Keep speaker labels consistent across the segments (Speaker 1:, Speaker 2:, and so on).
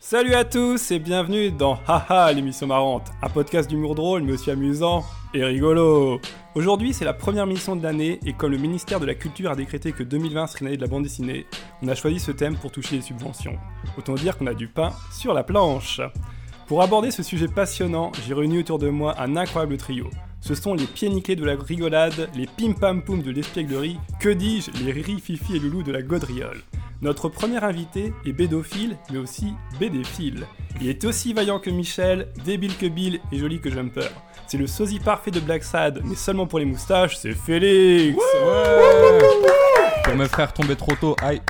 Speaker 1: Salut à tous et bienvenue dans Haha l'émission marrante, un podcast d'humour drôle mais aussi amusant et rigolo. Aujourd'hui c'est la première mission de l'année et comme le ministère de la Culture a décrété que 2020 serait l'année de la bande dessinée, on a choisi ce thème pour toucher les subventions. Autant dire qu'on a du pain sur la planche. Pour aborder ce sujet passionnant, j'ai réuni autour de moi un incroyable trio. Ce sont les pieds nickelés de la rigolade, les pim pam poum de l'espièglerie, que dis-je, les riri fifi et loulou de la gaudriole. Notre premier invité est bédophile, mais aussi bédéphile. Il est aussi vaillant que Michel, débile que Bill et joli que Jumper. C'est le sosie parfait de Black Sad, mais seulement pour les moustaches, c'est Félix
Speaker 2: Pour me faire tomber trop tôt, aïe.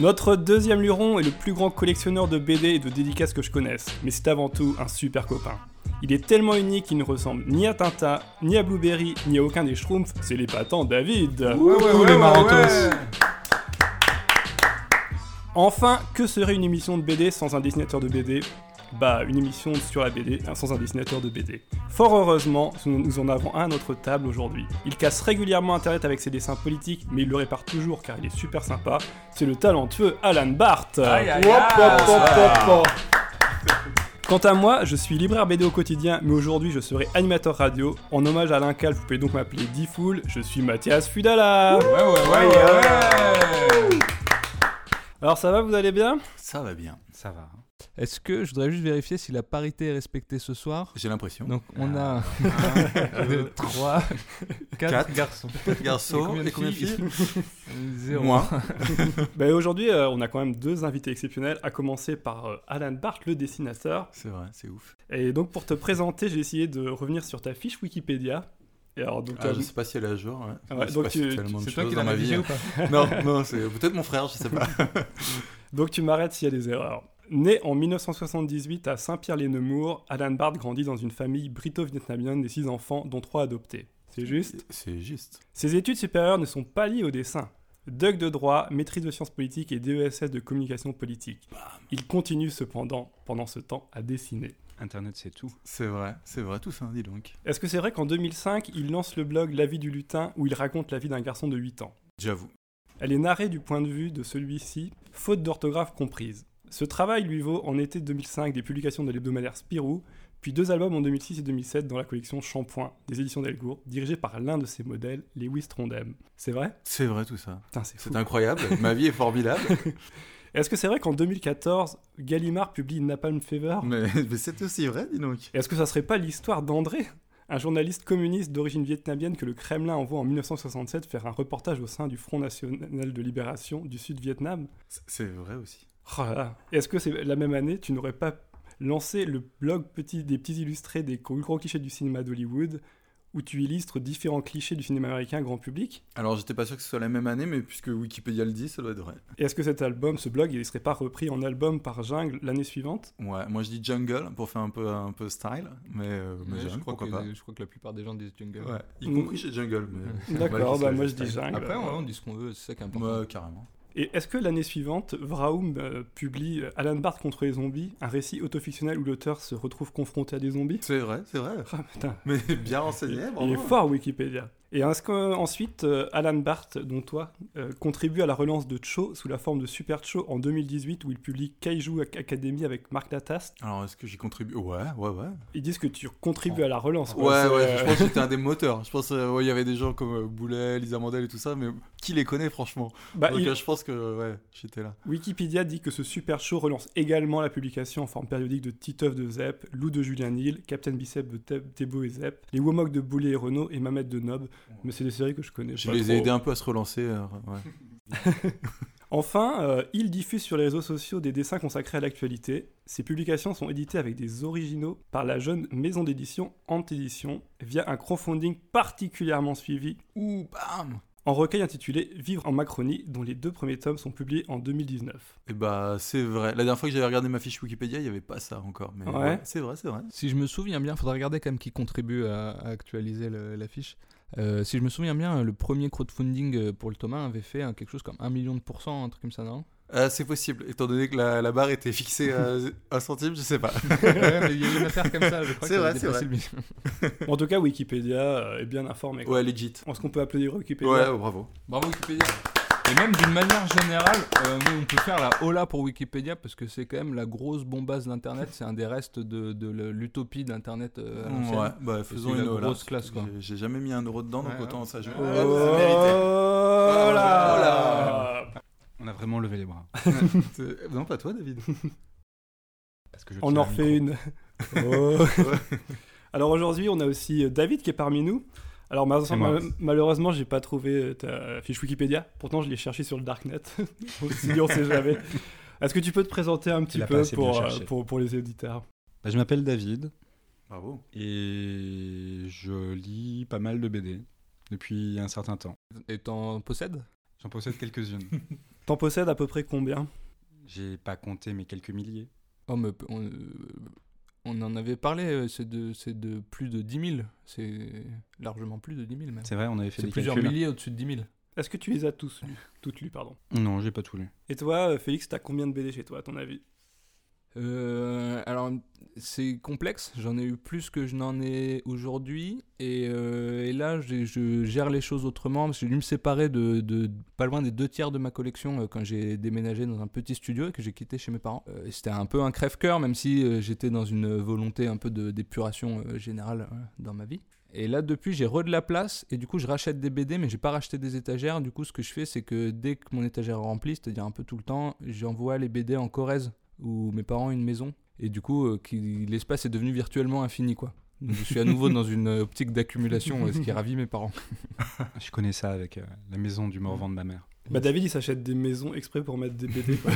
Speaker 1: Notre deuxième luron est le plus grand collectionneur de BD et de dédicaces que je connaisse, mais c'est avant tout un super copain. Il est tellement unique qu'il ne ressemble ni à Tintin, ni à Blueberry, ni à aucun des Schtroumpfs, c'est l'épatant David
Speaker 2: Coucou les marotos
Speaker 1: Enfin, que serait une émission de BD sans un dessinateur de BD Bah, une émission sur la BD hein, sans un dessinateur de BD. Fort heureusement, nous, nous en avons un à notre table aujourd'hui. Il casse régulièrement Internet avec ses dessins politiques, mais il le répare toujours car il est super sympa. C'est le talentueux Alan Barth
Speaker 3: Ah,
Speaker 1: Quant à moi, je suis libraire BD au quotidien, mais aujourd'hui je serai animateur radio. En hommage à Alain Cal, vous pouvez donc m'appeler Difool, je suis Mathias Fudala
Speaker 2: Ouais, ouais, ouais, ouais.
Speaker 1: Alors ça va, vous allez bien
Speaker 4: Ça va bien,
Speaker 5: Ça va. hein.
Speaker 2: Est-ce que je voudrais juste vérifier si la parité est respectée ce soir
Speaker 4: j'ai l'impression.
Speaker 2: Donc on a 1, 2, 3, 4
Speaker 4: Quatre.
Speaker 2: garçons.
Speaker 4: Garçon, et combien de filles
Speaker 2: 0.
Speaker 4: Moi.
Speaker 1: Ben, aujourd'hui, euh, on a quand même deux invités exceptionnels, à commencer par euh, Alan Barth, le dessinateur.
Speaker 4: C'est vrai, c'est ouf.
Speaker 1: Et donc, pour te présenter, j'ai essayé de revenir sur ta fiche Wikipédia. Et alors, donc,
Speaker 4: Ah,
Speaker 1: euh,
Speaker 4: je sais pas si elle est à jour. Ouais.
Speaker 1: Ah ouais,
Speaker 4: Je sais
Speaker 1: donc
Speaker 4: pas si
Speaker 1: tu-
Speaker 4: tellement de
Speaker 2: C'est toi
Speaker 4: choses
Speaker 2: qui
Speaker 4: dans
Speaker 2: l'as
Speaker 4: ma vie. hein.
Speaker 2: rédigé ou pas
Speaker 4: Non, non, c'est peut-être mon frère, je sais pas.
Speaker 1: donc, tu m'arrêtes s'il y a des erreurs. Né en 1978 à Saint-Pierre-les-Nemours, Alan Barth grandit dans une famille brito-vietnamienne des six enfants, dont trois adoptés. C'est juste
Speaker 4: C'est juste.
Speaker 1: Ses études supérieures ne sont pas liées au dessin. Doc de droit, maîtrise de sciences politiques et DESS de communication politique. Il continue cependant, pendant ce temps, à dessiner.
Speaker 5: Internet, c'est tout.
Speaker 4: C'est vrai, c'est vrai, tout ça, dis donc.
Speaker 1: Est-ce que c'est vrai qu'en 2005, il lance le blog La vie du lutin où il raconte la vie d'un garçon de 8 ans
Speaker 4: J'avoue.
Speaker 1: Elle est narrée du point de vue de celui-ci, faute d'orthographe comprise. Ce travail lui vaut en été 2005 des publications de l'hebdomadaire Spirou, puis deux albums en 2006 et 2007 dans la collection Shampoing des éditions Delcourt, dirigée par l'un de ses modèles, Lewis Trondheim. C'est vrai
Speaker 4: C'est vrai, tout ça.
Speaker 1: Putain, c'est fou.
Speaker 4: C'est incroyable. ma vie est formidable.
Speaker 1: Est-ce que c'est vrai qu'en 2014, Gallimard publie Napalm Fever
Speaker 4: mais mais c'est aussi vrai, dis donc.
Speaker 1: Est-ce que ça serait pas l'histoire d'André un journaliste communiste d'origine vietnamienne que le Kremlin envoie en 1967 faire un reportage au sein du Front National de Libération du Sud-Vietnam
Speaker 4: C'est- C'est vrai aussi.
Speaker 1: Oh là là. Est-ce que c'est la même année, tu n'aurais pas lancé le blog petit, des petits illustrés des gros gros clichés du cinéma d'Hollywood où tu illustres différents clichés du cinéma américain grand public
Speaker 4: Alors, j'étais pas sûr que ce soit la même année, mais puisque Wikipédia le dit, ça doit être vrai.
Speaker 1: Et est-ce que cet album, ce blog, il ne serait pas repris en album par Jungle l'année suivante
Speaker 4: Ouais, moi je dis jungle pour faire un peu, un peu style, mais, euh, mais
Speaker 2: Ouais,
Speaker 4: jungle, pourquoi
Speaker 2: que,
Speaker 4: pas.
Speaker 2: je crois que la plupart des gens disent jungle.
Speaker 4: Ouais, y
Speaker 1: Mm.
Speaker 4: compris chez jungle. mais-
Speaker 1: D'accord,
Speaker 4: Ouais,
Speaker 1: bah
Speaker 4: c'est
Speaker 1: moi je dis
Speaker 4: style.
Speaker 1: Jungle.
Speaker 2: Après, on, on dit ce qu'on veut, c'est ça qui est important.
Speaker 4: Ouais, carrément.
Speaker 1: Et est-ce que l'année suivante, Vraum euh, publie euh, Alan Barth contre les zombies, un récit autofictionnel où l'auteur se retrouve confronté à des zombies
Speaker 4: C'est vrai, c'est vrai.
Speaker 1: Ah putain,
Speaker 4: Mais bien renseigné, bravo.
Speaker 1: il est fort Wikipédia. Et est-ce qu'ensuite, Alan Barth, dont toi, euh, contribue à la relance de Cho sous la forme de Super Cho en 2018 où il publie Kaiju Ac- Academy avec Marc Lataste
Speaker 4: Alors, est-ce que j'y contribue Ouais, ouais, ouais.
Speaker 1: Ils disent que tu contribues à la relance.
Speaker 4: Ouais,
Speaker 1: quoi.
Speaker 4: ouais,
Speaker 1: C'est,
Speaker 4: je
Speaker 1: euh,
Speaker 4: pense que j'étais un des moteurs. Je pense qu'il ouais, il y avait des gens comme euh, Boulet, Lisa Mandel et tout ça, mais qui les connaît, franchement
Speaker 1: bah,
Speaker 4: Donc,
Speaker 1: il-
Speaker 4: euh, je pense que, ouais, j'étais là.
Speaker 1: Wikipédia dit que ce super show relance également la publication en forme périodique de Titeuf de Zep, Lou de Julien Hill, Captain Bicep de Thé- Thébault et Zep, Les Womoks de Boulet et Renault et Mamet de Nob, mais c'est des séries que je connais
Speaker 4: Je
Speaker 1: pas
Speaker 4: les
Speaker 1: trop.
Speaker 4: ai aidés un peu à se relancer. euh, ouais.
Speaker 1: Enfin, euh, il diffuse sur les réseaux sociaux des dessins consacrés à l'actualité. Ses publications sont éditées avec des originaux par la jeune maison d'édition Ant Édition via un crowdfunding particulièrement suivi
Speaker 4: Ouh, bam
Speaker 1: en recueil intitulé Vivre en Macronie, dont les deux premiers tomes sont publiés en 2019.
Speaker 4: Et bah, c'est vrai. La dernière fois que j'avais regardé ma fiche Wikipédia, il n'y avait pas ça encore. Mais
Speaker 1: Ouais.
Speaker 4: c'est vrai, c'est vrai.
Speaker 2: Si je me souviens bien, faudra regarder quand même qui contribue à, à actualiser le- la fiche. Euh, si je me souviens bien, le premier crowdfunding euh, pour le Thomas avait fait euh, quelque chose comme 1 million de pourcents, un truc comme ça, non
Speaker 4: Euh, c'est possible, étant donné que la, la barre était fixée à un centime, je sais pas.
Speaker 2: Ouais, mais il y a eu une affaire comme ça, je crois
Speaker 4: C'est
Speaker 2: que ça
Speaker 4: vrai,
Speaker 2: a
Speaker 4: c'est
Speaker 2: dépassé
Speaker 4: vrai.
Speaker 2: le million.
Speaker 1: En tout cas, Wikipédia euh, est bien informé. quoi.
Speaker 4: Ouais, legit.
Speaker 1: Est-ce qu'on peut applaudir Wikipédia
Speaker 4: Ouais, bravo.
Speaker 2: Bravo Wikipédia Et même d'une manière générale, euh, nous, on peut faire la hola pour Wikipédia parce que c'est quand même la grosse bombasse d'Internet. C'est un des restes de, de le- l'utopie d'Internet. euh, à l'ancienne.
Speaker 6: Ouais, bah faisons
Speaker 2: la
Speaker 6: une hola.
Speaker 2: grosse classe, quoi.
Speaker 6: J'ai- J'ai jamais mis un euro dedans, donc
Speaker 2: Ouais,
Speaker 6: autant ça. je-
Speaker 1: Oh
Speaker 3: Ah,
Speaker 6: Ouais, c'est
Speaker 1: là
Speaker 3: On a vraiment levé les bras.
Speaker 6: mérité. Non, pas toi, David.
Speaker 3: Parce que je
Speaker 1: On
Speaker 3: tiens
Speaker 1: en
Speaker 3: un
Speaker 1: refait
Speaker 3: micro.
Speaker 1: une. Oh. Alors aujourd'hui, on a aussi euh, David qui est parmi nous. Alors ma-
Speaker 3: C'est moi.
Speaker 1: ma- malheureusement, j'ai pas trouvé euh, ta fiche Wikipédia. Pourtant, je l'ai cherchée sur le darknet. Aussi, on sait jamais. Est-ce que tu peux te présenter un petit
Speaker 3: a
Speaker 1: peu
Speaker 3: pas assez bien
Speaker 1: pour, euh,
Speaker 3: cherché.
Speaker 1: pour, pour les auditeurs
Speaker 3: Bah, je m'appelle David
Speaker 6: Bravo.
Speaker 3: et je lis pas mal de BD depuis un certain temps.
Speaker 2: Et t'en possèdes
Speaker 3: J'en possède quelques-unes.
Speaker 1: T'en possèdes à peu près combien
Speaker 3: J'ai pas compté mes quelques milliers.
Speaker 2: Oh, mais on, euh, on en avait parlé, euh, c'est de, c'est de plus de 10 000. C'est largement plus de 10 000 même.
Speaker 3: C'est vrai, on avait fait
Speaker 2: C'est
Speaker 3: des
Speaker 2: plusieurs
Speaker 3: calculs. hein.
Speaker 2: milliers au-dessus de 10 000.
Speaker 1: Est-ce que tu les as tous lus Toutes lues, pardon.
Speaker 3: Non, j'ai pas tout lu.
Speaker 1: Et toi, euh, Félix, t'as combien de BD chez toi, à ton avis
Speaker 2: Euh, alors, c'est complexe. J'en ai eu plus que je n'en ai aujourd'hui. Et, euh, et là, j'ai- je gère les choses autrement. parce que J'ai dû me séparer de, de- pas loin des deux tiers de ma collection euh, quand j'ai déménagé dans un petit studio et que j'ai quitté chez mes parents. Euh, et C'était un peu un crève-cœur, même si euh, j'étais dans une volonté un peu de- d'épuration euh, générale euh, dans ma vie. Et là, depuis, j'ai re de la place et du coup, je rachète des BD, mais j'ai pas racheté des étagères. Du coup, ce que je fais, c'est que dès que mon étagère est remplie, c'est-à-dire un peu tout le temps, j'envoie les BD en Corrèze où mes parents ont une maison. Et du coup, euh, qui- l'espace est devenu virtuellement infini, quoi. Donc, je suis à nouveau dans une euh, optique d'accumulation, euh, ce qui ravit mes parents.
Speaker 3: Je connais ça avec euh, la maison du Morvan de ma mère.
Speaker 1: Bah David, il s'achète des maisons exprès pour mettre des BD. quoi.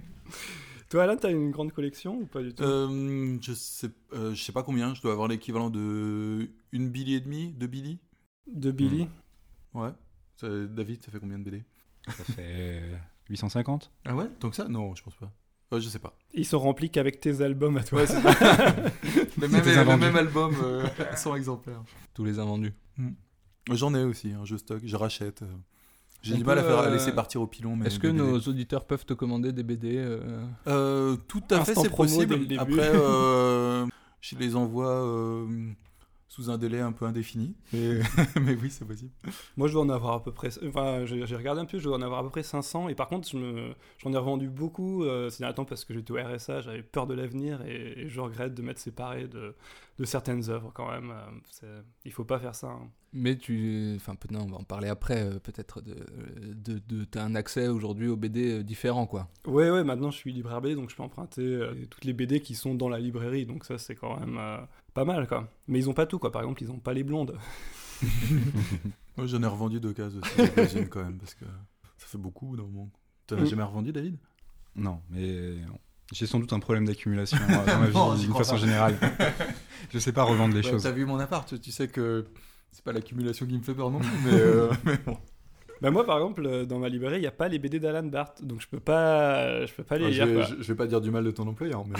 Speaker 1: toi, Alain, t'as une grande collection ou pas du tout
Speaker 6: Euh, je, sais, euh, je sais pas combien, je dois avoir l'équivalent de une billy et demie, deux billy.
Speaker 1: De Billy
Speaker 6: Ouais. Ça- David, ça fait combien de BD
Speaker 3: Ça fait euh, 850
Speaker 6: Ah ouais Donc ça Non, je pense pas. Ouais, Euh, je sais pas.
Speaker 1: Ils sont remplis qu'avec tes albums à toi.
Speaker 6: Ouais, c'est le, même,
Speaker 3: C'était un
Speaker 6: le
Speaker 3: vendu.
Speaker 6: même album, euh, 100 exemplaires.
Speaker 2: Tous les invendus.
Speaker 6: J'en ai aussi, hein, je stocke, je rachète. euh. J'ai
Speaker 2: On
Speaker 6: du mal à,
Speaker 2: peut,
Speaker 6: faire, à
Speaker 2: euh,
Speaker 6: laisser partir au pilon. mes-
Speaker 2: Est-ce que
Speaker 6: mes BD.
Speaker 2: nos auditeurs peuvent te commander des BD euh,
Speaker 6: Euh, tout à fait,
Speaker 1: Instant
Speaker 6: c'est
Speaker 1: promo dès le
Speaker 6: possible.
Speaker 1: début.
Speaker 6: Après, euh, je les envoie euh, sous un délai un peu indéfini. Mais, mais oui, c'est possible.
Speaker 1: Moi, je dois en avoir à peu près. Enfin, j'ai j'ai regardé un peu, je dois en avoir à peu près 500. Et par contre, je me- j'en ai revendu beaucoup euh, ces derniers temps parce que j'étais au RSA, j'avais peur de l'avenir et, et je regrette de m'être séparé de, de certaines œuvres quand même. Euh, c'est- Il faut pas faire ça. hein.
Speaker 2: Mais tu. Enfin, peut- non, on va en parler après, euh, peut-être. De, de, de- T'as un accès aujourd'hui aux BD euh, différent, quoi.
Speaker 1: Ouais, ouais, maintenant je suis libraire BD, donc je peux emprunter euh, toutes les BD qui sont dans la librairie. Donc ça, c'est quand même euh, pas mal, quoi. Mais ils ont pas tout, quoi. Par exemple, ils ont pas les blondes.
Speaker 6: Moi, j'en ai revendu deux cases aussi, j'imagine, quand même, parce que ça fait beaucoup d'un moment. T'en as
Speaker 1: Mm.
Speaker 6: jamais revendu, David
Speaker 3: Non, mais euh, j'ai sans doute un problème d'accumulation euh, dans ma vie,
Speaker 6: Non, j'y
Speaker 3: d'une
Speaker 6: crois
Speaker 3: façon
Speaker 6: pas.
Speaker 3: générale. je sais pas revendre les
Speaker 6: Ouais,
Speaker 3: choses.
Speaker 6: T'as vu mon appart, tu- tu sais que c'est pas l'accumulation qui me fait peur non plus, mais, euh, mais bon.
Speaker 1: Bah moi par exemple euh, dans ma librairie il n'y a pas les BD d'Alan Barth donc je peux pas je peux pas les
Speaker 4: Ah,
Speaker 6: Enfin, je,
Speaker 1: lire
Speaker 6: vais,
Speaker 1: quoi.
Speaker 6: je- je vais pas dire du mal de ton employeur, mais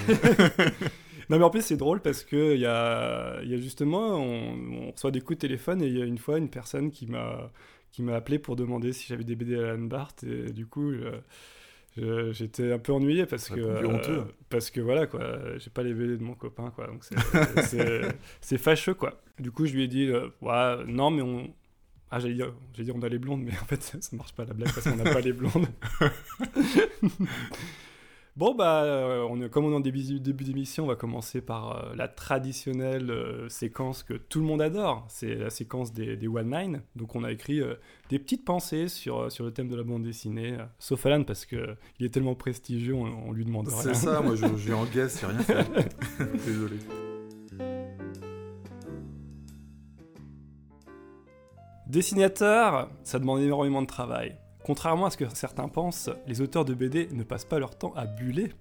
Speaker 1: Non mais en plus c'est drôle parce que il y a, il y a justement on, on reçoit des coups de téléphone et il y a une fois une personne qui m'a qui m'a appelé pour demander si j'avais des BD d'Alan Barth et du coup je- je- j'étais un peu ennuyé parce
Speaker 6: Ça
Speaker 1: que euh,
Speaker 6: pue honteux.
Speaker 1: parce que voilà quoi j'ai pas les BD de mon copain quoi donc c'est- c'est c'est fâcheux quoi. Du coup je lui ai dit euh, ouais, non mais on ah j'allais dire, j'allais dire on a les blondes mais en fait ça, ça marche pas la blague parce qu'on n'a pas les blondes. Bon, bah, euh, on est, comme on est en début, début d'émission, on va commencer par euh, la traditionnelle euh, séquence que tout le monde adore. C'est la séquence des, des One Line. Donc, on a écrit euh, des petites pensées sur, euh, sur le thème de la bande dessinée, euh, sauf Alan, parce qu'il est tellement prestigieux, on, on lui demande rien.
Speaker 6: c'est ça, moi je, je vais en guess, c'est rien. fait. Désolé.
Speaker 1: Dessinateur, ça demande énormément de travail. Contrairement à ce que certains pensent, les auteurs de BD ne passent pas leur temps à buller.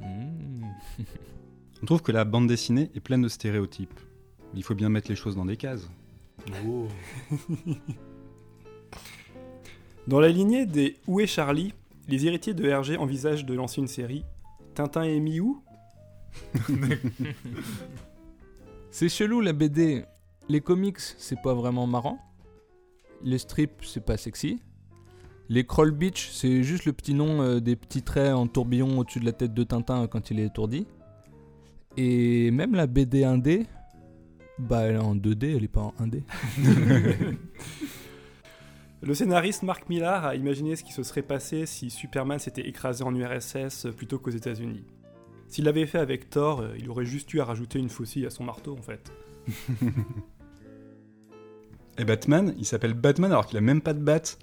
Speaker 2: Mmh.
Speaker 3: On trouve que la bande dessinée est pleine de stéréotypes. Il faut bien mettre les choses dans des cases.
Speaker 6: Oh.
Speaker 1: Dans la lignée des Où est Charlie, les héritiers de Hergé envisagent de lancer une série Tintin et Miou
Speaker 2: C'est chelou la BD. Les comics, c'est pas vraiment marrant. Les strips, c'est pas sexy. Les Crawl Beach, c'est juste le petit nom euh, des petits traits en tourbillon au-dessus de la tête de Tintin euh, quand il est étourdi. Et même la BD 1D, bah elle est en 2D, elle est pas en 1D.
Speaker 1: Le scénariste Mark Millar a imaginé ce qui se serait passé si Superman s'était écrasé en URSS plutôt qu'aux États-Unis. S'il l'avait fait avec Thor, euh, il aurait juste eu à rajouter une faucille à son marteau en fait.
Speaker 3: Et Eh, Batman, il s'appelle Batman alors qu'il a même pas de batte.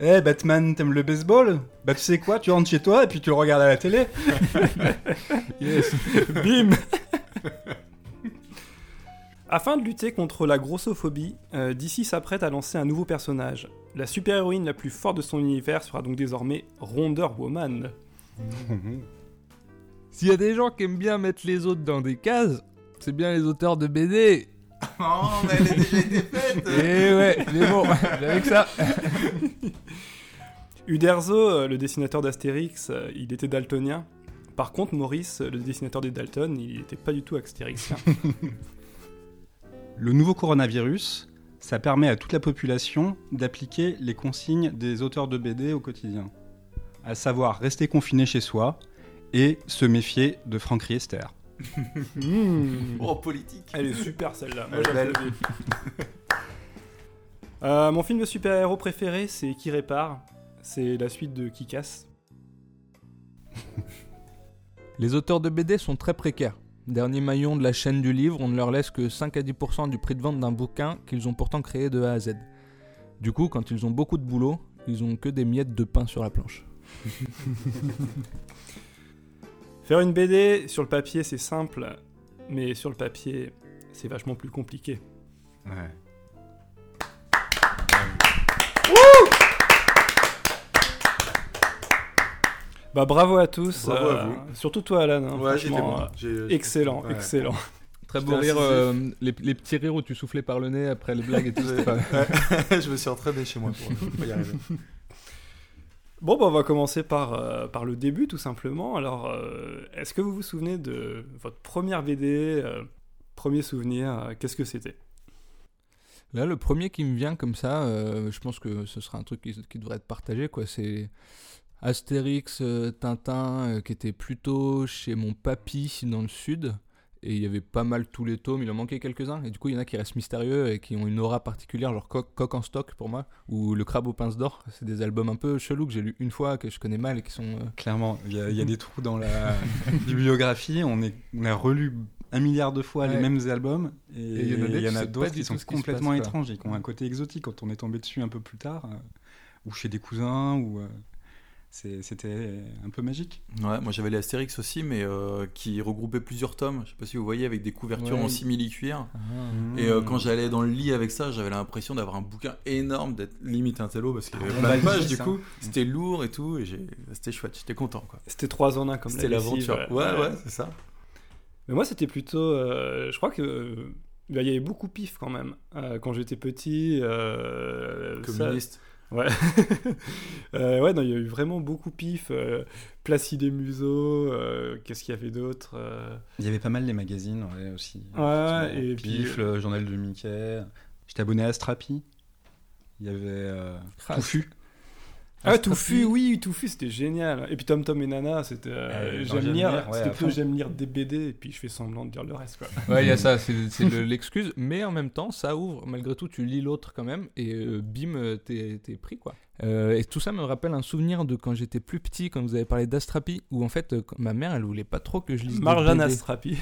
Speaker 3: Eh Batman, t'aimes le baseball Bah tu sais quoi, tu rentres chez toi et puis tu le regardes à la télé.
Speaker 2: Yes.
Speaker 1: Bim Afin de lutter contre la grossophobie, euh, DC s'apprête à lancer un nouveau personnage. La super-héroïne la plus forte de son univers sera donc désormais Wonder Woman.
Speaker 2: S'il y a des gens qui aiment bien mettre les autres dans des cases, c'est bien les auteurs de BD.
Speaker 6: Oh, mais elle a déjà été faite
Speaker 2: Et Eh ouais, mais bon, avec ça.
Speaker 1: Uderzo, euh, le dessinateur d'Astérix, euh, il était daltonien. Par contre, Maurice, euh, le dessinateur des Dalton, il n'était pas du tout astérixien.
Speaker 3: Le nouveau coronavirus, ça permet à toute la population d'appliquer les consignes des auteurs de BD au quotidien. À savoir rester confiné chez soi et se méfier de Franck Riester.
Speaker 1: Hmm.
Speaker 6: Oh, politique
Speaker 1: Elle est super celle-là. Moi,
Speaker 6: Elle est belle.
Speaker 1: j'applaudis. Euh, mon film de super-héros préféré, c'est Qui répare. C'est la suite de Qui casse.
Speaker 2: Les auteurs de BD sont très précaires. Dernier maillon de la chaîne du livre, on ne leur laisse que 5 à 10% du prix de vente d'un bouquin qu'ils ont pourtant créé de A à Z. Du coup, quand ils ont beaucoup de boulot, ils ont que des miettes de pain sur la planche.
Speaker 1: Faire une BD sur le papier, c'est simple, mais sur le papier, c'est vachement plus compliqué.
Speaker 3: Ouais.
Speaker 1: Bah bravo à tous. euh,
Speaker 6: Bravo à vous.
Speaker 1: Surtout toi, Alan. hein,
Speaker 6: Ouais, j'étais
Speaker 1: franchement,
Speaker 6: bon.
Speaker 1: euh,
Speaker 6: J'ai-
Speaker 1: Excellent,
Speaker 6: Ouais.
Speaker 1: excellent.
Speaker 2: Très
Speaker 6: J'étais
Speaker 2: beau rire,
Speaker 6: incisif.
Speaker 2: euh, les, les petits rires où tu soufflais par le nez après les blagues et tout. c'était pas-
Speaker 6: Ouais. je me suis entraîné chez moi pour, pour y arriver.
Speaker 1: Bon, bah, on va commencer par, euh, par le début, tout simplement. Alors, euh, est-ce que vous vous souvenez de votre première BD euh, Premier souvenir, euh, qu'est-ce que c'était
Speaker 2: Là, le premier qui me vient comme ça, euh, je pense que ce sera un truc qui, qui devrait être partagé, quoi. C'est Astérix, euh, Tintin, euh, qui était plutôt chez mon papy dans le sud. Et il y avait pas mal tous les tomes, il en manquait quelques-uns. Et du coup, il y en a qui restent mystérieux et qui ont une aura particulière, genre Coq, Coq en stock pour moi, ou Le Crabe aux pinces d'or. C'est des albums un peu chelous que j'ai lu une fois, que je connais mal et qui sont. euh,
Speaker 3: Clairement, il y, a- il y a
Speaker 2: Mm.
Speaker 3: des trous dans la bibliographie. On, est, on a relu un milliard de fois les
Speaker 2: Ouais.
Speaker 3: mêmes albums. Et
Speaker 2: Et il y en a des
Speaker 3: il y
Speaker 2: tu
Speaker 3: en a
Speaker 2: sais pas
Speaker 3: d'autres
Speaker 2: du
Speaker 3: qui
Speaker 2: tout
Speaker 3: sont
Speaker 2: ce qui se passe,
Speaker 3: complètement
Speaker 2: quoi. Mm.
Speaker 3: étranges et qui ont un côté exotique quand on est tombé dessus un peu plus tard, euh, ou chez des cousins, ou. euh, c'est- C'était un peu magique.
Speaker 6: Ouais, moi j'avais les Astérix aussi, mais euh, qui regroupait plusieurs tomes. Je sais pas si vous voyez, avec des couvertures
Speaker 2: Ouais.
Speaker 6: en simili-cuir.
Speaker 3: Ah. Mmh.
Speaker 6: Et euh, quand j'allais dans le lit avec ça, j'avais l'impression d'avoir un bouquin énorme, d'être limite un télo parce qu'il y avait
Speaker 3: On
Speaker 6: plein de
Speaker 3: balance
Speaker 6: pages, du
Speaker 3: ça.
Speaker 6: coup. C'était lourd et tout, et j'ai- c'était chouette, j'étais content quoi.
Speaker 1: C'était trois en un comme
Speaker 6: C'était
Speaker 1: la lessive,
Speaker 6: l'aventure. Ouais, ouais, c'est ça.
Speaker 1: Mais moi, c'était plutôt. euh, je crois que. euh, bah, Il y avait beaucoup pif quand même. Euh, quand j'étais petit. euh, ça-
Speaker 6: Communiste.
Speaker 1: Ouais. Euh, ouais, non, il y a eu vraiment beaucoup pif. euh, Placide et Museau, euh, qu'est-ce qu'il y avait d'autre euh,
Speaker 3: Il y avait pas mal les magazines ouais, aussi.
Speaker 1: Ouais,
Speaker 3: Effectivement.
Speaker 1: et
Speaker 3: Pif,
Speaker 1: puis-
Speaker 3: le journal de Mickey. J'étais abonné à Strapi. Il y avait euh,
Speaker 2: Ah,
Speaker 3: Touffu.
Speaker 1: Ah,
Speaker 2: Astrapi.
Speaker 1: Touffu, oui, Touffu, c'était génial. Et puis Tom Tom et Nana, c'était.
Speaker 3: Euh,
Speaker 1: euh,
Speaker 3: dans
Speaker 1: j'aime
Speaker 3: J'aime
Speaker 1: lire,
Speaker 3: lire, ouais,
Speaker 1: c'était
Speaker 3: à
Speaker 1: plutôt
Speaker 3: fond.
Speaker 1: j'aime lire des BD, et puis je fais semblant de dire le reste, quoi.
Speaker 2: Ouais, il y a ça, c'est c'est le- l'excuse, mais en même temps, ça ouvre, malgré tout, tu lis l'autre quand même, et euh, bim, euh, t'es t'es pris, quoi. Euh, et tout ça me rappelle un souvenir de quand j'étais plus petit, quand vous avez parlé d'Astrapi, où en fait, euh, quand- ma mère, elle voulait pas trop que je lise des
Speaker 1: Marjane
Speaker 2: BD.
Speaker 1: Astrapi.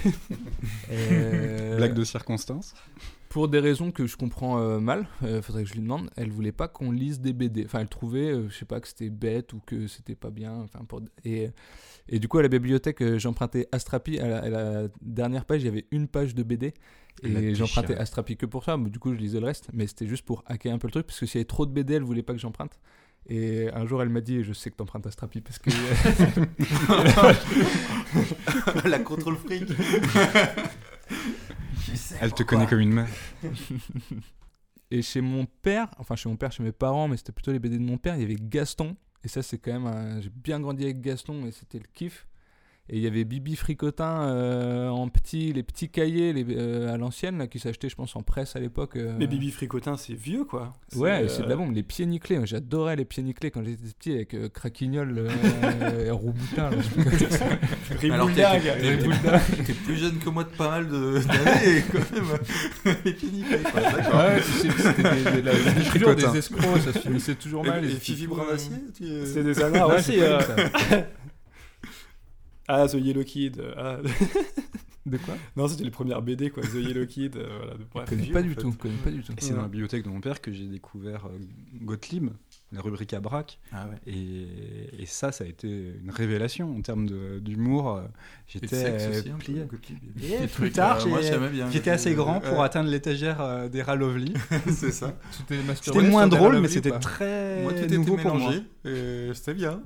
Speaker 2: Euh,
Speaker 3: Blague de circonstance.
Speaker 2: Pour des raisons que je comprends euh, mal, euh, faudrait que je lui demande, elle voulait pas qu'on lise des BD. Enfin, elle trouvait, euh, je sais pas, que c'était bête ou que c'était pas bien. Enfin, pour... et, et du coup, à la bibliothèque, euh, j'empruntais Astrapi. À la, à la dernière page, il y avait une page de BD.
Speaker 3: La
Speaker 2: Et j'empruntais
Speaker 3: déchirure.
Speaker 2: Astrapi que pour ça. mais du coup, je lisais le reste. Mais c'était juste pour hacker un peu le truc, parce que s'il y avait trop de BD, elle voulait pas que j'emprunte. Et un jour, elle m'a dit, je sais que t'empruntes Astrapi, parce que...
Speaker 6: La contrôle fric.
Speaker 3: Elle te connaît comme une mère.
Speaker 2: Et chez mon père, enfin chez mon père, chez mes parents, mais c'était plutôt les BD de mon père, il y avait Gaston. Et ça, c'est quand même. un- J'ai bien grandi avec Gaston et c'était le kiff. Et il y avait Bibi Fricotin euh, en petit, les petits cahiers les, euh, à l'ancienne, là, qui s'achetaient, je pense, en presse à l'époque. euh.
Speaker 1: Mais Bibi Fricotin, c'est vieux, quoi.
Speaker 2: Ouais,
Speaker 1: euh,
Speaker 2: c'est de la bombe. Les pieds nickelés, moi, j'adorais les pieds nickelés quand j'étais petit avec euh, Craquignol euh, et Rouboutin. là, je sais pas comment ça s'appelle.
Speaker 6: Alors, t'es-
Speaker 1: Ribouldag.
Speaker 6: t'es- t'es- T'es plus jeune que moi de pas mal de- d'années, quand même. Et puis, nickel, quoi, d'accord.
Speaker 2: Ouais, c'est- c'était des, des- la- des- toujours
Speaker 6: Fricotin.
Speaker 2: des escrocs, ça se finissait toujours mal.
Speaker 6: Et,
Speaker 2: ils
Speaker 6: et
Speaker 2: étaient
Speaker 6: Fifi
Speaker 2: toujours,
Speaker 6: Bravacier tu-
Speaker 1: C'est des anards
Speaker 2: Ouais,
Speaker 1: aussi.
Speaker 2: j'ai
Speaker 1: euh.
Speaker 2: pas vu ça.
Speaker 1: Ah, The Yellow Kid. euh, ah.
Speaker 2: De quoi
Speaker 1: non, c'était les premières BD, quoi. The Yellow Kid. euh, voilà, de- bref.
Speaker 2: Je connais
Speaker 6: vieux,
Speaker 2: pas
Speaker 6: en
Speaker 2: du
Speaker 6: fait.
Speaker 2: tout, je connais pas du tout.
Speaker 3: Et c'est dans la bibliothèque de mon père que j'ai découvert euh, Gottlieb, la rubrique à braque.
Speaker 6: Ah ouais.
Speaker 3: Et, et ça, ça a été une révélation en termes de- d'humour. euh,
Speaker 6: Et de
Speaker 3: J'étais
Speaker 6: sexe
Speaker 3: euh,
Speaker 6: aussi, un peu,
Speaker 3: plié.
Speaker 6: Gottlieb.
Speaker 3: Et
Speaker 6: Des
Speaker 3: plus
Speaker 6: trucs,
Speaker 3: tard,
Speaker 6: euh, moi,
Speaker 3: j'ai-
Speaker 6: j'aimais bien.
Speaker 3: J'étais assez grand pour
Speaker 6: Ouais,
Speaker 3: atteindre l'étagère euh, des Ralovli.
Speaker 6: C'est ça.
Speaker 2: Tu t'es masturbé
Speaker 3: C'était moins
Speaker 2: sur des
Speaker 3: drôle, mais
Speaker 2: Ralovli ou
Speaker 3: c'était
Speaker 2: pas
Speaker 3: très
Speaker 6: Moi, tout était
Speaker 3: nouveau pour moi.
Speaker 6: mélangé. euh, C'était bien.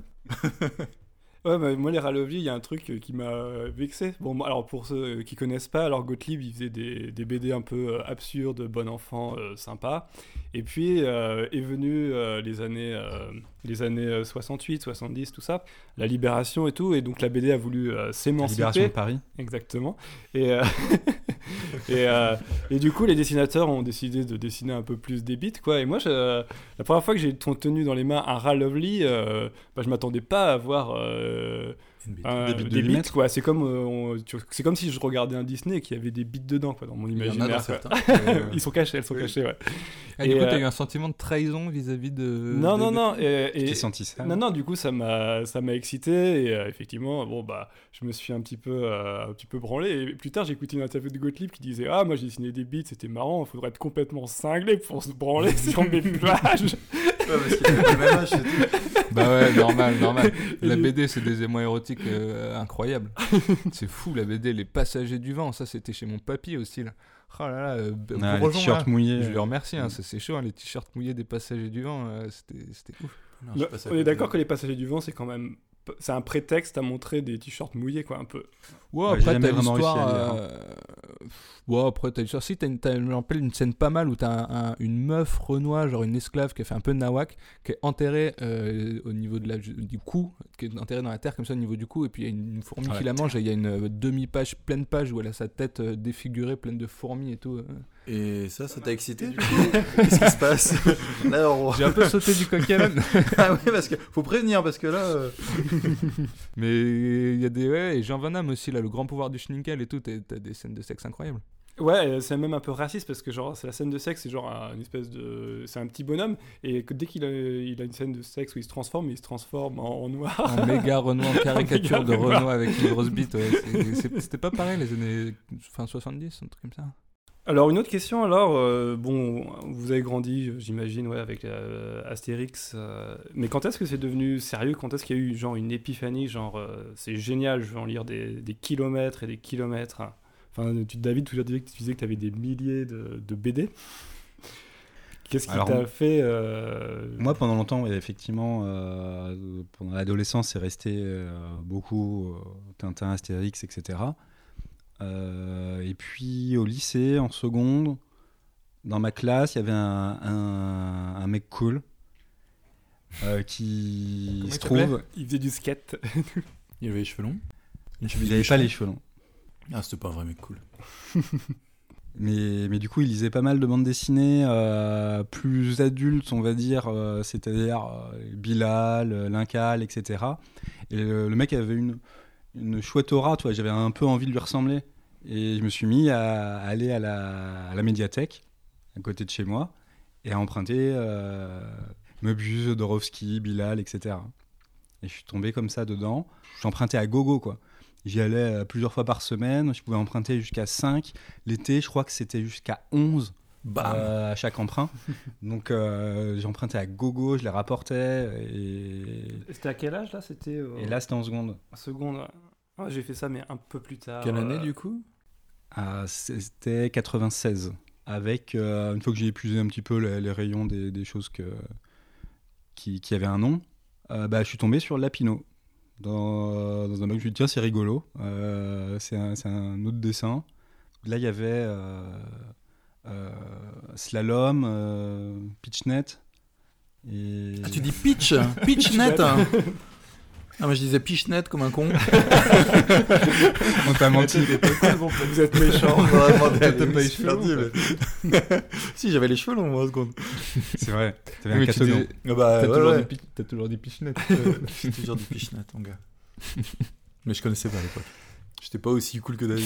Speaker 1: Ouais, bah, moi, les Ralovli, il y a un truc euh, qui m'a euh, vexé. Bon, moi, alors, pour ceux euh, qui connaissent pas, alors Gottlieb, il faisait des, des BD un peu euh, absurdes, bon enfant, euh, sympa. Et puis, euh, est venu euh, les années, euh, les années euh, 68, 70, tout ça, la libération et tout. Et donc, la BD a voulu euh,
Speaker 3: La Libération de
Speaker 1: s'émanciper.
Speaker 3: Paris.
Speaker 1: Exactement. Et, euh, et, euh, et du coup, les dessinateurs ont décidé de dessiner un peu plus des bits, quoi. Et moi, je- la première fois que j'ai ton- tenu dans les mains un Rat Lovely, euh, bah, je m'attendais pas à voir euh, un-
Speaker 3: Des bits de
Speaker 1: des bits,
Speaker 3: 8 mètres.
Speaker 1: quoi. C'est comme, euh, on- tu vois, c'est comme si je regardais un Disney et qu'il y avait des bits dedans, quoi, dans mon
Speaker 6: Il y en a dans
Speaker 1: imaginaire. quoi.
Speaker 6: certains. euh,
Speaker 1: Ils sont cachés, elles sont
Speaker 6: Oui.
Speaker 1: cachées, ouais.
Speaker 2: Ah, du
Speaker 1: Et,
Speaker 2: coup,
Speaker 1: euh,
Speaker 2: t'as eu un sentiment de trahison vis-à-vis de.
Speaker 6: Euh,
Speaker 1: non,
Speaker 2: de-
Speaker 1: non,
Speaker 2: de-
Speaker 1: non. Et, et-
Speaker 3: J'ai senti ça.
Speaker 1: Non, non, du coup, ça m'a, ça m'a excité et euh, effectivement, bon, bah, je me suis un petit peu, euh, un petit peu branlé. Et plus tard, j'ai écouté une interview de Gottlieb qui disait Ah, moi j'ai dessiné des beats, c'était marrant, faudrait être complètement cinglé pour se branler sur mes plages.
Speaker 6: ouais, parce qu'il avait le même âge, c'est tout.
Speaker 2: Bah ouais, normal, normal. La
Speaker 1: Il est-
Speaker 2: BD, c'est des émois érotiques euh, incroyables. c'est fou, la BD, Les Passagers du Vent, ça c'était chez mon papy aussi. Là. Oh là là, euh, b-
Speaker 3: Ah, les
Speaker 2: Bourgeon,
Speaker 3: t-shirts
Speaker 2: là.
Speaker 3: mouillés.
Speaker 2: Je le remercie, hein, ça, c'est chaud, hein, les t-shirts mouillés des Passagers du Vent, euh, c'était c'était ouf.
Speaker 6: Non, je
Speaker 1: Le-
Speaker 6: passe à
Speaker 1: on est
Speaker 6: côté.
Speaker 1: d'accord que les passagers du vent, c'est quand même. C'est un prétexte à montrer des t-shirts mouillés, quoi, un peu.
Speaker 2: Wow,
Speaker 3: Ouais, j'ai
Speaker 2: après,
Speaker 3: jamais
Speaker 2: t'as
Speaker 3: vraiment réussi à
Speaker 2: l'histoire.
Speaker 3: lire,
Speaker 2: euh, pff, wow, après, t'as l'histoire. Si, t'as une, t'as- je me rappelle une scène pas mal où t'as un- un- une meuf renois, genre une esclave qui a fait un peu de nawak, qui est enterrée euh, au niveau de la, du cou, qui est enterrée dans la terre, comme ça, au niveau du cou, et puis il y a une fourmi
Speaker 3: Ah,
Speaker 2: qui
Speaker 3: la
Speaker 2: la mange, et il y a une euh, demi-page, pleine page, où elle a sa tête euh, défigurée, pleine de fourmis et tout. euh.
Speaker 6: Et ça,
Speaker 3: Ah,
Speaker 6: ça t'a excité du coup Qu'est-ce qui se passe Là, on-
Speaker 2: J'ai un peu sauté du coq à l'âne.
Speaker 6: Ah oui, parce que faut prévenir, parce que là. euh,
Speaker 2: Mais il y a des. Ouais, et Jean Van Damme aussi, là, le grand pouvoir du Schninkel et tout, t'as t'as des scènes de sexe incroyables.
Speaker 1: Ouais, euh, c'est même un peu raciste parce que, genre, c'est la scène de sexe, c'est genre un- une espèce de. C'est un petit bonhomme, et que dès qu'il a, il a une scène de sexe où il se transforme, il se transforme en, en noir.
Speaker 2: Un méga Renoir, en caricature de
Speaker 1: méga Renoir.
Speaker 2: Renoir avec une grosse bite. ouais. C'est- c'est- C'était pas pareil les années fin 70, un truc comme ça.
Speaker 1: Alors une autre question alors euh, bon vous avez grandi j'imagine ouais avec euh, Astérix euh, mais quand est-ce que c'est devenu sérieux quand est-ce qu'il y a eu genre une épiphanie genre euh, c'est génial je vais en lire des, des kilomètres et des kilomètres hein. enfin tu David tu disais que tu disais que tu avais des milliers de, de BD qu'est-ce qui
Speaker 3: Alors,
Speaker 1: t'a fait euh,
Speaker 3: Moi, pendant longtemps, ouais, effectivement, euh, pendant l'adolescence, c'est resté euh, beaucoup euh, Tintin, Astérix, etc. Euh, et puis au lycée, en seconde, dans ma classe, il y avait un, un- un mec cool euh, qui
Speaker 2: Comment
Speaker 3: se
Speaker 2: il s'appelait
Speaker 3: trouve.
Speaker 1: il faisait du skate
Speaker 6: Il avait les cheveux longs.
Speaker 3: Il n'avait pas les cheveux longs.
Speaker 6: Ah, c'était pas un vrai mec cool.
Speaker 3: Mais, mais du coup, il lisait pas mal de bandes dessinées euh, plus adultes, on va dire, euh, c'est-à-dire euh, Bilal, euh, Lincal, etc. Et le, le mec avait une, une chouette aura, tu vois, j'avais un peu envie de lui ressembler. Et je me suis mis à, aller à la, à la médiathèque, à côté de chez moi, et à emprunter euh, Möbius, Jodorowsky, Bilal, etc. Et je suis tombé comme ça dedans. J'empruntais à gogo, quoi. J'y allais euh, plusieurs fois par semaine, je pouvais emprunter jusqu'à 5. L'été, je crois que c'était jusqu'à 11
Speaker 6: Bam
Speaker 3: euh, à chaque emprunt. Donc euh, j'empruntais à gogo, je les rapportais. Et,
Speaker 1: c'était à quel âge là c'était
Speaker 3: et là, c'était en seconde.
Speaker 1: seconde j'ai fait ça mais un peu plus tard euh,
Speaker 6: Quelle année du coup
Speaker 3: Ah, c'était 96. Avec, euh, une fois que j'ai épuisé un petit peu les, les rayons des, des choses que, qui, qui avaient un nom, euh, bah, je suis tombé sur Lapino. Dans, dans un mec, je me suis dit, tiens, c'est rigolo. Euh, c'est un, c'est un autre dessin. Là, il y avait euh, euh, Slalom, euh, Pitchnet. Et...
Speaker 2: Ah,
Speaker 6: Ah, tu dis pitch Pitch net Non, mais je disais pichenette comme un con.
Speaker 3: On t'a menti.
Speaker 6: Vous êtes méchant. Vraiment,
Speaker 3: T'as
Speaker 6: t'as
Speaker 3: pas
Speaker 6: pas
Speaker 3: eu cheveux longs,
Speaker 6: Si, j'avais les cheveux longs, moi, seconde.
Speaker 3: C'est vrai. T'avais
Speaker 2: Oui,
Speaker 3: un
Speaker 2: mais tu
Speaker 3: catognan.
Speaker 2: dis-
Speaker 6: Ah bah,
Speaker 2: T'as
Speaker 6: ouais,
Speaker 2: toujours,
Speaker 6: ouais.
Speaker 2: des pi- t'as toujours des pichenettes.
Speaker 6: J'ai toujours dit pichenette, mon gars. Mais je connaissais pas à l'époque. J'étais pas aussi cool que David.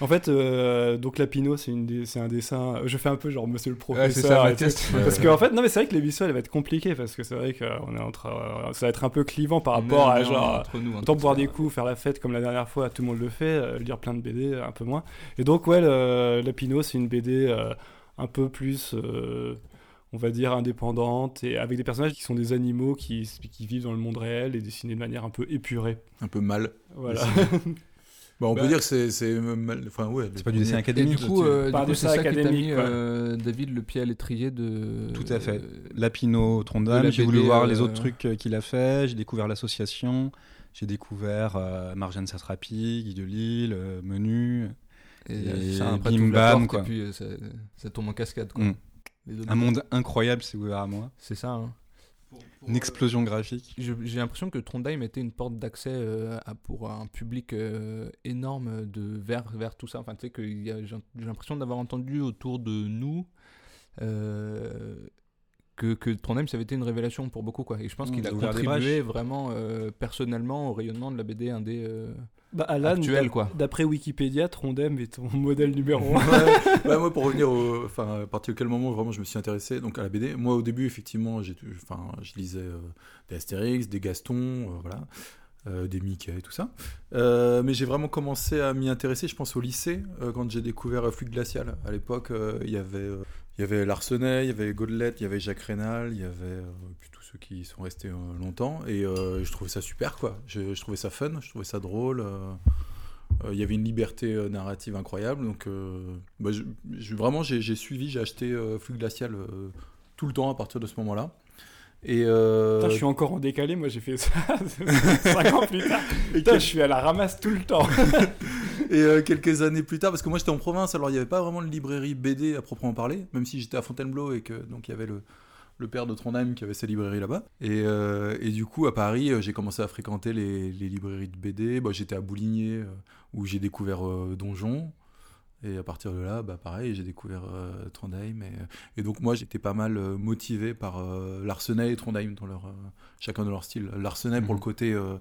Speaker 1: En fait, euh, donc Lapino, c'est une des- c'est un dessin. Je fais un peu genre Monsieur le Professeur.
Speaker 2: Ouais, c'est ça,
Speaker 1: et
Speaker 2: ma
Speaker 1: tout.
Speaker 2: test.
Speaker 1: Parce qu'en fait, non, mais c'est vrai que l'émission elle va être compliquée parce que c'est vrai qu'on est entre. euh, ça va être un peu clivant par rapport à genre.
Speaker 2: Entre nous,
Speaker 1: Autant boire des coups, faire la fête comme la dernière fois, tout le monde le fait, euh, lire plein de BD, un peu moins. Et donc, ouais, le- Lapino, c'est une BD euh, un peu plus, euh, on va dire, indépendante, et avec des personnages qui sont des animaux qui, qui vivent dans le monde réel et dessinés de manière un peu épurée.
Speaker 6: Un peu mal.
Speaker 1: Voilà.
Speaker 6: Bah, on
Speaker 2: Bah.
Speaker 6: peut dire que c'est- c'est mal. Enfin, ouais.
Speaker 3: C'est pas du dessin
Speaker 2: Et du
Speaker 3: académique.
Speaker 2: coup,
Speaker 6: tu-
Speaker 2: euh, du
Speaker 1: par
Speaker 2: coup,
Speaker 1: des
Speaker 2: c'est
Speaker 1: ça
Speaker 2: ça qui t'a
Speaker 1: académique,
Speaker 2: mis,
Speaker 1: quoi.
Speaker 2: euh, David, le pied à l'étrier de.
Speaker 3: Tout à fait.
Speaker 2: euh,
Speaker 3: Lapino,
Speaker 2: De
Speaker 3: Trondheim,
Speaker 2: la
Speaker 3: j'ai
Speaker 2: BD,
Speaker 3: voulu voir les
Speaker 2: euh,
Speaker 3: autres trucs euh, qu'il a fait, j'ai découvert l'association, j'ai découvert euh, Marjane Satrapi, Guy de Lille, euh, Menu, Et
Speaker 2: ça, après,
Speaker 3: bim,
Speaker 2: t'ouvres la
Speaker 3: bam,
Speaker 2: porte,
Speaker 3: quoi.
Speaker 2: Et puis euh, ça, ça tombe en cascade, quoi.
Speaker 3: Mm.
Speaker 2: Les deux
Speaker 3: un monde incroyable s'est ouvert à moi,
Speaker 2: C'est ça, hein.
Speaker 3: une explosion graphique.
Speaker 2: Je- J'ai l'impression que Trondheim était une porte d'accès euh, à- pour un public euh, énorme de vers, vers tout ça. Enfin, tu sais que il y a- j'ai j'ai l'impression d'avoir entendu autour de nous euh, que, que Trondheim, ça avait été une révélation pour beaucoup. Quoi. Et je pense
Speaker 6: Mmh,
Speaker 3: Mm,
Speaker 2: qu'il a
Speaker 3: il a ouvert des
Speaker 2: contribué vraiment euh, personnellement au rayonnement de la BD indé. euh.
Speaker 1: Bah, Alan,
Speaker 2: Actuel,
Speaker 1: d'a-
Speaker 2: quoi.
Speaker 1: D'après Wikipédia, Trondheim est ton modèle numéro 1.
Speaker 6: Ouais. Bah, moi, pour revenir au, enfin, à partir de quel moment vraiment je me suis intéressé donc à la BD. Moi, au début, effectivement, j'ai, enfin, je lisais euh, des Astérix, des Gaston, euh, voilà, euh, des Mickey et tout ça. Euh, mais j'ai vraiment commencé à m'y intéresser, je pense, au lycée, euh, quand j'ai découvert euh, Flux glacial. À l'époque, euh, il y avait, euh, il y avait Larsenet, il y avait Godelette, il y avait Jacques Rénal, il y avait euh, puis tous ceux qui y sont restés euh, longtemps. Et euh, je trouvais ça super, quoi. Je, je trouvais ça fun, je trouvais ça drôle. euh, euh, Il y avait une liberté euh, narrative incroyable, donc euh, bah, je- je- vraiment j'ai j'ai suivi, j'ai acheté euh, Flux Glacial euh, tout le temps à partir de ce moment-là. Et euh,
Speaker 1: Putain, je suis encore en décalé, moi j'ai fait ça 5 ans plus tard. Putain, je suis à la ramasse tout le temps.
Speaker 6: Et euh, quelques années plus tard, parce que moi j'étais en province, alors il n'y avait pas vraiment de librairie BD à proprement parler, même si j'étais à Fontainebleau et que donc il y avait le, le père de Trondheim qui avait sa librairie là-bas. Et, euh, et du coup, à Paris, euh, j'ai commencé à fréquenter les, les librairies de BD. Bah, j'étais à Bouligné, euh, où j'ai découvert euh, Donjon. Et à partir de là, bah, pareil, j'ai découvert euh, Trondheim. Et, et donc moi, j'étais pas mal euh, motivé par euh, Larsenet et Trondheim, dans leur, euh, chacun dans leur style. Larsenet pour
Speaker 3: Mhm.
Speaker 6: le côté... euh,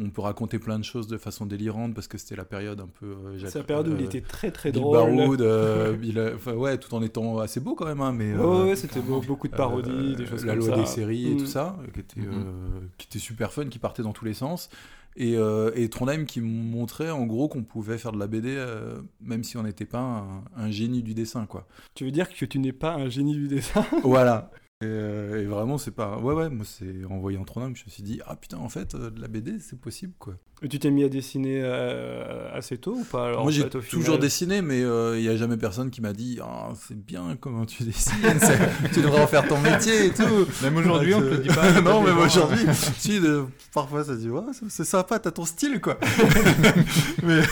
Speaker 6: on peut raconter plein de choses de façon délirante parce que c'était la période un peu. euh,
Speaker 1: C'est la
Speaker 6: Jacques-
Speaker 1: période où il
Speaker 6: euh,
Speaker 1: était très très
Speaker 6: Bill
Speaker 1: drôle.
Speaker 6: Baroud, euh, Bill, euh, enfin, ouais, tout en étant assez beau quand même, hein, mais.
Speaker 1: Ouais,
Speaker 6: euh,
Speaker 1: ouais, ouais, c'était beau- beaucoup de parodies,
Speaker 6: euh,
Speaker 1: des choses
Speaker 6: La
Speaker 1: comme
Speaker 6: loi
Speaker 1: ça.
Speaker 6: des séries et
Speaker 1: Mm.
Speaker 6: tout ça, euh, qui était, euh, qui était super fun, qui partait dans tous les sens. Et, euh, et Trondheim qui montrait en gros qu'on pouvait faire de la BD euh, même si on n'était pas un, un génie du dessin, quoi.
Speaker 1: Tu veux dire que tu n'es pas un génie du dessin
Speaker 6: voilà. Et, euh, et vraiment, c'est pas. Ouais, ouais, moi, c'est en voyant Trondheim, je me suis dit, ah putain, en fait, euh, de la BD, c'est possible, quoi.
Speaker 1: Et Tu t'es mis à dessiner euh, assez tôt ou pas alors,
Speaker 6: Moi
Speaker 1: en
Speaker 6: j'ai
Speaker 1: fait, au final
Speaker 6: toujours dessiné, mais il n'y a jamais personne qui m'a dit Ah, c'est bien comment tu dessines, c'est- tu devrais en faire ton métier et tout.
Speaker 2: Même aujourd'hui, on te le dit pas. T'as
Speaker 6: non, mais
Speaker 2: des gens,
Speaker 6: aujourd'hui, si, de- parfois ça se dit Ouais, c'est- c'est sympa, t'as ton style quoi. mais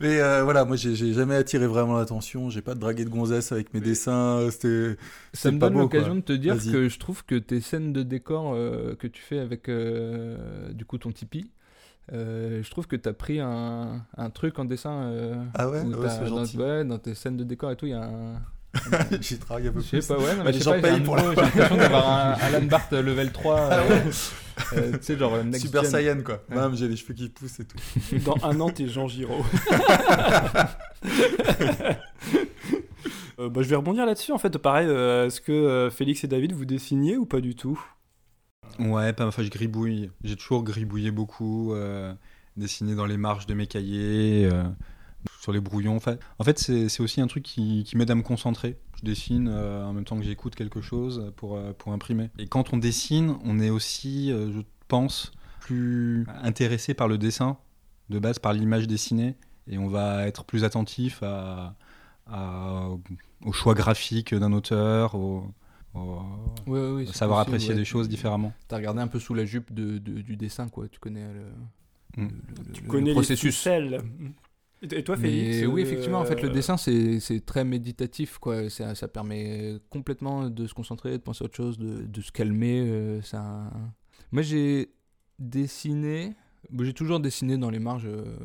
Speaker 6: mais, euh, voilà, moi j'ai j'ai jamais attiré vraiment l'attention, j'ai pas dragué de gonzesse avec mes dessins, euh, c'était.
Speaker 2: Ça
Speaker 6: C'est
Speaker 2: me
Speaker 6: pas
Speaker 2: donne
Speaker 6: beau,
Speaker 2: l'occasion de te dire
Speaker 6: Vas-y.
Speaker 2: que je trouve que tes scènes de décor euh, que tu fais avec euh, du coup ton Tipeee, euh, je trouve que tu as pris un, un truc en dessin. euh,
Speaker 6: Ah ouais,
Speaker 2: où
Speaker 6: Ouais,
Speaker 2: t'as-
Speaker 6: c'est
Speaker 2: dans,
Speaker 6: gentil.
Speaker 2: ouais, dans tes scènes de décor et tout, il y a un.
Speaker 6: J'y drague un peu
Speaker 2: Je sais
Speaker 6: plus.
Speaker 2: pas, ouais, non,
Speaker 6: Bah,
Speaker 2: mais
Speaker 6: les
Speaker 2: je sais
Speaker 6: gens
Speaker 2: pas, il y a
Speaker 6: payent
Speaker 2: un
Speaker 6: pour Ah
Speaker 2: mot, J'ai l'impression d'avoir un Alan Bart level 3. euh, euh, tu sais, genre euh, Next
Speaker 6: Super
Speaker 2: Gen.
Speaker 6: Saiyan quoi.
Speaker 2: Ouais.
Speaker 6: Même j'ai les cheveux qui poussent et tout.
Speaker 1: Dans un an, t'es Jean Giraud. Euh, bah, je vais rebondir là-dessus en fait. Pareil, euh, est-ce que euh, Félix et David vous dessiniez ou pas du tout
Speaker 3: Ouais, pas, enfin, je gribouille. J'ai toujours gribouillé beaucoup, euh, dessiné dans les marges de mes cahiers, euh, sur les brouillons. En fait, en fait c'est c'est aussi un truc qui, qui m'aide à me concentrer. Je dessine euh, en même temps que j'écoute quelque chose pour, euh, pour imprimer. Et quand on dessine, on est aussi, euh, je pense, plus intéressé par le dessin, de base par l'image dessinée, et on va être plus attentif à, à- au choix graphique d'un auteur, au, au-
Speaker 2: Ouais, ouais, ouais,
Speaker 3: au
Speaker 2: c'est
Speaker 3: savoir
Speaker 2: possible,
Speaker 3: apprécier
Speaker 2: ouais.
Speaker 3: des choses différemment.
Speaker 2: T'as regardé un peu sous la jupe de- de- du dessin, quoi. Tu connais le, le-
Speaker 3: Mm.
Speaker 2: le-
Speaker 1: Tu
Speaker 2: Euh, le
Speaker 1: connais les
Speaker 2: processus. Mm-hmm.
Speaker 1: ficelles. Et et toi, Félix
Speaker 2: Mais oui,
Speaker 1: euh,
Speaker 2: effectivement, en fait, le dessin, c'est c'est très méditatif, quoi. Ça, ça permet complètement de se concentrer, de penser à autre chose, de, de se calmer. euh, ça... Moi, j'ai dessiner. bon, J'ai toujours dessiné dans les marges euh,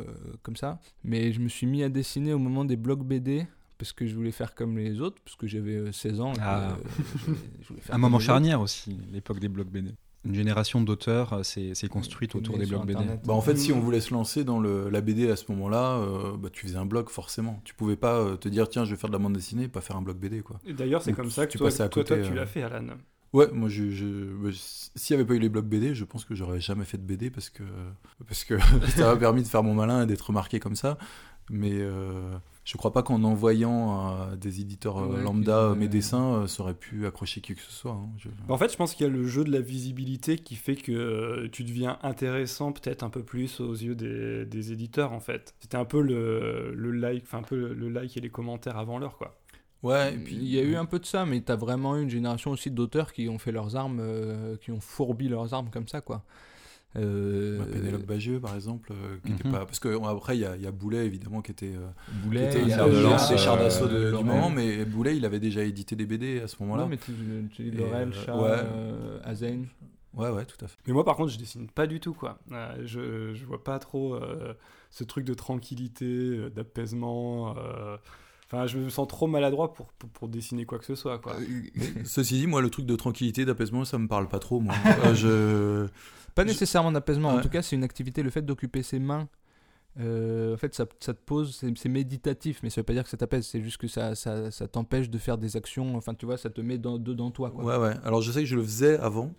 Speaker 2: comme ça, mais je me suis mis à dessiner au moment des blogs BD parce que je voulais faire comme les autres, parce que j'avais euh, 16 ans. et que,
Speaker 3: Ah.
Speaker 2: euh, je voulais- je voulais faire
Speaker 3: Un
Speaker 2: comme
Speaker 3: moment
Speaker 2: les autres.
Speaker 3: charnière aussi, l'époque des blogs BD. Une génération d'auteurs euh, s'est s'est construite
Speaker 2: Qui est
Speaker 3: autour
Speaker 2: née
Speaker 3: des
Speaker 2: sur
Speaker 3: blogs BD.
Speaker 2: Internet.
Speaker 6: Bah, en fait, si on voulait se lancer dans le, la BD à ce moment-là, euh, bah, tu faisais un blog forcément. Tu pouvais pas euh, te dire tiens, je vais faire de la bande dessinée et pas faire un blog BD quoi.
Speaker 1: Et D'ailleurs, c'est
Speaker 6: Donc,
Speaker 1: comme ça que
Speaker 6: tu
Speaker 1: toi,
Speaker 6: passais à
Speaker 1: toi,
Speaker 6: côté,
Speaker 1: toi, tu
Speaker 6: euh.
Speaker 1: l'as fait, Alan.
Speaker 6: Ouais, moi, je, je, bah, je- s'il n'y avait pas eu les blogs BD, je pense que j'aurais jamais fait de BD parce que, parce que ça m'a permis de faire mon malin et d'être remarqué comme ça. Mais euh, je crois pas qu'en envoyant à des éditeurs euh,
Speaker 2: Ouais,
Speaker 6: lambda
Speaker 2: qu'ils auraient-
Speaker 6: mes dessins, euh, ça aurait pu accrocher qui que ce soit. hein. Je-
Speaker 1: Bah, En fait, je pense qu'il y a le jeu de la visibilité qui fait que euh, tu deviens intéressant peut-être un peu plus aux yeux des, des éditeurs, en fait. C'était un peu le, le like, enfin un peu le- le like et les commentaires avant l'heure, quoi.
Speaker 6: Ouais, et puis
Speaker 2: Il y a eu un peu de ça, mais t'as vraiment eu une génération aussi d'auteurs qui ont fait leurs armes, euh, qui ont fourbi leurs armes comme ça, quoi. Euh, Hmm.
Speaker 6: bah, Pénélope Bagieux, par exemple, euh, qui était
Speaker 3: Mhm.
Speaker 6: pas. Parce que euh, après, il y a, il y a Boulet, évidemment, qui était. euh,
Speaker 2: Boulet,
Speaker 6: qui était
Speaker 2: il y
Speaker 6: une
Speaker 2: a
Speaker 6: char de
Speaker 2: Laurent,
Speaker 6: lance
Speaker 3: euh,
Speaker 6: et char d'assaut de- du
Speaker 2: Laurent.
Speaker 6: moment, mais Boulet, il avait déjà édité des BD à ce moment-là.
Speaker 2: Non, mais tu, tu dis
Speaker 6: Et,
Speaker 2: Laurel,
Speaker 6: euh,
Speaker 2: Chat,
Speaker 6: ouais.
Speaker 2: euh, Azaine.
Speaker 6: Ouais, ouais, tout à fait.
Speaker 1: Mais moi, par contre, je dessine pas du tout, quoi. Euh, je, je vois pas trop euh, ce truc de tranquillité, euh, d'apaisement. euh. Enfin, je me sens trop maladroit pour, pour, pour dessiner quoi que ce soit, quoi.
Speaker 6: Ceci dit, moi, le truc de tranquillité, d'apaisement, ça me parle pas trop, moi. Euh, je.
Speaker 2: Pas
Speaker 6: Je-
Speaker 2: nécessairement d'apaisement, en
Speaker 6: Ouais.
Speaker 2: tout cas, c'est une activité, le fait d'occuper ses mains. euh, en fait, ça, ça te pose, c'est c'est méditatif, mais ça veut pas dire que ça t'apaise, c'est juste que ça, ça, ça t'empêche de faire des actions, enfin, tu vois, ça te met dans, dedans toi, quoi.
Speaker 6: Ouais, ouais. Alors, je sais que je le faisais avant,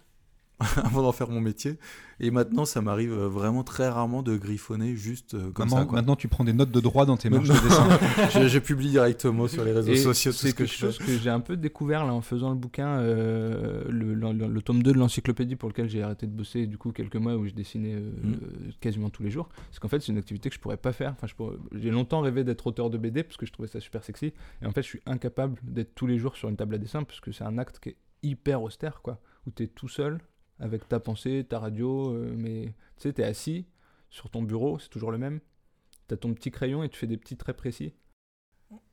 Speaker 6: avant d'en faire mon métier. Et maintenant, ça m'arrive euh, vraiment très rarement de griffonner juste euh, comme
Speaker 3: Maman,
Speaker 6: ça. quoi.
Speaker 3: maintenant, tu prends des notes de droit dans tes marches de
Speaker 6: Maintenant-
Speaker 3: dessin.
Speaker 6: je, je publie directement sur les réseaux
Speaker 2: Et
Speaker 6: sociaux tout
Speaker 2: c'est
Speaker 6: ce que
Speaker 2: quelque
Speaker 6: je fais.
Speaker 2: chose que j'ai un peu découvert là en faisant le bouquin, euh, le, le- le- le tome 2 de l'encyclopédie pour lequel j'ai arrêté de bosser du coup quelques mois où je dessinais euh,
Speaker 6: Mm.
Speaker 2: euh, quasiment tous les jours. Parce qu'en fait c'est une activité que je pourrais pas faire. Enfin, je pourrais- J'ai longtemps rêvé d'être auteur de BD parce que je trouvais ça super sexy. Et en fait je suis incapable d'être tous les jours sur une table à dessin parce que c'est un acte qui est hyper austère quoi. Où tu es tout seul avec ta pensée, ta radio, euh, mais tu sais, tu es assis sur ton bureau, c'est toujours le même. T'as ton petit crayon et tu fais des petits traits précis.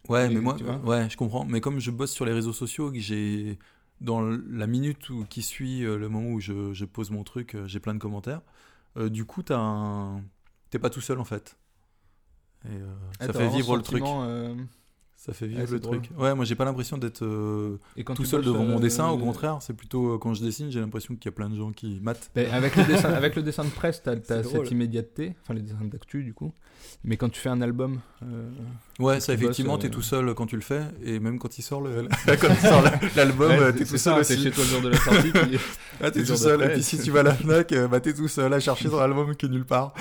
Speaker 6: Ouais,
Speaker 2: Et
Speaker 6: mais moi,
Speaker 2: tu vois
Speaker 6: ouais, je comprends. Mais comme je bosse sur les réseaux sociaux, que j'ai dans la minute où, qui suit euh, le moment où je, je pose mon truc, euh, j'ai plein de commentaires. Euh, du coup, t'as un... t'es pas tout seul en fait. Et, euh,
Speaker 2: Ah,
Speaker 6: ça
Speaker 2: t'as
Speaker 6: fait
Speaker 2: vraiment
Speaker 6: vivre
Speaker 2: ce
Speaker 6: le truc.
Speaker 2: sentiment, euh,
Speaker 6: Ça fait vivre
Speaker 2: Ah, c'est
Speaker 6: le truc. Ouais, moi j'ai pas l'impression d'être euh,
Speaker 2: Et quand
Speaker 6: tout
Speaker 2: tu
Speaker 6: seul
Speaker 2: bosses,
Speaker 6: devant mon
Speaker 2: euh,
Speaker 6: dessin. Au
Speaker 2: le-
Speaker 6: contraire, c'est plutôt euh, quand je dessine, j'ai l'impression qu'il y a plein de gens qui matent.
Speaker 2: Ben, avec, le dessin, avec le dessin de presse, t'as, t'as
Speaker 1: drôle.
Speaker 2: cette immédiateté, enfin les dessins d'actu du coup. Mais quand tu fais un album, euh,
Speaker 6: Ouais, ça
Speaker 2: tu bosses,
Speaker 6: effectivement, t'es
Speaker 2: euh,
Speaker 6: tout seul quand tu le fais. Et même quand il sort le- euh, quand il sort le- l'album,
Speaker 2: ouais,
Speaker 6: euh,
Speaker 2: c'est-
Speaker 6: t'es
Speaker 2: c'est
Speaker 6: tout
Speaker 2: ça,
Speaker 6: seul
Speaker 2: t'es
Speaker 6: aussi.
Speaker 2: chez toi le jour de la sortie. puis-
Speaker 6: Ah,
Speaker 2: Des
Speaker 6: t'es
Speaker 2: jours
Speaker 6: tout seul,
Speaker 2: de
Speaker 6: et puis
Speaker 2: presse.
Speaker 6: si tu vas à la Fnac, euh, bah t'es tout seul à chercher ton album qui est nulle part.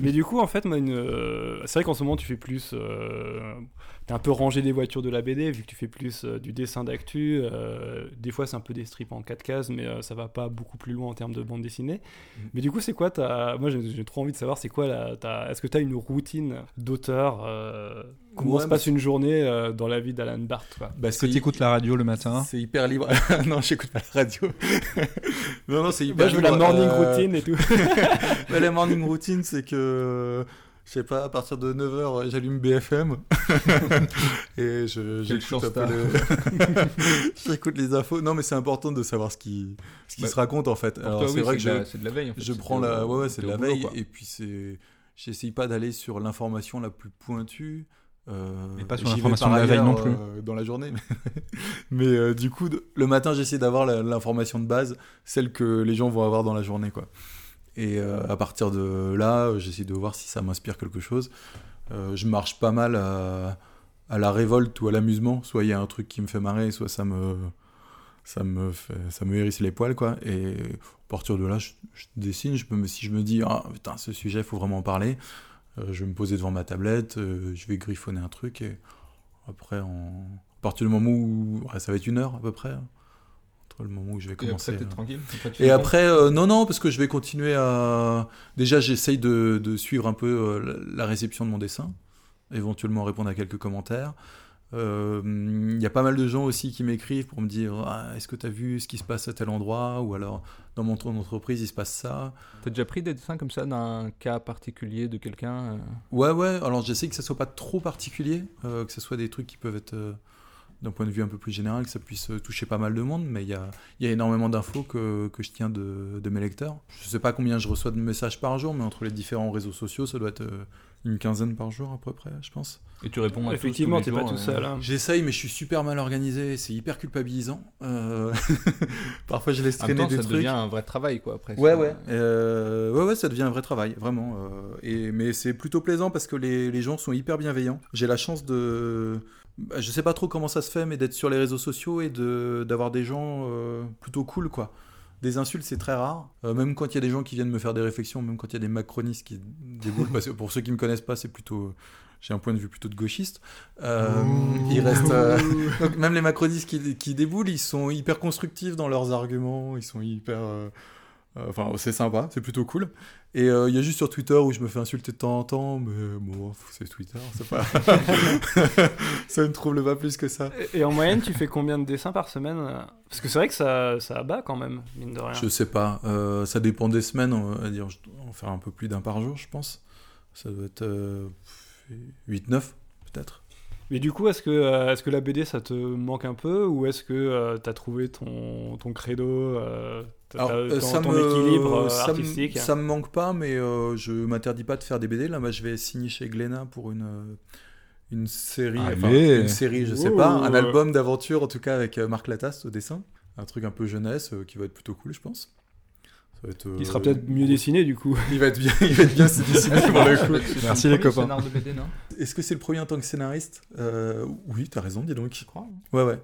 Speaker 1: Mais du coup, en fait, moi, une, euh, c'est vrai qu'en ce moment, tu fais plus. euh, T'es un peu rangé des voitures de la BD, vu que tu fais plus euh, du dessin d'actu. euh, des fois, c'est un peu des strips en 4 cases, mais euh, ça va pas beaucoup plus loin en termes de bande dessinée.
Speaker 2: Mm.
Speaker 6: Mhm.
Speaker 1: Mais du coup, c'est quoi ta. Moi, j'ai j'ai trop envie de savoir, c'est quoi la. ta- Est-ce que t'as une routine d'auteur euh, Comment
Speaker 6: Ouais,
Speaker 1: se
Speaker 2: bah,
Speaker 6: mais
Speaker 1: passe une journée euh, dans la vie d'Alan Barth, quoi
Speaker 6: Bah,
Speaker 3: Est-ce que t'écoutes hein. la radio le matin
Speaker 6: C'est hyper libre. non, j'écoute pas la radio. Bah, non, non,
Speaker 2: Bah,
Speaker 6: c'est hyper
Speaker 1: Moi, je veux la
Speaker 6: libre.
Speaker 1: morning
Speaker 6: Euh,
Speaker 1: routine et tout.
Speaker 6: bah, la morning routine, c'est que. Je sais pas, à partir de 9h, j'allume BFM. et je, j'écoute
Speaker 2: chance
Speaker 6: un peu
Speaker 2: t'as.
Speaker 6: le- j'écoute les infos. Non, mais c'est important de savoir ce qui, ce qui
Speaker 2: Bah,
Speaker 6: se raconte en fait.
Speaker 2: Pour
Speaker 6: Alors,
Speaker 2: toi,
Speaker 6: c'est
Speaker 2: oui,
Speaker 6: vrai que
Speaker 2: de la-
Speaker 6: je,
Speaker 2: c'est de la veille. en fait,
Speaker 6: je
Speaker 2: c'est
Speaker 6: prends
Speaker 2: t'es
Speaker 6: la,
Speaker 3: euh,
Speaker 2: au-
Speaker 6: ouais, ouais, c'est
Speaker 2: t'es
Speaker 6: de
Speaker 2: au
Speaker 6: la
Speaker 2: boulot,
Speaker 6: veille.
Speaker 2: quoi.
Speaker 6: Et puis, c'est, j'essaye pas d'aller sur l'information la plus pointue. euh,
Speaker 3: Mais pas sur
Speaker 6: j'y vais
Speaker 3: l'information
Speaker 6: par
Speaker 3: de la veille
Speaker 6: ailleurs,
Speaker 3: non plus.
Speaker 6: euh, dans la journée. mais euh, du coup, de- le matin, j'essaie d'avoir la- l'information de base, celle que les gens vont avoir dans la journée, quoi. Et euh, à partir de là, euh, j'essaie de voir si ça m'inspire quelque chose. Euh, je marche pas mal à, à la révolte ou à l'amusement. Soit il y a un truc qui me fait marrer, soit ça me ça me fait- ça me hérisse les poils, quoi. Et à partir de là, je, je dessine. Je peux me, si je me dis, ah putain, ce sujet, faut vraiment en parler, euh, je vais me poser devant ma tablette, euh, je vais griffonner un truc. Et après, en... à partir du moment où. ouais, ça va être une heure à peu près. hein, entre le moment où je vais
Speaker 2: Et
Speaker 6: commencer.
Speaker 2: après, t'es
Speaker 6: euh,
Speaker 2: tranquille. Après, tu
Speaker 6: et
Speaker 2: fais-
Speaker 6: après, euh, non, non, parce que je vais continuer à. Déjà, j'essaye de, de suivre un peu euh, la la réception de mon dessin, éventuellement répondre à quelques commentaires. Euh, Il y a pas mal de gens aussi qui m'écrivent pour me dire Ah, est-ce que tu as vu ce qui se passe à tel endroit Ou alors, dans mon ton entreprise, il se passe ça.
Speaker 2: T'as déjà pris des dessins comme ça d'un cas particulier de quelqu'un euh,
Speaker 6: Ouais, ouais, alors j'essaie que ça soit pas trop particulier, euh, que ce soit des trucs qui peuvent être. euh,
Speaker 4: d'un point de vue un peu plus général, que ça puisse euh, toucher pas mal de monde, mais il y a, il y a énormément d'infos que, que je tiens de, de mes lecteurs. Je sais pas combien je reçois de messages par jour, mais entre les différents réseaux sociaux, ça doit être euh, une quinzaine par jour à peu près, je pense.
Speaker 2: Et tu réponds à tous tous
Speaker 1: Effectivement,
Speaker 2: les
Speaker 1: t'es pas
Speaker 2: jours,
Speaker 1: tout
Speaker 2: euh,
Speaker 1: seul. hein.
Speaker 4: J'essaye, mais je suis super mal organisé, c'est hyper culpabilisant. Euh, Parfois, je laisse
Speaker 2: En même
Speaker 4: traîner
Speaker 2: temps, ça
Speaker 4: des trucs.
Speaker 2: devient un vrai travail, quoi, après.
Speaker 4: Ouais,
Speaker 2: ça-
Speaker 4: ouais. Euh, ouais, ouais, ça devient un vrai travail, vraiment. euh, et, mais c'est plutôt plaisant parce que les, les gens sont hyper bienveillants. J'ai la chance de. bah, Je sais pas trop comment ça se fait, mais d'être sur les réseaux sociaux et de- d'avoir des gens euh, plutôt cool, quoi. Des insultes, c'est très rare. Euh, même quand il y a des gens qui viennent me faire des réflexions, même quand il y a des macronistes qui déboulent, parce que pour ceux qui me connaissent pas, c'est plutôt. J'ai un point de vue plutôt de gauchiste. Euh, il reste. euh, donc même les macronistes qui, qui déboulent, ils sont hyper constructifs dans leurs arguments, ils sont hyper. euh, euh, Enfin, c'est sympa, c'est plutôt cool. Et euh, il y a juste sur Twitter où je me fais insulter de temps en temps, oh, mais bon, c'est Twitter, c'est pas. ça me trouble pas plus que ça.
Speaker 1: Et- Et en moyenne, tu fais combien de dessins par semaine euh Parce que c'est vrai que ça, ça abat quand même, mine de rien.
Speaker 4: Je sais pas, euh, ça dépend des semaines, on va dire, je dois en faire un peu plus d'un par jour, je pense. Ça doit être 8-9, peut-être.
Speaker 1: Mais du coup, est-ce que, euh, est-ce que la BD, ça te manque un peu Ou est-ce que euh, t'as trouvé ton, ton credo, euh, t'as-
Speaker 4: Alors,
Speaker 1: t'as-
Speaker 4: euh,
Speaker 1: ton,
Speaker 4: ça
Speaker 1: ton
Speaker 4: me-
Speaker 1: équilibre euh,
Speaker 4: ça me-
Speaker 1: artistique
Speaker 4: Ça me manque pas, mais euh, je m'interdis pas de faire des BD. Là, bah, je vais signer chez Glénat pour une, euh, une série,
Speaker 1: Ah,
Speaker 4: enfin,
Speaker 2: Allez.
Speaker 4: une série, je sais
Speaker 1: Ouh.
Speaker 4: pas, un
Speaker 2: Oh.
Speaker 4: album d'aventure, en tout cas avec euh, Marc Lataste au dessin. Un truc un peu jeunesse euh, qui va être plutôt cool, je pense. Ça va être, euh,
Speaker 1: Il sera peut-être mieux dessiné, du coup.
Speaker 4: Il va être bien, il va être bien dessiné pour le coup.
Speaker 2: C'est
Speaker 3: Merci,
Speaker 2: son
Speaker 3: les
Speaker 2: premier
Speaker 3: copains.
Speaker 2: scénar de BD, non
Speaker 4: Est-ce que c'est le premier en tant que scénariste Euh, Oui, t'as raison, dis donc.
Speaker 2: Je crois. hein.
Speaker 4: Ouais, ouais.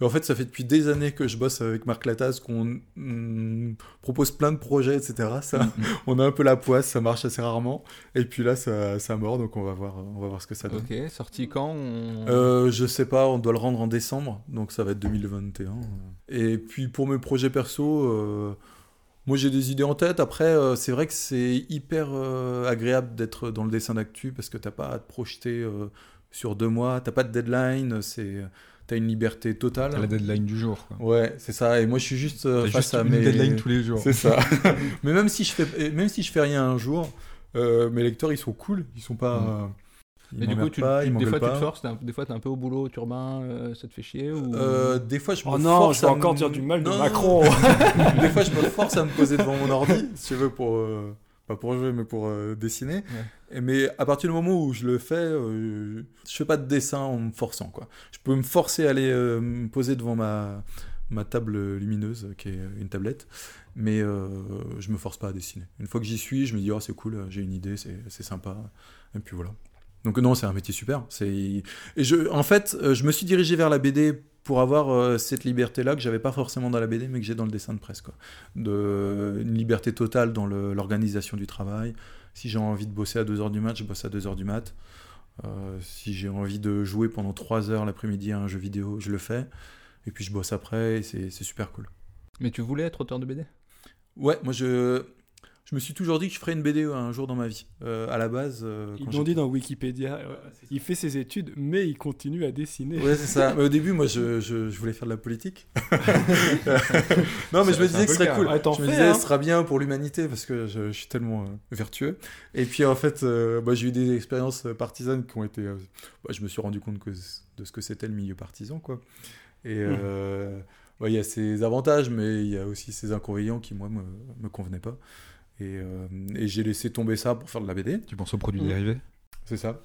Speaker 4: Mais en fait, ça fait depuis des années que je bosse avec Marc Latas, qu'on mm, propose plein de projets, etc.
Speaker 1: Mm,
Speaker 4: Ça, on a un peu la poisse, ça marche assez rarement. Et puis là, ça, ça mord, donc on va voir, on va voir ce que
Speaker 6: Euh,
Speaker 4: ça donne.
Speaker 2: Ok, sorti quand on-
Speaker 4: Euh, je sais pas, on doit le rendre en décembre, donc ça va être 2021. Et puis pour mes projets perso, euh, moi j'ai des idées en tête. Après, euh, c'est vrai que c'est hyper euh, agréable d'être dans le dessin d'actu parce que t'as pas à te projeter euh, sur deux mois, t'as pas de deadline, c'est t'as une liberté totale.
Speaker 3: à la deadline du jour. Quoi.
Speaker 4: Ouais, c'est ça. Et moi, je suis juste euh,
Speaker 3: T'as
Speaker 4: face
Speaker 3: juste
Speaker 4: à
Speaker 3: une
Speaker 4: mes.
Speaker 3: deadline tous les jours.
Speaker 4: C'est ça. mais même si je fais, et même si je fais rien un jour, euh, mes lecteurs ils sont cool, ils sont pas. euh, ils
Speaker 2: Mais du coup,
Speaker 4: m'emmerdent
Speaker 2: tu,
Speaker 4: pas,
Speaker 2: tu-
Speaker 4: ils
Speaker 2: des
Speaker 4: m'engueulent
Speaker 2: fois, tu
Speaker 4: pas.
Speaker 2: te forces, t'es un- des fois, t'es un peu au boulot, urbain, euh, ça te fait chier ou...
Speaker 4: Euh, des fois, je me
Speaker 1: Oh non,
Speaker 4: force
Speaker 1: je vais
Speaker 4: à
Speaker 1: encore
Speaker 4: me-
Speaker 1: dire du mal de
Speaker 4: Non, non,
Speaker 1: Macron
Speaker 4: non. des fois, je me force à me poser devant mon ordi, si tu veux, pour euh, pas pour jouer, mais pour euh, dessiner. Et- Mais à partir du moment où je le fais, euh, je fais pas de dessin en me forçant, quoi. Je peux me forcer à aller euh, me poser devant ma ma table lumineuse, qui est une tablette, mais euh, je me force pas à dessiner. Une fois que j'y suis, je me dis oh c'est cool, j'ai une idée, c'est c'est sympa, et puis voilà. Donc non, c'est un métier super. C'est et je, en fait, euh, je me suis dirigé vers la BD pour avoir euh, cette liberté-là que j'avais pas forcément dans la BD, mais que j'ai dans le dessin de presse. Quoi. De, une liberté totale dans le- l'organisation du travail. Si j'ai envie de bosser à 2h du mat, je bosse à 2h du mat. Euh, si j'ai envie de jouer pendant 3 heures l'après-midi à un jeu vidéo, je le fais. Et puis je bosse après, et c'est c'est super cool.
Speaker 2: Mais tu voulais être auteur de BD
Speaker 4: Ouais, moi je, je me suis toujours dit que je ferais une BD un jour dans ma vie. Euh, à la base, euh,
Speaker 1: Ils
Speaker 4: quand
Speaker 1: l'ont
Speaker 4: j'étais-
Speaker 1: dit dans Wikipédia, euh, il fait ses études, mais il continue à dessiner.
Speaker 4: Ouais, c'est ça. Mais au début, moi, je, je- je voulais faire de la politique. non, mais je me disais que ce
Speaker 1: peu le
Speaker 4: serait
Speaker 1: cas.
Speaker 4: cool.
Speaker 1: Ouais, t'en
Speaker 4: je me
Speaker 1: fais,
Speaker 4: disais,
Speaker 1: hein.
Speaker 4: ce sera bien pour l'humanité parce que je, je suis tellement euh, vertueux. Et puis, en fait, euh, bah, j'ai eu des expériences euh, partisanes qui ont été. euh, bah, je me suis rendu compte que, c- de ce que c'était le milieu partisan, quoi. Et euh, bah, il y a ses avantages, mais il y a aussi ses inconvénients qui, moi, me, me convenaient pas. Et, euh, et j'ai laissé tomber ça pour faire de la BD.
Speaker 3: Tu penses aux produits
Speaker 1: Mm.
Speaker 3: dérivés
Speaker 4: C'est ça.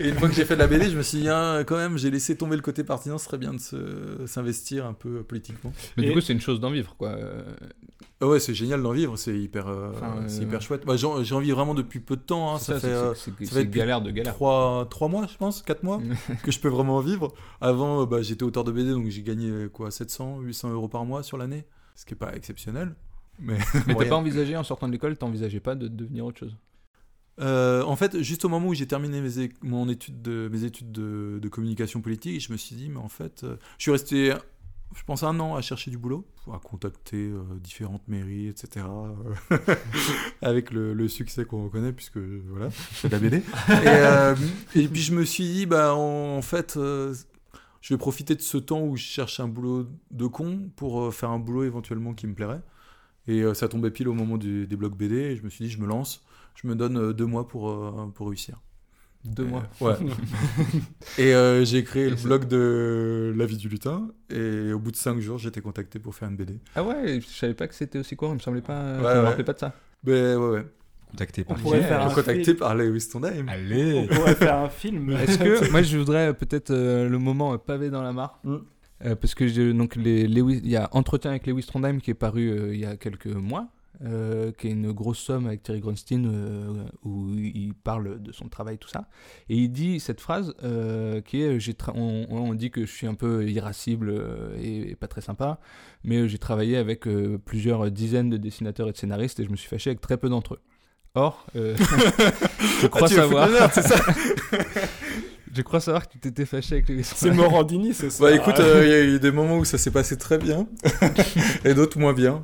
Speaker 4: et une fois que j'ai fait de la BD, je me suis dit, ah, quand même, j'ai laissé tomber le côté partisan, ce serait bien de se- s'investir un peu euh, politiquement.
Speaker 2: Mais
Speaker 1: Et-
Speaker 2: du coup, c'est une chose d'en vivre, quoi. euh,
Speaker 4: Ah ouais, c'est génial d'en vivre, c'est hyper, euh,
Speaker 2: Enfin, euh,
Speaker 4: c'est hyper chouette. Bah, J'en j'en vis vraiment depuis peu de temps, hein,
Speaker 2: c'est
Speaker 4: ça,
Speaker 2: c'est-
Speaker 4: fait euh,
Speaker 2: c'est- c'est-
Speaker 4: ça
Speaker 2: c'est
Speaker 4: fait depuis
Speaker 2: galère de galère.
Speaker 4: trois, trois mois, je pense, quatre mois, que je peux vraiment vivre. Avant, euh, bah, j'étais auteur de BD, donc j'ai gagné euh, quoi, 700, 800 euros par mois sur l'année, ce qui est pas exceptionnel. Mais,
Speaker 2: Mais t'as
Speaker 4: moyen.
Speaker 2: pas envisagé, en sortant de l'école, t'envisageais pas de devenir autre chose
Speaker 4: Euh, en fait, juste au moment où j'ai terminé mes, é- mon étude de, mes études de, de communication politique, je me suis dit, mais en fait, euh, je suis resté, je pense, un an à chercher du boulot, à contacter euh, différentes mairies, etc. euh, avec le, le succès qu'on reconnaît, puisque euh, voilà, c'est de la BD. Et, euh, et puis je me suis dit, bah, en, en fait, euh, je vais profiter de ce temps où je cherche un boulot de con pour euh, faire un boulot éventuellement qui me plairait. Et euh, ça tombait pile au moment du- des blogs BD, et je me suis dit, je me lance je me donne euh, deux mois pour, euh, pour réussir.
Speaker 2: Deux mois.
Speaker 6: Ouais. et euh, j'ai créé le blog de La vie du lutin. Et au bout de cinq jours, j'étais contacté pour faire une BD.
Speaker 2: Ah ouais, je savais pas que c'était aussi court, il me semblait pas.
Speaker 6: Ouais,
Speaker 2: je me
Speaker 6: ouais.
Speaker 2: rappelais pas de ça.
Speaker 6: Ben ouais, ouais.
Speaker 3: Contacté
Speaker 1: On
Speaker 3: par
Speaker 1: pourrait
Speaker 3: qui
Speaker 1: faire un
Speaker 6: Contacté
Speaker 1: film.
Speaker 6: par Lewis Stondheim.
Speaker 1: On
Speaker 3: Allez
Speaker 1: pourrait faire un film.
Speaker 2: Est-ce que moi je voudrais euh, peut-être euh, le moment euh, pavé dans la mare
Speaker 6: Mm.
Speaker 2: Euh, parce que je- donc les, Lewis- il y a Entretien avec Lewis Trondheim qui est paru euh, il y a quelques mois, euh, qui est une grosse somme avec Thierry Grunstein euh, où il parle de son travail tout ça et il dit cette phrase euh, qui est j'ai tra- on, on dit que je suis un peu irascible euh, et, et pas très sympa, mais euh, j'ai travaillé avec euh, plusieurs dizaines de dessinateurs et de scénaristes et je me suis fâché avec très peu d'entre eux. Or, euh, je crois
Speaker 6: tu veux foutre
Speaker 2: savoir.
Speaker 6: la merde, c'est ça
Speaker 2: Je crois savoir que tu t'étais fâché avec Lewis
Speaker 1: C'est Morandini, Ah, c'est ça
Speaker 6: Bah écoute,
Speaker 4: Ah.
Speaker 6: euh, il y a eu des moments où ça s'est passé très bien. et d'autres moins bien.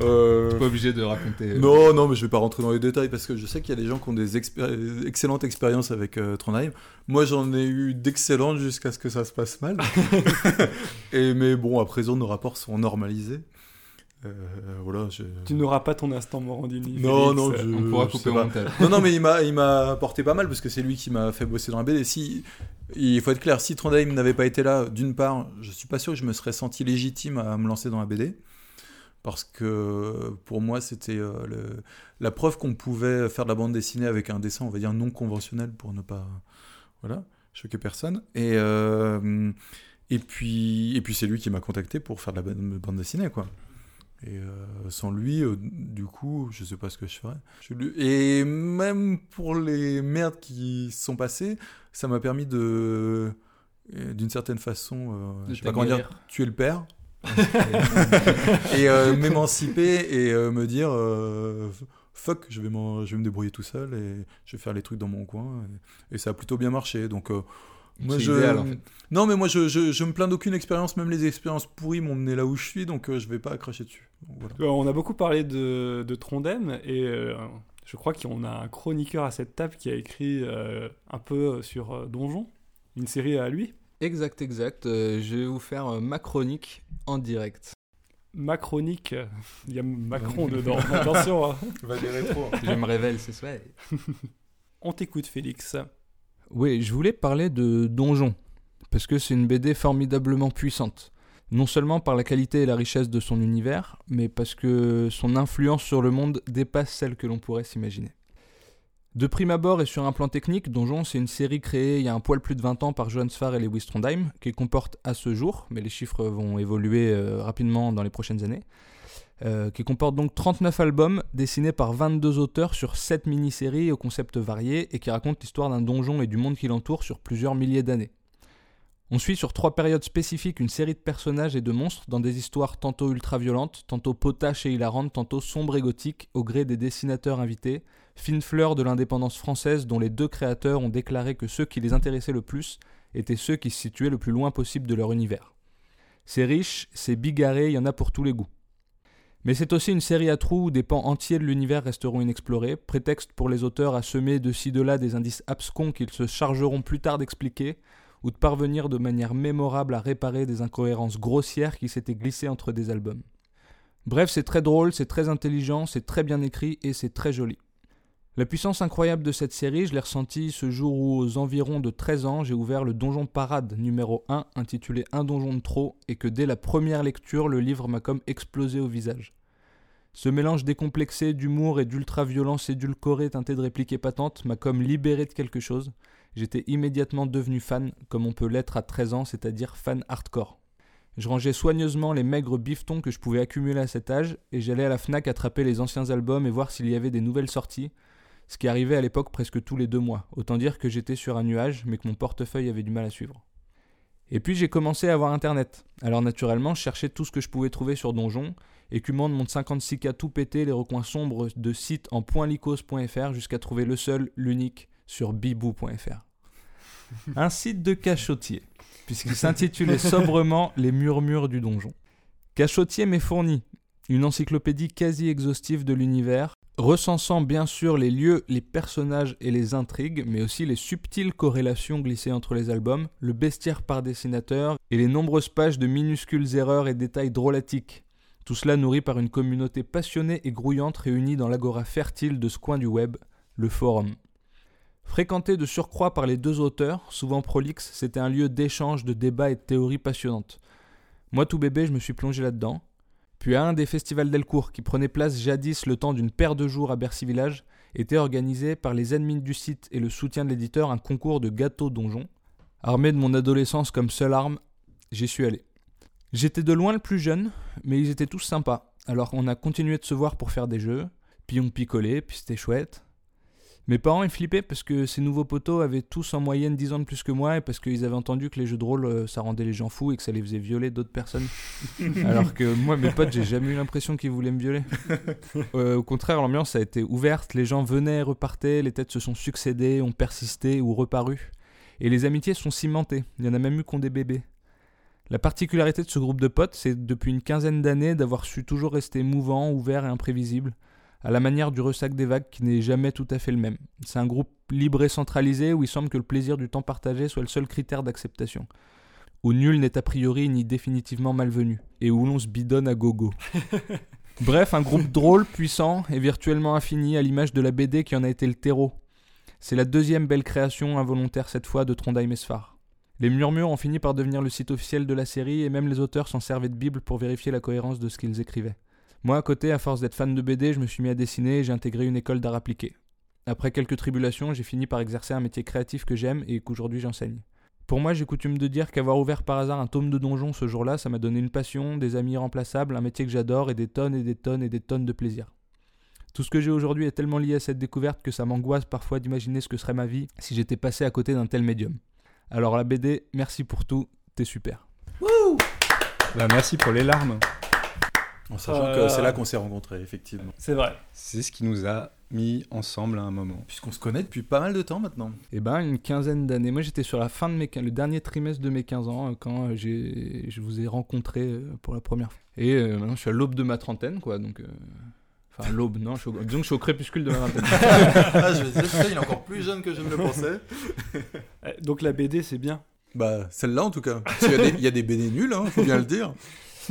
Speaker 6: Euh,
Speaker 2: pas obligé de raconter. euh,
Speaker 6: Non, non, mais je vais pas rentrer dans les détails parce que je sais qu'il y a des gens qui ont des euh, expé- excellentes expériences avec euh, Trondheim. Moi, j'en ai eu d'excellentes jusqu'à ce que ça se passe mal. Et mais bon, à présent, nos rapports sont normalisés. Euh, voilà, je...
Speaker 1: Tu n'auras pas ton instant Morandini.
Speaker 6: Non, non,
Speaker 1: Félix.
Speaker 6: je...
Speaker 2: On pourra
Speaker 6: je
Speaker 2: couper
Speaker 6: sais
Speaker 2: au
Speaker 6: euh, pas.
Speaker 2: montage.
Speaker 6: Non, non, mais il m'a, il m'a apporté pas mal parce que c'est lui qui m'a fait bosser dans la BD. Si, il faut être clair, si Trondheim n'avait pas été là, d'une part, je suis pas sûr que je me serais senti légitime à me lancer dans la BD. Parce que pour moi, c'était euh, le- la preuve qu'on pouvait faire de la bande dessinée avec un dessin, on va dire, non conventionnel pour ne pas voilà, choquer personne. Et, euh, et puis, et puis c'est lui qui m'a contacté pour faire de la bande bande dessinée, quoi. Et euh, sans lui, euh, du coup, je sais pas ce que je ferais. Je lui- Et même pour les merdes qui se sont passées, ça m'a permis de, euh, d'une certaine façon, euh,
Speaker 2: De
Speaker 6: je sais pas comment dire,
Speaker 2: t'aguerrir.
Speaker 6: tuer le père. et euh, m'émanciper et euh, me dire euh, fuck, je vais, m'en- je vais me débrouiller tout seul et je vais faire les trucs dans mon coin. Et, et ça a plutôt bien marché. Donc, euh, moi,
Speaker 2: C'est
Speaker 6: je,
Speaker 2: idéal, en fait.
Speaker 6: non, mais moi, je, je, je me plains d'aucune expérience. Même les expériences pourries m'ont mené là où je suis, donc euh, je vais pas cracher dessus. Donc, voilà.
Speaker 1: Euh, On a beaucoup parlé de, de Trondheim et euh, je crois qu'on a un chroniqueur à cette table qui a écrit euh, un peu sur euh, Donjon, une série à lui.
Speaker 2: Exact, exact. euh, je vais vous faire euh, ma chronique en direct.
Speaker 1: Ma chronique, euh, il y a Macron dedans, attention. hein.
Speaker 2: je me révèle, c'est ça.
Speaker 1: On t'écoute Félix.
Speaker 2: Oui, je voulais parler de Donjon, parce que c'est une BD formidablement puissante. Non seulement par la qualité et la richesse de son univers, mais parce que son influence sur le monde dépasse celle que l'on pourrait s'imaginer. De prime abord et sur un plan technique, Donjon, c'est une série créée il y a un poil plus de 20 ans par Johan Sfar et Lewis Trondheim, qui comporte à ce jour, mais les chiffres vont évoluer euh, rapidement dans les prochaines années, euh, qui comporte donc 39 albums dessinés par 22 auteurs sur 7 mini-séries au concept varié et qui raconte l'histoire d'un donjon et du monde qui l'entoure sur plusieurs milliers d'années. On suit sur trois périodes spécifiques une série de personnages et de monstres dans des histoires tantôt ultra-violentes, tantôt potaches et hilarantes, tantôt sombres et gothiques au gré des dessinateurs invités, fine fleur de l'indépendance française dont les deux créateurs ont déclaré que ceux qui les intéressaient le plus étaient ceux qui se situaient le plus loin possible de leur univers. C'est riche, c'est bigarré, il y en a pour tous les goûts. Mais c'est aussi une série à trous où des pans entiers de l'univers resteront inexplorés, prétexte pour les auteurs à semer de ci de là des indices abscons qu'ils se chargeront plus tard d'expliquer, ou de parvenir de manière mémorable à réparer des incohérences grossières qui s'étaient glissées entre des albums. Bref, c'est très drôle, c'est très intelligent, c'est très bien écrit et c'est très joli. La puissance incroyable de cette série, je l'ai ressentie ce jour où, aux environs de 13 ans, j'ai ouvert le Donjon Parade numéro 1, intitulé Un donjon de trop, et que dès la première lecture, le livre m'a comme explosé au visage. Ce mélange décomplexé d'humour et d'ultra-violence édulcorée teintée de répliques épatantes m'a comme libéré de quelque chose. J'étais immédiatement devenu fan, comme on peut l'être à 13 ans, c'est-à-dire fan hardcore. Je rangeais soigneusement les maigres bifetons que je pouvais accumuler à cet âge, et j'allais à la FNAC attraper les anciens albums et voir s'il y avait des nouvelles sorties, ce qui arrivait à l'époque presque tous les deux mois. Autant dire que j'étais sur un nuage, mais que mon portefeuille avait du mal à suivre. Et puis j'ai commencé à avoir internet. Alors naturellement, je cherchais tout ce que je pouvais trouver sur Donjon, écumant de mon 56K tout pété les recoins sombres de sites en .lycos.fr jusqu'à trouver le seul, l'unique, sur bibou.fr. Un site de cachotier, puisqu'il s'intitulait sobrement Les murmures du donjon. Cachotier m'est fourni, une encyclopédie quasi exhaustive de l'univers, recensant bien sûr les lieux, les personnages et les intrigues, mais aussi les subtiles corrélations glissées entre les albums, le bestiaire par dessinateur et les nombreuses pages de minuscules erreurs et détails drôlatiques. Tout cela nourri par une communauté passionnée et grouillante réunie dans l'agora fertile de ce coin du web, le forum. Fréquenté de surcroît par les deux auteurs, souvent prolixes, c'était un lieu d'échange, de débats et de théories passionnantes. Moi tout bébé, je me suis plongé là-dedans. Puis à un des festivals d'Elcourt qui prenait place jadis le temps d'une paire de jours à Bercy Village, était organisé par les admins du site et le soutien de l'éditeur un concours de gâteaux donjons. Armé de mon adolescence comme seule arme, j'y suis allé. J'étais de loin le plus jeune, mais ils étaient tous sympas. Alors on a continué de se voir pour faire des jeux, puis on picolait, puis c'était chouette. Mes parents ils flippaient parce que ces nouveaux poteaux avaient tous en moyenne 10 ans de plus que moi et parce qu'ils avaient entendu que les jeux de rôle euh, ça rendait les gens fous et que ça les faisait violer d'autres personnes. Alors que moi mes potes j'ai jamais eu l'impression qu'ils voulaient me violer. Euh, au contraire l'ambiance a été ouverte, les gens venaient et repartaient, les têtes se sont succédées, ont persisté ou reparu. Et les amitiés sont cimentées, il y en a même eu qu'on des bébés. La particularité de ce groupe de potes, c'est depuis une quinzaine d'années d'avoir su toujours rester mouvant, ouvert et imprévisible, à la manière du ressac des vagues qui n'est jamais tout à fait le même. C'est un groupe libre et centralisé où il semble que le plaisir du temps partagé soit le seul critère d'acceptation, où nul n'est a priori ni définitivement malvenu, et où l'on se bidonne à gogo. Bref, un groupe drôle, puissant et virtuellement infini à l'image de la BD qui en a été le terreau. C'est la deuxième belle création involontaire cette fois de Trondheim Esphar. Les murmures ont fini par devenir le site officiel de la série et même les auteurs s'en servaient de Bible pour vérifier la cohérence de ce qu'ils écrivaient. Moi, à côté, à force d'être fan de BD, je me suis mis à dessiner et j'ai intégré une école d'art appliqué. Après quelques tribulations, j'ai fini par exercer un métier créatif que j'aime et qu'aujourd'hui j'enseigne. Pour moi, j'ai coutume de dire qu'avoir ouvert par hasard un tome de donjon ce jour-là, ça m'a donné une passion, des amis irremplaçables, un métier que j'adore et des tonnes et des tonnes et des tonnes de plaisir. Tout ce que j'ai aujourd'hui est tellement lié à cette découverte que ça m'angoisse parfois d'imaginer ce que serait ma vie si j'étais passé à côté d'un tel médium. Alors la BD, merci pour tout, t'es super.
Speaker 3: Bah, merci pour les larmes.
Speaker 6: En sachant
Speaker 1: Euh,
Speaker 6: que c'est là qu'on s'est rencontrés, effectivement.
Speaker 1: C'est vrai.
Speaker 3: C'est ce qui nous a mis ensemble à un moment.
Speaker 6: Puisqu'on se connaît depuis pas mal de temps maintenant.
Speaker 2: Eh ben, une quinzaine d'années. Moi, j'étais sur la fin de mes, quin- le dernier trimestre de mes 15 ans euh, quand euh, j'ai, je vous ai rencontré euh, pour la première fois. Et euh, maintenant, je suis à l'aube de ma trentaine, quoi. Donc, euh, enfin, l'aube, non. Je suis au- disons que je suis au crépuscule de ma vingtaine.
Speaker 6: ah, je vais dire, il est encore plus jeune que je ne le pensais.
Speaker 1: Euh, Donc la BD, c'est bien.
Speaker 6: Bah, celle-là en tout cas. Parce qu'il y a des- Il y, a des BD nuls, hein, faut bien le dire.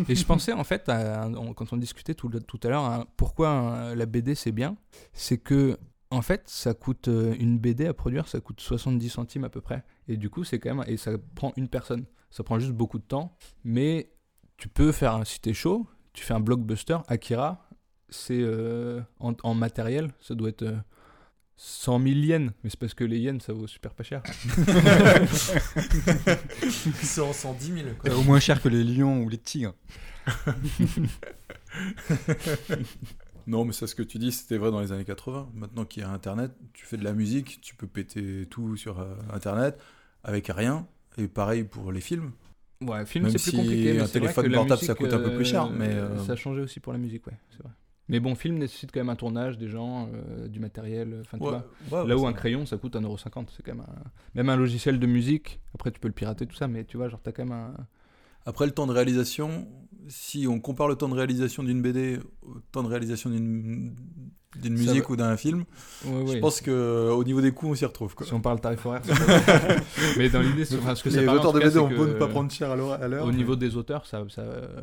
Speaker 2: Et je pensais en fait, à un- on- quand on discutait tout, le- tout à l'heure, à pourquoi euh, la BD c'est bien, c'est que en fait, ça coûte euh, une BD à produire, ça coûte 70 centimes à peu près. Et du coup, c'est quand même et ça prend une personne. Ça prend juste beaucoup de temps, mais tu peux faire un si t'es chaud, tu fais un blockbuster. Akira, c'est euh, en, en matériel, ça doit être euh, 100 000 yens, mais c'est parce que les yens ça vaut super pas cher.
Speaker 6: C'est en 110 000.
Speaker 3: Euh, Au moins cher que les lions ou les tigres.
Speaker 6: Non, mais ça, ce que tu dis, c'était vrai dans les années 80. Maintenant qu'il y a Internet, tu fais de la musique, tu peux péter tout sur euh, Internet avec rien. Et pareil pour les films.
Speaker 2: Ouais, film
Speaker 6: Même
Speaker 2: c'est plus
Speaker 6: si
Speaker 2: compliqué. mais
Speaker 6: un
Speaker 2: c'est vrai
Speaker 6: téléphone
Speaker 2: que la
Speaker 6: portable, ça
Speaker 2: musique,
Speaker 6: coûte un peu plus cher,
Speaker 2: euh,
Speaker 6: mais, euh,
Speaker 2: ça a changé aussi pour la musique, ouais, c'est vrai. Mais bon, film nécessite quand même un tournage, des gens, euh, du matériel, enfin tu
Speaker 6: Ouais, Ah,
Speaker 2: vois.
Speaker 6: ouais,
Speaker 2: Là où
Speaker 6: ça-
Speaker 2: un crayon ça coûte 1,50€, c'est quand même un... même un logiciel de musique. Après tu peux le pirater tout ça, mais tu vois genre t'as quand même un.
Speaker 6: Après, le temps de réalisation, si on compare le temps de réalisation d'une BD au temps de réalisation d'une d'une
Speaker 2: Ça
Speaker 6: musique
Speaker 2: va.
Speaker 6: ou d'un film,
Speaker 2: Ouais,
Speaker 6: je
Speaker 2: ouais.
Speaker 6: pense que euh, au niveau des coûts, on s'y retrouve. Quoi.
Speaker 2: Si on parle tarif horaire. c'est pas- mais dans l'idée, c'est- enfin, ce que ça
Speaker 6: les
Speaker 2: parle, en
Speaker 6: auteurs de
Speaker 2: tout cas,
Speaker 6: BD
Speaker 2: c'est
Speaker 6: on peut
Speaker 2: que,
Speaker 6: ne pas prendre cher à l'heure- à l'heure.
Speaker 2: Au niveau des auteurs, ça, ça, euh,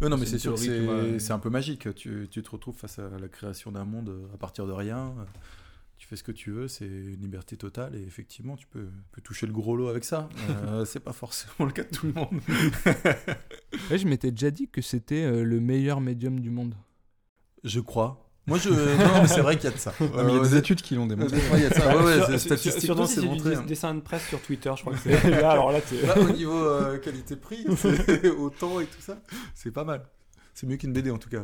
Speaker 6: Ouais, non, mais
Speaker 2: c'est
Speaker 6: c'est
Speaker 2: une
Speaker 6: sûr que
Speaker 2: théorie, tu vois.
Speaker 6: c'est c'est un peu magique. Tu, tu te retrouves face à la création d'un monde euh, à partir de rien. Tu fais ce que tu veux, c'est une liberté totale. Et effectivement, tu peux, tu peux toucher le gros lot avec ça. Euh, c'est pas forcément le cas de tout le monde.
Speaker 2: ouais, je m'étais déjà dit que c'était euh, le meilleur médium du monde.
Speaker 6: Je crois. Moi, je. Non, mais c'est vrai qu'il y a de ça.
Speaker 3: Non, mais il y a des études qui l'ont démontré.
Speaker 6: il y a de ça. Ouais, ouais,
Speaker 1: Sur-
Speaker 6: c'est-
Speaker 1: sur-
Speaker 6: statistiquement,
Speaker 1: surtout si
Speaker 6: c'est
Speaker 1: du
Speaker 6: montré. hein.
Speaker 1: des- dessin de presse sur Twitter, je crois que c'est. là, alors là, t'es-
Speaker 6: Là, au niveau euh, qualité-prix, c'est- au temps et tout ça, c'est pas mal. C'est mieux qu'une BD en tout cas.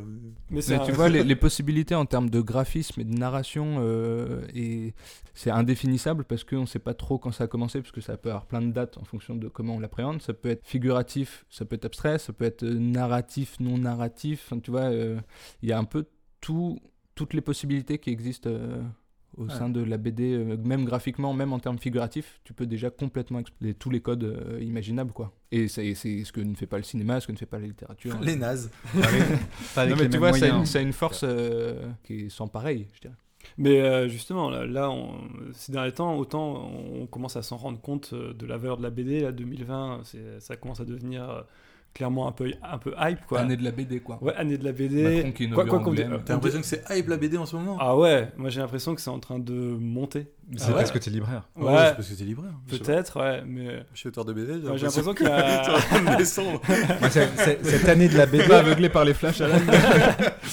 Speaker 1: Mais c'est
Speaker 2: Mais
Speaker 1: un-
Speaker 2: tu vois, les, les possibilités en termes de graphisme et de narration, euh, et c'est indéfinissable parce qu'on ne sait pas trop quand ça a commencé, parce que ça peut avoir plein de dates en fonction de comment on l'appréhende. Ça peut être figuratif, ça peut être abstrait, ça peut être euh, narratif, non narratif. Enfin, tu vois, euh, il y a un peu tout, toutes les possibilités qui existent euh, au
Speaker 6: Ouais.
Speaker 2: sein de la BD, euh, même graphiquement, même en termes figuratifs. Tu peux déjà complètement explorer tous les codes euh, imaginables, quoi. Et c'est c'est ce que ne fait pas le cinéma, ce que ne fait pas la littérature.
Speaker 6: hein. Les nazes.
Speaker 3: Pas avec
Speaker 2: Non, mais
Speaker 3: les
Speaker 2: tu
Speaker 3: mêmes
Speaker 2: vois, ça a une,
Speaker 3: moyens.
Speaker 2: ça a une force euh, qui est sans pareil, je dirais.
Speaker 1: Mais euh, justement, là, là, on- ces derniers temps, autant on commence à s'en rendre compte euh, de la valeur de la BD. Là, 2020, c'est- ça commence à devenir euh, clairement un peu, un peu hype, quoi.
Speaker 2: Année de la BD, quoi.
Speaker 1: Ouais, année de la
Speaker 2: Macron
Speaker 1: BD.
Speaker 2: qui
Speaker 1: Quoi,
Speaker 2: inaugure
Speaker 1: quoi qu'on dise-
Speaker 2: Angoulême.
Speaker 1: euh,
Speaker 6: T'as l'impression que c'est hype la BD en ce moment
Speaker 1: Ah ouais, moi j'ai l'impression que c'est en train de monter.
Speaker 3: C'est
Speaker 1: Ah ouais
Speaker 3: parce que t'es libraire.
Speaker 6: Ouais,
Speaker 1: Ouais,
Speaker 6: c'est parce que t'es libraire. Je sais pas.
Speaker 1: peut-être, ouais, mais.
Speaker 6: Je suis auteur de BD.
Speaker 1: Enfin, j'ai l'impression qu'il y a-
Speaker 6: T'es en train de descendre.
Speaker 3: Moi, c'est- c'est- cette année de la BD,
Speaker 2: Pas aveuglé par les flashs, Alan.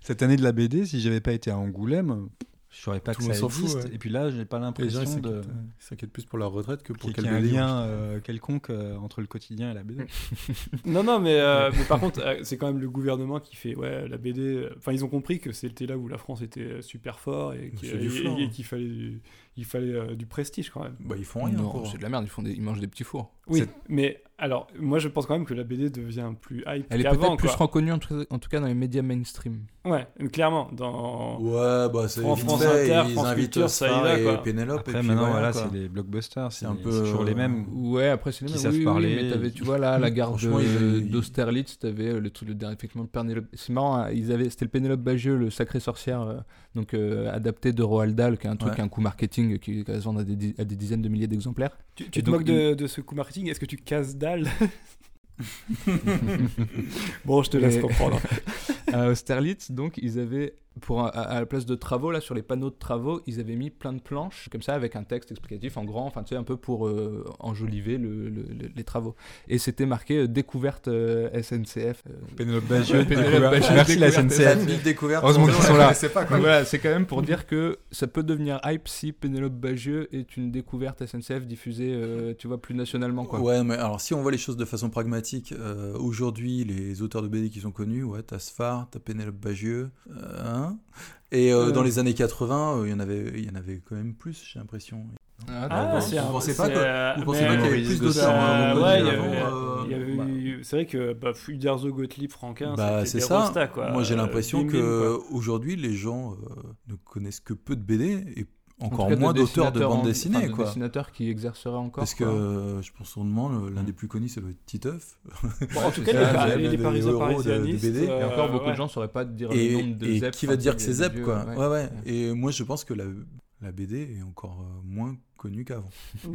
Speaker 3: cette année de la BD, si j'avais pas été à Angoulême, je saurais pas
Speaker 6: Tout
Speaker 3: que
Speaker 6: le
Speaker 3: ça
Speaker 6: monde s'en fout,
Speaker 3: existe.
Speaker 6: ouais.
Speaker 3: Et puis là, j'ai pas
Speaker 6: Les gens,
Speaker 3: l'impression
Speaker 6: ils
Speaker 3: de
Speaker 6: s'inquiètent, ils s'inquiètent plus pour leur retraite que
Speaker 3: qu'il
Speaker 6: pour quel
Speaker 3: y ait un
Speaker 6: BD,
Speaker 3: lien
Speaker 6: en fait.
Speaker 3: euh, quelconque euh, entre le quotidien et la BD.
Speaker 1: Non, non, mais, euh, mais par contre, euh, c'est quand même le gouvernement qui fait ouais, la BD. euh, Enfin, ils ont compris que c'était là où la France était euh, super fort et qu'il
Speaker 6: C'est du flan,
Speaker 1: et- et
Speaker 6: hein.
Speaker 1: qu'il fallait, du, il fallait euh, du prestige quand même.
Speaker 6: Bah, ils font rien.
Speaker 2: Non,
Speaker 6: pour-
Speaker 2: c'est de la merde, ils, font des- ils mangent des petits fours.
Speaker 1: Oui,
Speaker 3: C'est-
Speaker 1: mais alors, moi je pense quand même que la BD devient plus hype
Speaker 2: Elle est
Speaker 1: qu'avant.
Speaker 2: peut-être plus
Speaker 1: quoi.
Speaker 2: reconnue, en tout, en tout cas, dans les médias mainstream.
Speaker 1: Ouais, mais clairement, dans.
Speaker 6: Ouais, bah, c'est
Speaker 1: En
Speaker 6: vite
Speaker 1: France
Speaker 6: fait,
Speaker 1: Inter,
Speaker 6: ils
Speaker 1: France
Speaker 6: invitent
Speaker 1: Culture, ça y
Speaker 6: Star
Speaker 1: va,
Speaker 6: et
Speaker 1: quoi.
Speaker 6: Pénélope. et
Speaker 3: Après,
Speaker 6: puis
Speaker 3: maintenant, voilà,
Speaker 6: quoi.
Speaker 3: c'est les blockbusters. C'est
Speaker 6: un
Speaker 3: c'est
Speaker 6: peu,
Speaker 3: toujours les
Speaker 6: euh,
Speaker 3: mêmes.
Speaker 2: Ouais, après, c'est les
Speaker 3: Qui
Speaker 2: mêmes.
Speaker 3: savent
Speaker 2: oui, oui,
Speaker 3: parler.
Speaker 2: mais t'avais, tu vois, là, la gare
Speaker 6: Franchement,
Speaker 2: de-
Speaker 6: ils-
Speaker 2: d'Austerlitz, t'avais euh, le truc, le dernier, effectivement, le Pénélope. C'est marrant, hein, ils avaient, c'était le Pénélope Bagieux, le sacré sorcière, euh, donc euh, adapté de Roald Dahl, qui est un truc,
Speaker 6: Ouais.
Speaker 2: un coup marketing euh, qui qui va se vendre à des, di- à des dizaines de milliers d'exemplaires.
Speaker 1: Tu,
Speaker 2: Et
Speaker 1: tu te
Speaker 2: donc,
Speaker 1: moques de, de ce coup marketing Est-ce que tu casses dalle Bon, je te laisse
Speaker 2: Et-
Speaker 1: comprendre.
Speaker 2: à Austerlitz, donc, ils avaient, pour un- à, à la place de travaux, là, sur les panneaux de travaux, ils avaient mis plein de planches, comme ça, avec un texte explicatif en grand, enfin, tu sais, un peu pour euh, enjoliver le- le- le- les travaux. Et c'était marqué euh, découverte euh, SNCF. euh,
Speaker 3: Pénélope
Speaker 2: Bagieux, Pénélope
Speaker 3: découverte.
Speaker 2: Bagieux,
Speaker 3: Merci la
Speaker 2: découverte.
Speaker 3: SNCF.
Speaker 6: Big découverte.
Speaker 3: Heureusement qu'ils
Speaker 6: on
Speaker 3: sont
Speaker 6: la
Speaker 3: là.
Speaker 6: connaissait pas, quoi.
Speaker 2: Donc voilà, c'est quand même pour dire que ça peut devenir hype si Pénélope Bagieux est une découverte SNCF diffusée, euh, tu vois, plus nationalement, quoi.
Speaker 6: Ouais, mais alors si on voit les choses de façon pragmatique, euh, aujourd'hui, les auteurs de BD qui sont connus, ouais, t'as Sfar, t'as Pénélope Bagieux, euh, hein. et euh,
Speaker 1: Euh.
Speaker 6: dans les années 80, euh, il y en avait, il y en avait quand même plus, j'ai l'impression. Ah,
Speaker 1: Ah,
Speaker 6: bon,
Speaker 1: c'est
Speaker 6: vous
Speaker 1: un-
Speaker 6: pensez
Speaker 1: c'est,
Speaker 6: pas, quoi.
Speaker 1: euh,
Speaker 6: Vous pensez
Speaker 1: mais-
Speaker 6: pas qu'il y avait
Speaker 3: Maurice
Speaker 6: plus
Speaker 3: Gossard,
Speaker 6: d'auteurs
Speaker 1: Euh,
Speaker 6: euh,
Speaker 1: ouais, il y
Speaker 6: avant,
Speaker 1: avait-
Speaker 6: euh,
Speaker 1: il y avait eu- C'est vrai que bah, Uderzo, Gottlieb, Franquin,
Speaker 6: Bah,
Speaker 1: c'était
Speaker 6: c'est
Speaker 1: des
Speaker 6: ça.
Speaker 1: rostas, quoi.
Speaker 6: Moi, j'ai
Speaker 1: Euh,
Speaker 6: l'impression
Speaker 1: bim, bim,
Speaker 6: que
Speaker 1: quoi.
Speaker 6: aujourd'hui, les gens euh, ne connaissent que peu de BD et encore
Speaker 2: En tout cas,
Speaker 6: moins d'auteurs de
Speaker 2: dessinateurs
Speaker 6: bande
Speaker 2: en- enfin,
Speaker 6: dessinée,
Speaker 2: de
Speaker 6: quoi.
Speaker 2: dessinateurs qui exerceraient encore.
Speaker 6: Parce que
Speaker 2: quoi.
Speaker 6: euh, je pense sûrement le- l'un des plus connus, ça doit être Titeuf.
Speaker 1: Bon, en tout
Speaker 2: c'est
Speaker 1: cas,
Speaker 2: ça,
Speaker 1: les, Par-
Speaker 6: il y
Speaker 1: les
Speaker 6: avait des
Speaker 1: Parisiens
Speaker 6: euros de- de
Speaker 1: parisianistes.
Speaker 6: BD. Et
Speaker 2: Et
Speaker 1: euh,
Speaker 2: encore, beaucoup
Speaker 1: ouais.
Speaker 2: de gens sauraient pas dire
Speaker 6: et
Speaker 2: le nombre de
Speaker 6: et
Speaker 2: Zep,
Speaker 6: qui
Speaker 2: enfin,
Speaker 6: va dire que
Speaker 2: des-
Speaker 6: c'est
Speaker 2: des
Speaker 6: Zep,
Speaker 2: vieux,
Speaker 6: quoi.
Speaker 2: ouais.
Speaker 6: Ouais, ouais. Et moi, je pense que la, la BD est encore euh, moins connue qu'avant.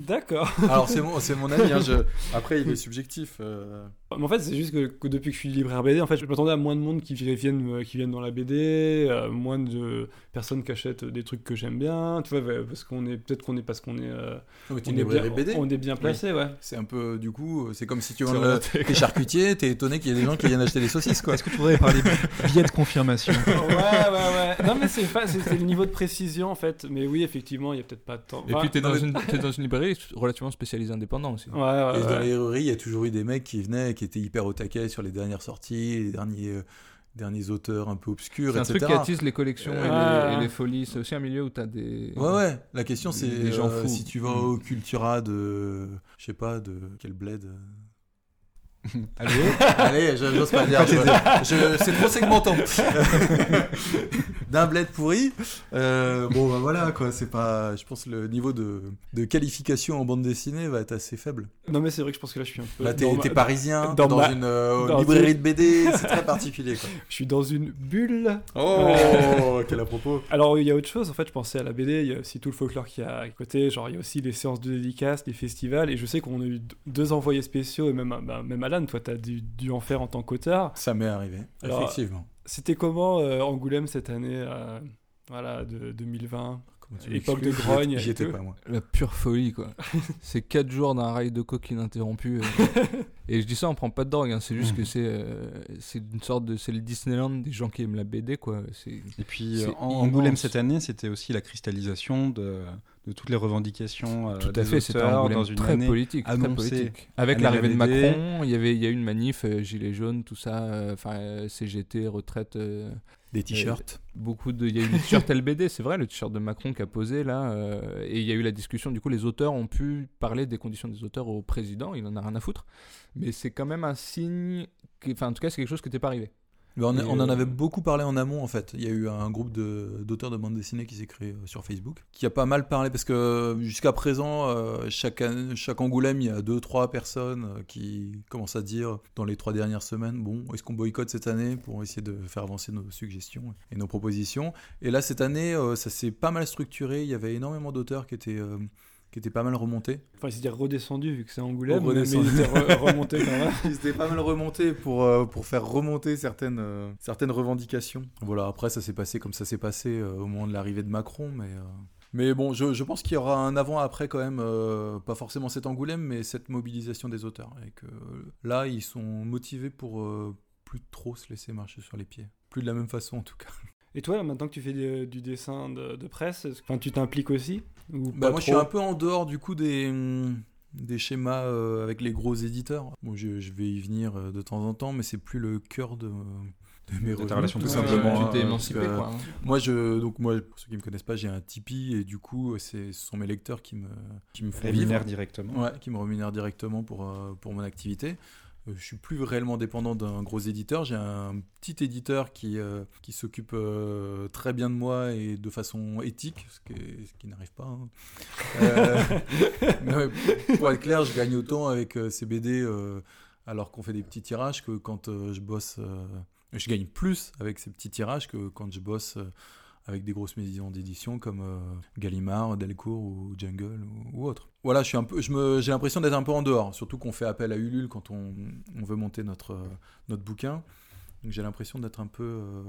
Speaker 1: D'accord.
Speaker 6: Alors, c'est mon, c'est mon avis. hein, je- Après, il est subjectif. euh.
Speaker 1: Mais en fait, c'est juste que, que depuis que je suis libraire BD, en fait, je m'attendais à moins de monde qui vi- viennent, euh, qui viennent dans la BD, euh, moins de personnes qui achètent des trucs que j'aime bien. Tu vois, bah, parce qu'on est peut-être qu'on est parce qu'on est. euh,
Speaker 6: Non, mais t'es
Speaker 1: on,
Speaker 6: une
Speaker 1: est bien,
Speaker 6: librairie BD.
Speaker 1: on est bien placé, ouais.
Speaker 6: C'est un peu, du coup, euh, c'est comme si tu
Speaker 2: C'est
Speaker 6: vends
Speaker 2: vrai.
Speaker 6: le- t'es charcutier, t'es étonné qu'il y ait des gens qui viennent acheter des saucisses, quoi.
Speaker 3: Est-ce que tu voudrais parler billets de confirmation
Speaker 1: ouais, ouais, ouais. Non, mais c'est pas, c'est, c'est le niveau de précision en fait. Mais oui, effectivement, il y a peut-être pas tant.
Speaker 2: Et puis, t'es dans, une- t'es dans une librairie relativement spécialisée indépendante aussi.
Speaker 1: Ouais, ouais,
Speaker 6: Et
Speaker 1: ouais.
Speaker 6: dans les rues, il y a toujours eu des mecs qui venaient et qui étaient hyper au taquet sur les dernières sorties, les derniers, euh, derniers auteurs un peu obscurs,
Speaker 2: C'est un
Speaker 6: etc.
Speaker 2: truc qui attise les collections et,
Speaker 1: Ouais.
Speaker 2: les, et les folies. C'est aussi un milieu où t'as des.
Speaker 6: Ouais, ouais. La question, c'est
Speaker 2: Des gens
Speaker 6: euh,
Speaker 2: fous. Mm.
Speaker 6: si tu vas au Cultura de. Je sais pas, de. Quel bled euh.
Speaker 3: Allez,
Speaker 6: Allez, je- j'ose pas le dire. je- je- C'est trop segmentant. D'un bled pourri. euh, bon, bah voilà, quoi. C'est pas. Je pense que le niveau de, de qualification en bande dessinée va être assez faible.
Speaker 1: Non, mais c'est vrai que je pense que là, je suis un peu.
Speaker 6: Là, t'es
Speaker 1: dans ma-
Speaker 6: t'es parisien,
Speaker 1: dans
Speaker 6: dans, dans
Speaker 1: ma-
Speaker 6: une euh,
Speaker 1: dans
Speaker 6: librairie
Speaker 1: une-
Speaker 6: de BD, c'est très particulier, quoi.
Speaker 1: Je suis dans une bulle.
Speaker 6: Oh, quel à propos.
Speaker 1: Alors, il y a autre chose, en fait, je pensais à la BD, il y a aussi tout le folklore qu'il y a à côté, genre il y a aussi les séances de dédicaces, les festivals, et je sais qu'on a eu d- deux envoyés spéciaux, et même, bah, même Alan, toi, t'as dû, dû en faire en tant qu'auteur.
Speaker 6: Ça m'est arrivé,
Speaker 1: Alors,
Speaker 6: effectivement.
Speaker 1: C'était comment euh, Angoulême cette année, euh, voilà, de 2020
Speaker 6: Comment tu
Speaker 1: époque
Speaker 6: m'excuses,
Speaker 1: de grogne
Speaker 6: Euh, j'y- J'y
Speaker 1: et
Speaker 6: étais
Speaker 1: tout.
Speaker 6: pas, moi.
Speaker 2: La pure folie, quoi. c'est 4 jours d'un rail de coke ininterrompu. euh, et je dis ça, on prend pas de drogue. hein, C'est juste que c'est euh, c'est une sorte de. C'est le Disneyland des gens qui aiment la BD, quoi. C'est.
Speaker 3: Et puis
Speaker 2: C'est
Speaker 3: euh, en- Angoulême
Speaker 2: immense.
Speaker 3: cette année, c'était aussi la cristallisation de, de toutes les revendications euh,
Speaker 2: Tout à
Speaker 3: des
Speaker 2: fait, c'était un
Speaker 3: auteurs
Speaker 2: Angoulême
Speaker 3: dans une
Speaker 2: très
Speaker 3: année.
Speaker 2: politique, très
Speaker 3: annoncée.
Speaker 2: politique. Avec
Speaker 3: Année
Speaker 2: l'arrivée de
Speaker 3: la BD.
Speaker 2: Macron, il y avait, il y a eu une manif, euh, gilets jaunes, tout ça, euh, enfin euh, CGT, retraite, euh,
Speaker 6: Des t-shirts.
Speaker 2: beaucoup de, il y a eu le t-shirt LBD, c'est vrai, le t-shirt de Macron qui a posé là, euh, et il y a eu la discussion. Du coup, les auteurs ont pu parler des conditions des auteurs au président, il en a rien à foutre, mais c'est quand même un signe, que- enfin en tout cas, c'est quelque chose qui n'était pas arrivé.
Speaker 6: Mais on,
Speaker 2: Et,
Speaker 6: on en
Speaker 2: euh,
Speaker 6: avait beaucoup parlé en amont, en fait. Il y a eu un groupe de- d'auteurs de, bande dessinée qui s'est créé euh, sur Facebook, qui a pas mal parlé, parce que jusqu'à présent, euh, chaque, an- chaque Angoulême, il y a deux, trois personnes euh, qui commencent à dire, dans les trois dernières semaines, bon, est-ce qu'on boycotte cette année pour essayer de faire avancer nos suggestions et nos propositions Et là, cette année, euh, ça s'est pas mal structuré. Il y avait énormément d'auteurs qui étaient... euh, qui était pas mal remonté.
Speaker 1: Enfin, il s'est redescendu vu que c'est Angoulême,
Speaker 6: Oh,
Speaker 1: mais
Speaker 6: redescendu.
Speaker 1: il était re- remonté quand même.
Speaker 6: Ils étaient pas mal remontés pour, euh, pour faire remonter certaines, euh, certaines revendications. Voilà, après, ça s'est passé comme ça s'est passé euh, au moment de l'arrivée de Macron, mais... euh, Mais bon, je, je pense qu'il y aura un avant-après quand même, euh, pas forcément cet Angoulême, mais cette mobilisation des auteurs. Et que euh, là, ils sont motivés pour euh, plus trop se laisser marcher sur les pieds. Plus de la même façon en tout cas.
Speaker 1: Et toi, maintenant que tu fais de- du dessin de, de presse, est-ce que- enfin, tu t'impliques aussi ou
Speaker 6: Bah,
Speaker 1: pas
Speaker 6: moi, je suis
Speaker 1: trop
Speaker 6: un peu en dehors du coup des, hum, des schémas euh, avec les gros éditeurs. Bon, je, je vais y venir euh, de temps en temps, mais c'est plus le cœur de, de mes
Speaker 3: De ta relation, tout
Speaker 6: parce
Speaker 2: Ouais,
Speaker 6: que,
Speaker 3: simplement,
Speaker 6: euh,
Speaker 2: Tu t'es émancipé,
Speaker 6: parce que,
Speaker 2: quoi. hein.
Speaker 6: Moi, je, donc moi, pour ceux qui me connaissent pas, j'ai un Tipeee et du coup, c'est, ce sont mes lecteurs qui me, qui me font vivre.
Speaker 3: Rémunère directement.
Speaker 6: Ouais, qui me rémunèrent directement pour, euh, pour mon activité. Euh, Je suis plus réellement dépendant d'un gros éditeur. J'ai un petit éditeur qui, euh, qui s'occupe euh, très bien de moi et de façon éthique, ce qui, est- ce qui n'arrive pas. hein. Euh, non, mais pour être clair, je gagne autant avec euh, ces BD euh, alors qu'on fait des petits tirages que quand euh, je bosse. euh, je gagne plus avec ces petits tirages que quand je bosse euh, avec des grosses maisons d'édition comme euh, Gallimard, Delcourt ou Jungle ou, ou autre. Voilà, je suis un peu, je me, j'ai l'impression d'être un peu en dehors, surtout qu'on fait appel à Ulule quand on, on veut monter notre euh, notre bouquin. Donc j'ai l'impression d'être un peu euh,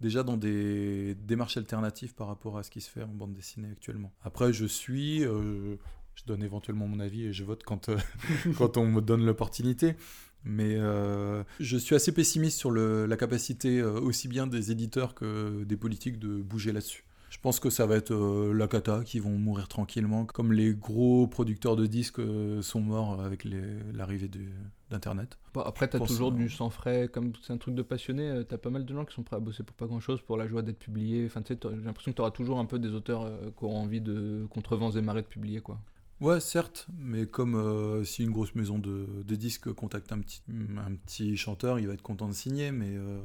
Speaker 6: déjà dans des démarches alternatives par rapport à ce qui se fait en bande dessinée actuellement. Après, je suis, euh, je donne éventuellement mon avis et je vote quand euh, quand on me donne l'opportunité. Mais euh, je suis assez pessimiste sur le- la capacité euh, aussi bien des éditeurs que des politiques de bouger là-dessus. Je pense que ça va être euh, la cata qui vont mourir tranquillement, comme les gros producteurs de disques euh, sont morts avec les- l'arrivée du- d'Internet.
Speaker 2: Bon, après, t'as
Speaker 6: Pour ça,
Speaker 2: toujours
Speaker 6: ouais.
Speaker 2: du sang frais, comme c'est un truc de passionné, euh, t'as pas mal de gens qui sont prêts à bosser pour pas grand chose, pour la joie d'être publié. Enfin, tu sais, t'auras- j'ai l'impression que t'auras toujours un peu des auteurs euh, qui auront envie de contre vents et marées de publier, quoi.
Speaker 6: Ouais, certes, mais comme euh, si une grosse maison de, de disques contacte un petit, un petit chanteur, il va être content de signer, mais euh,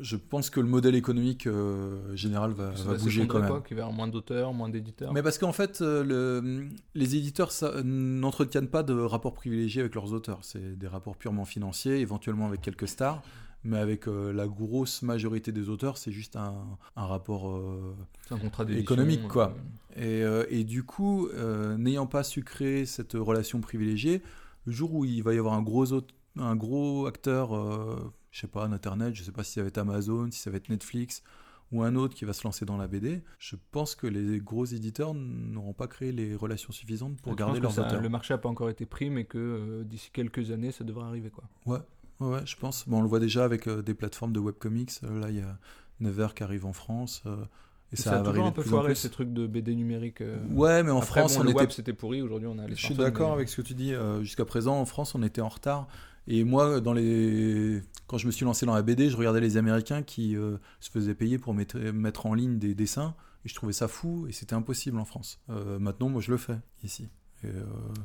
Speaker 6: je pense que le modèle économique euh, général va,
Speaker 2: Ça
Speaker 6: va
Speaker 2: va
Speaker 6: bouger
Speaker 2: s'effondrer,
Speaker 6: quand même.
Speaker 2: quoi, qu'il va y avoir moins d'auteurs, moins d'éditeurs.
Speaker 6: Mais parce qu'en fait, euh, le- les éditeurs ça, n'entretiennent pas de rapports privilégiés avec leurs auteurs. C'est des rapports purement financiers, éventuellement avec quelques stars. Mais avec euh, la grosse majorité des auteurs, c'est juste un, un rapport euh,
Speaker 2: C'est un contrat d'édition.
Speaker 6: économique, quoi.
Speaker 2: euh,
Speaker 6: et, euh, et du coup, euh, n'ayant pas su créer cette relation privilégiée, le jour où il va y avoir un gros, aute- un gros acteur, euh, je sais pas, d'Internet, je sais pas si ça va être Amazon, si ça va être Netflix, ou un autre qui va se lancer dans la BD, je pense que les gros éditeurs n'auront pas créé les relations suffisantes pour
Speaker 2: je pense
Speaker 6: garder
Speaker 2: que
Speaker 6: leurs
Speaker 2: ça-
Speaker 6: auteurs.
Speaker 2: Le marché a pas encore été pris, mais que euh, d'ici quelques années, ça devrait arriver, quoi.
Speaker 6: Ouais, ouais, je pense. Bon, on le voit déjà avec euh, des plateformes de webcomics. Euh, là, il y a Never qui arrive en France. euh, et ça,
Speaker 2: a
Speaker 6: va
Speaker 2: toujours
Speaker 6: arriver
Speaker 2: un
Speaker 6: de
Speaker 2: peu
Speaker 6: plus en
Speaker 2: foiré,
Speaker 6: plus.
Speaker 2: ces trucs de BD numérique. euh.
Speaker 6: Ouais, mais en
Speaker 2: Après,
Speaker 6: France,
Speaker 2: bon,
Speaker 6: on
Speaker 2: le
Speaker 6: était
Speaker 2: web, c'était pourri, aujourd'hui, on a les
Speaker 6: Je suis
Speaker 2: smartphones,
Speaker 6: d'accord
Speaker 2: mais-
Speaker 6: avec ce que tu dis. euh, Jusqu'à présent, en France, on était en retard. Et moi, dans les... quand je me suis lancé dans la BD, je regardais les Américains qui euh, se faisaient payer pour mettre, mettre en ligne des dessins. Et je trouvais ça fou. Et c'était impossible en France. Euh, maintenant, moi, je le fais ici. Et, euh,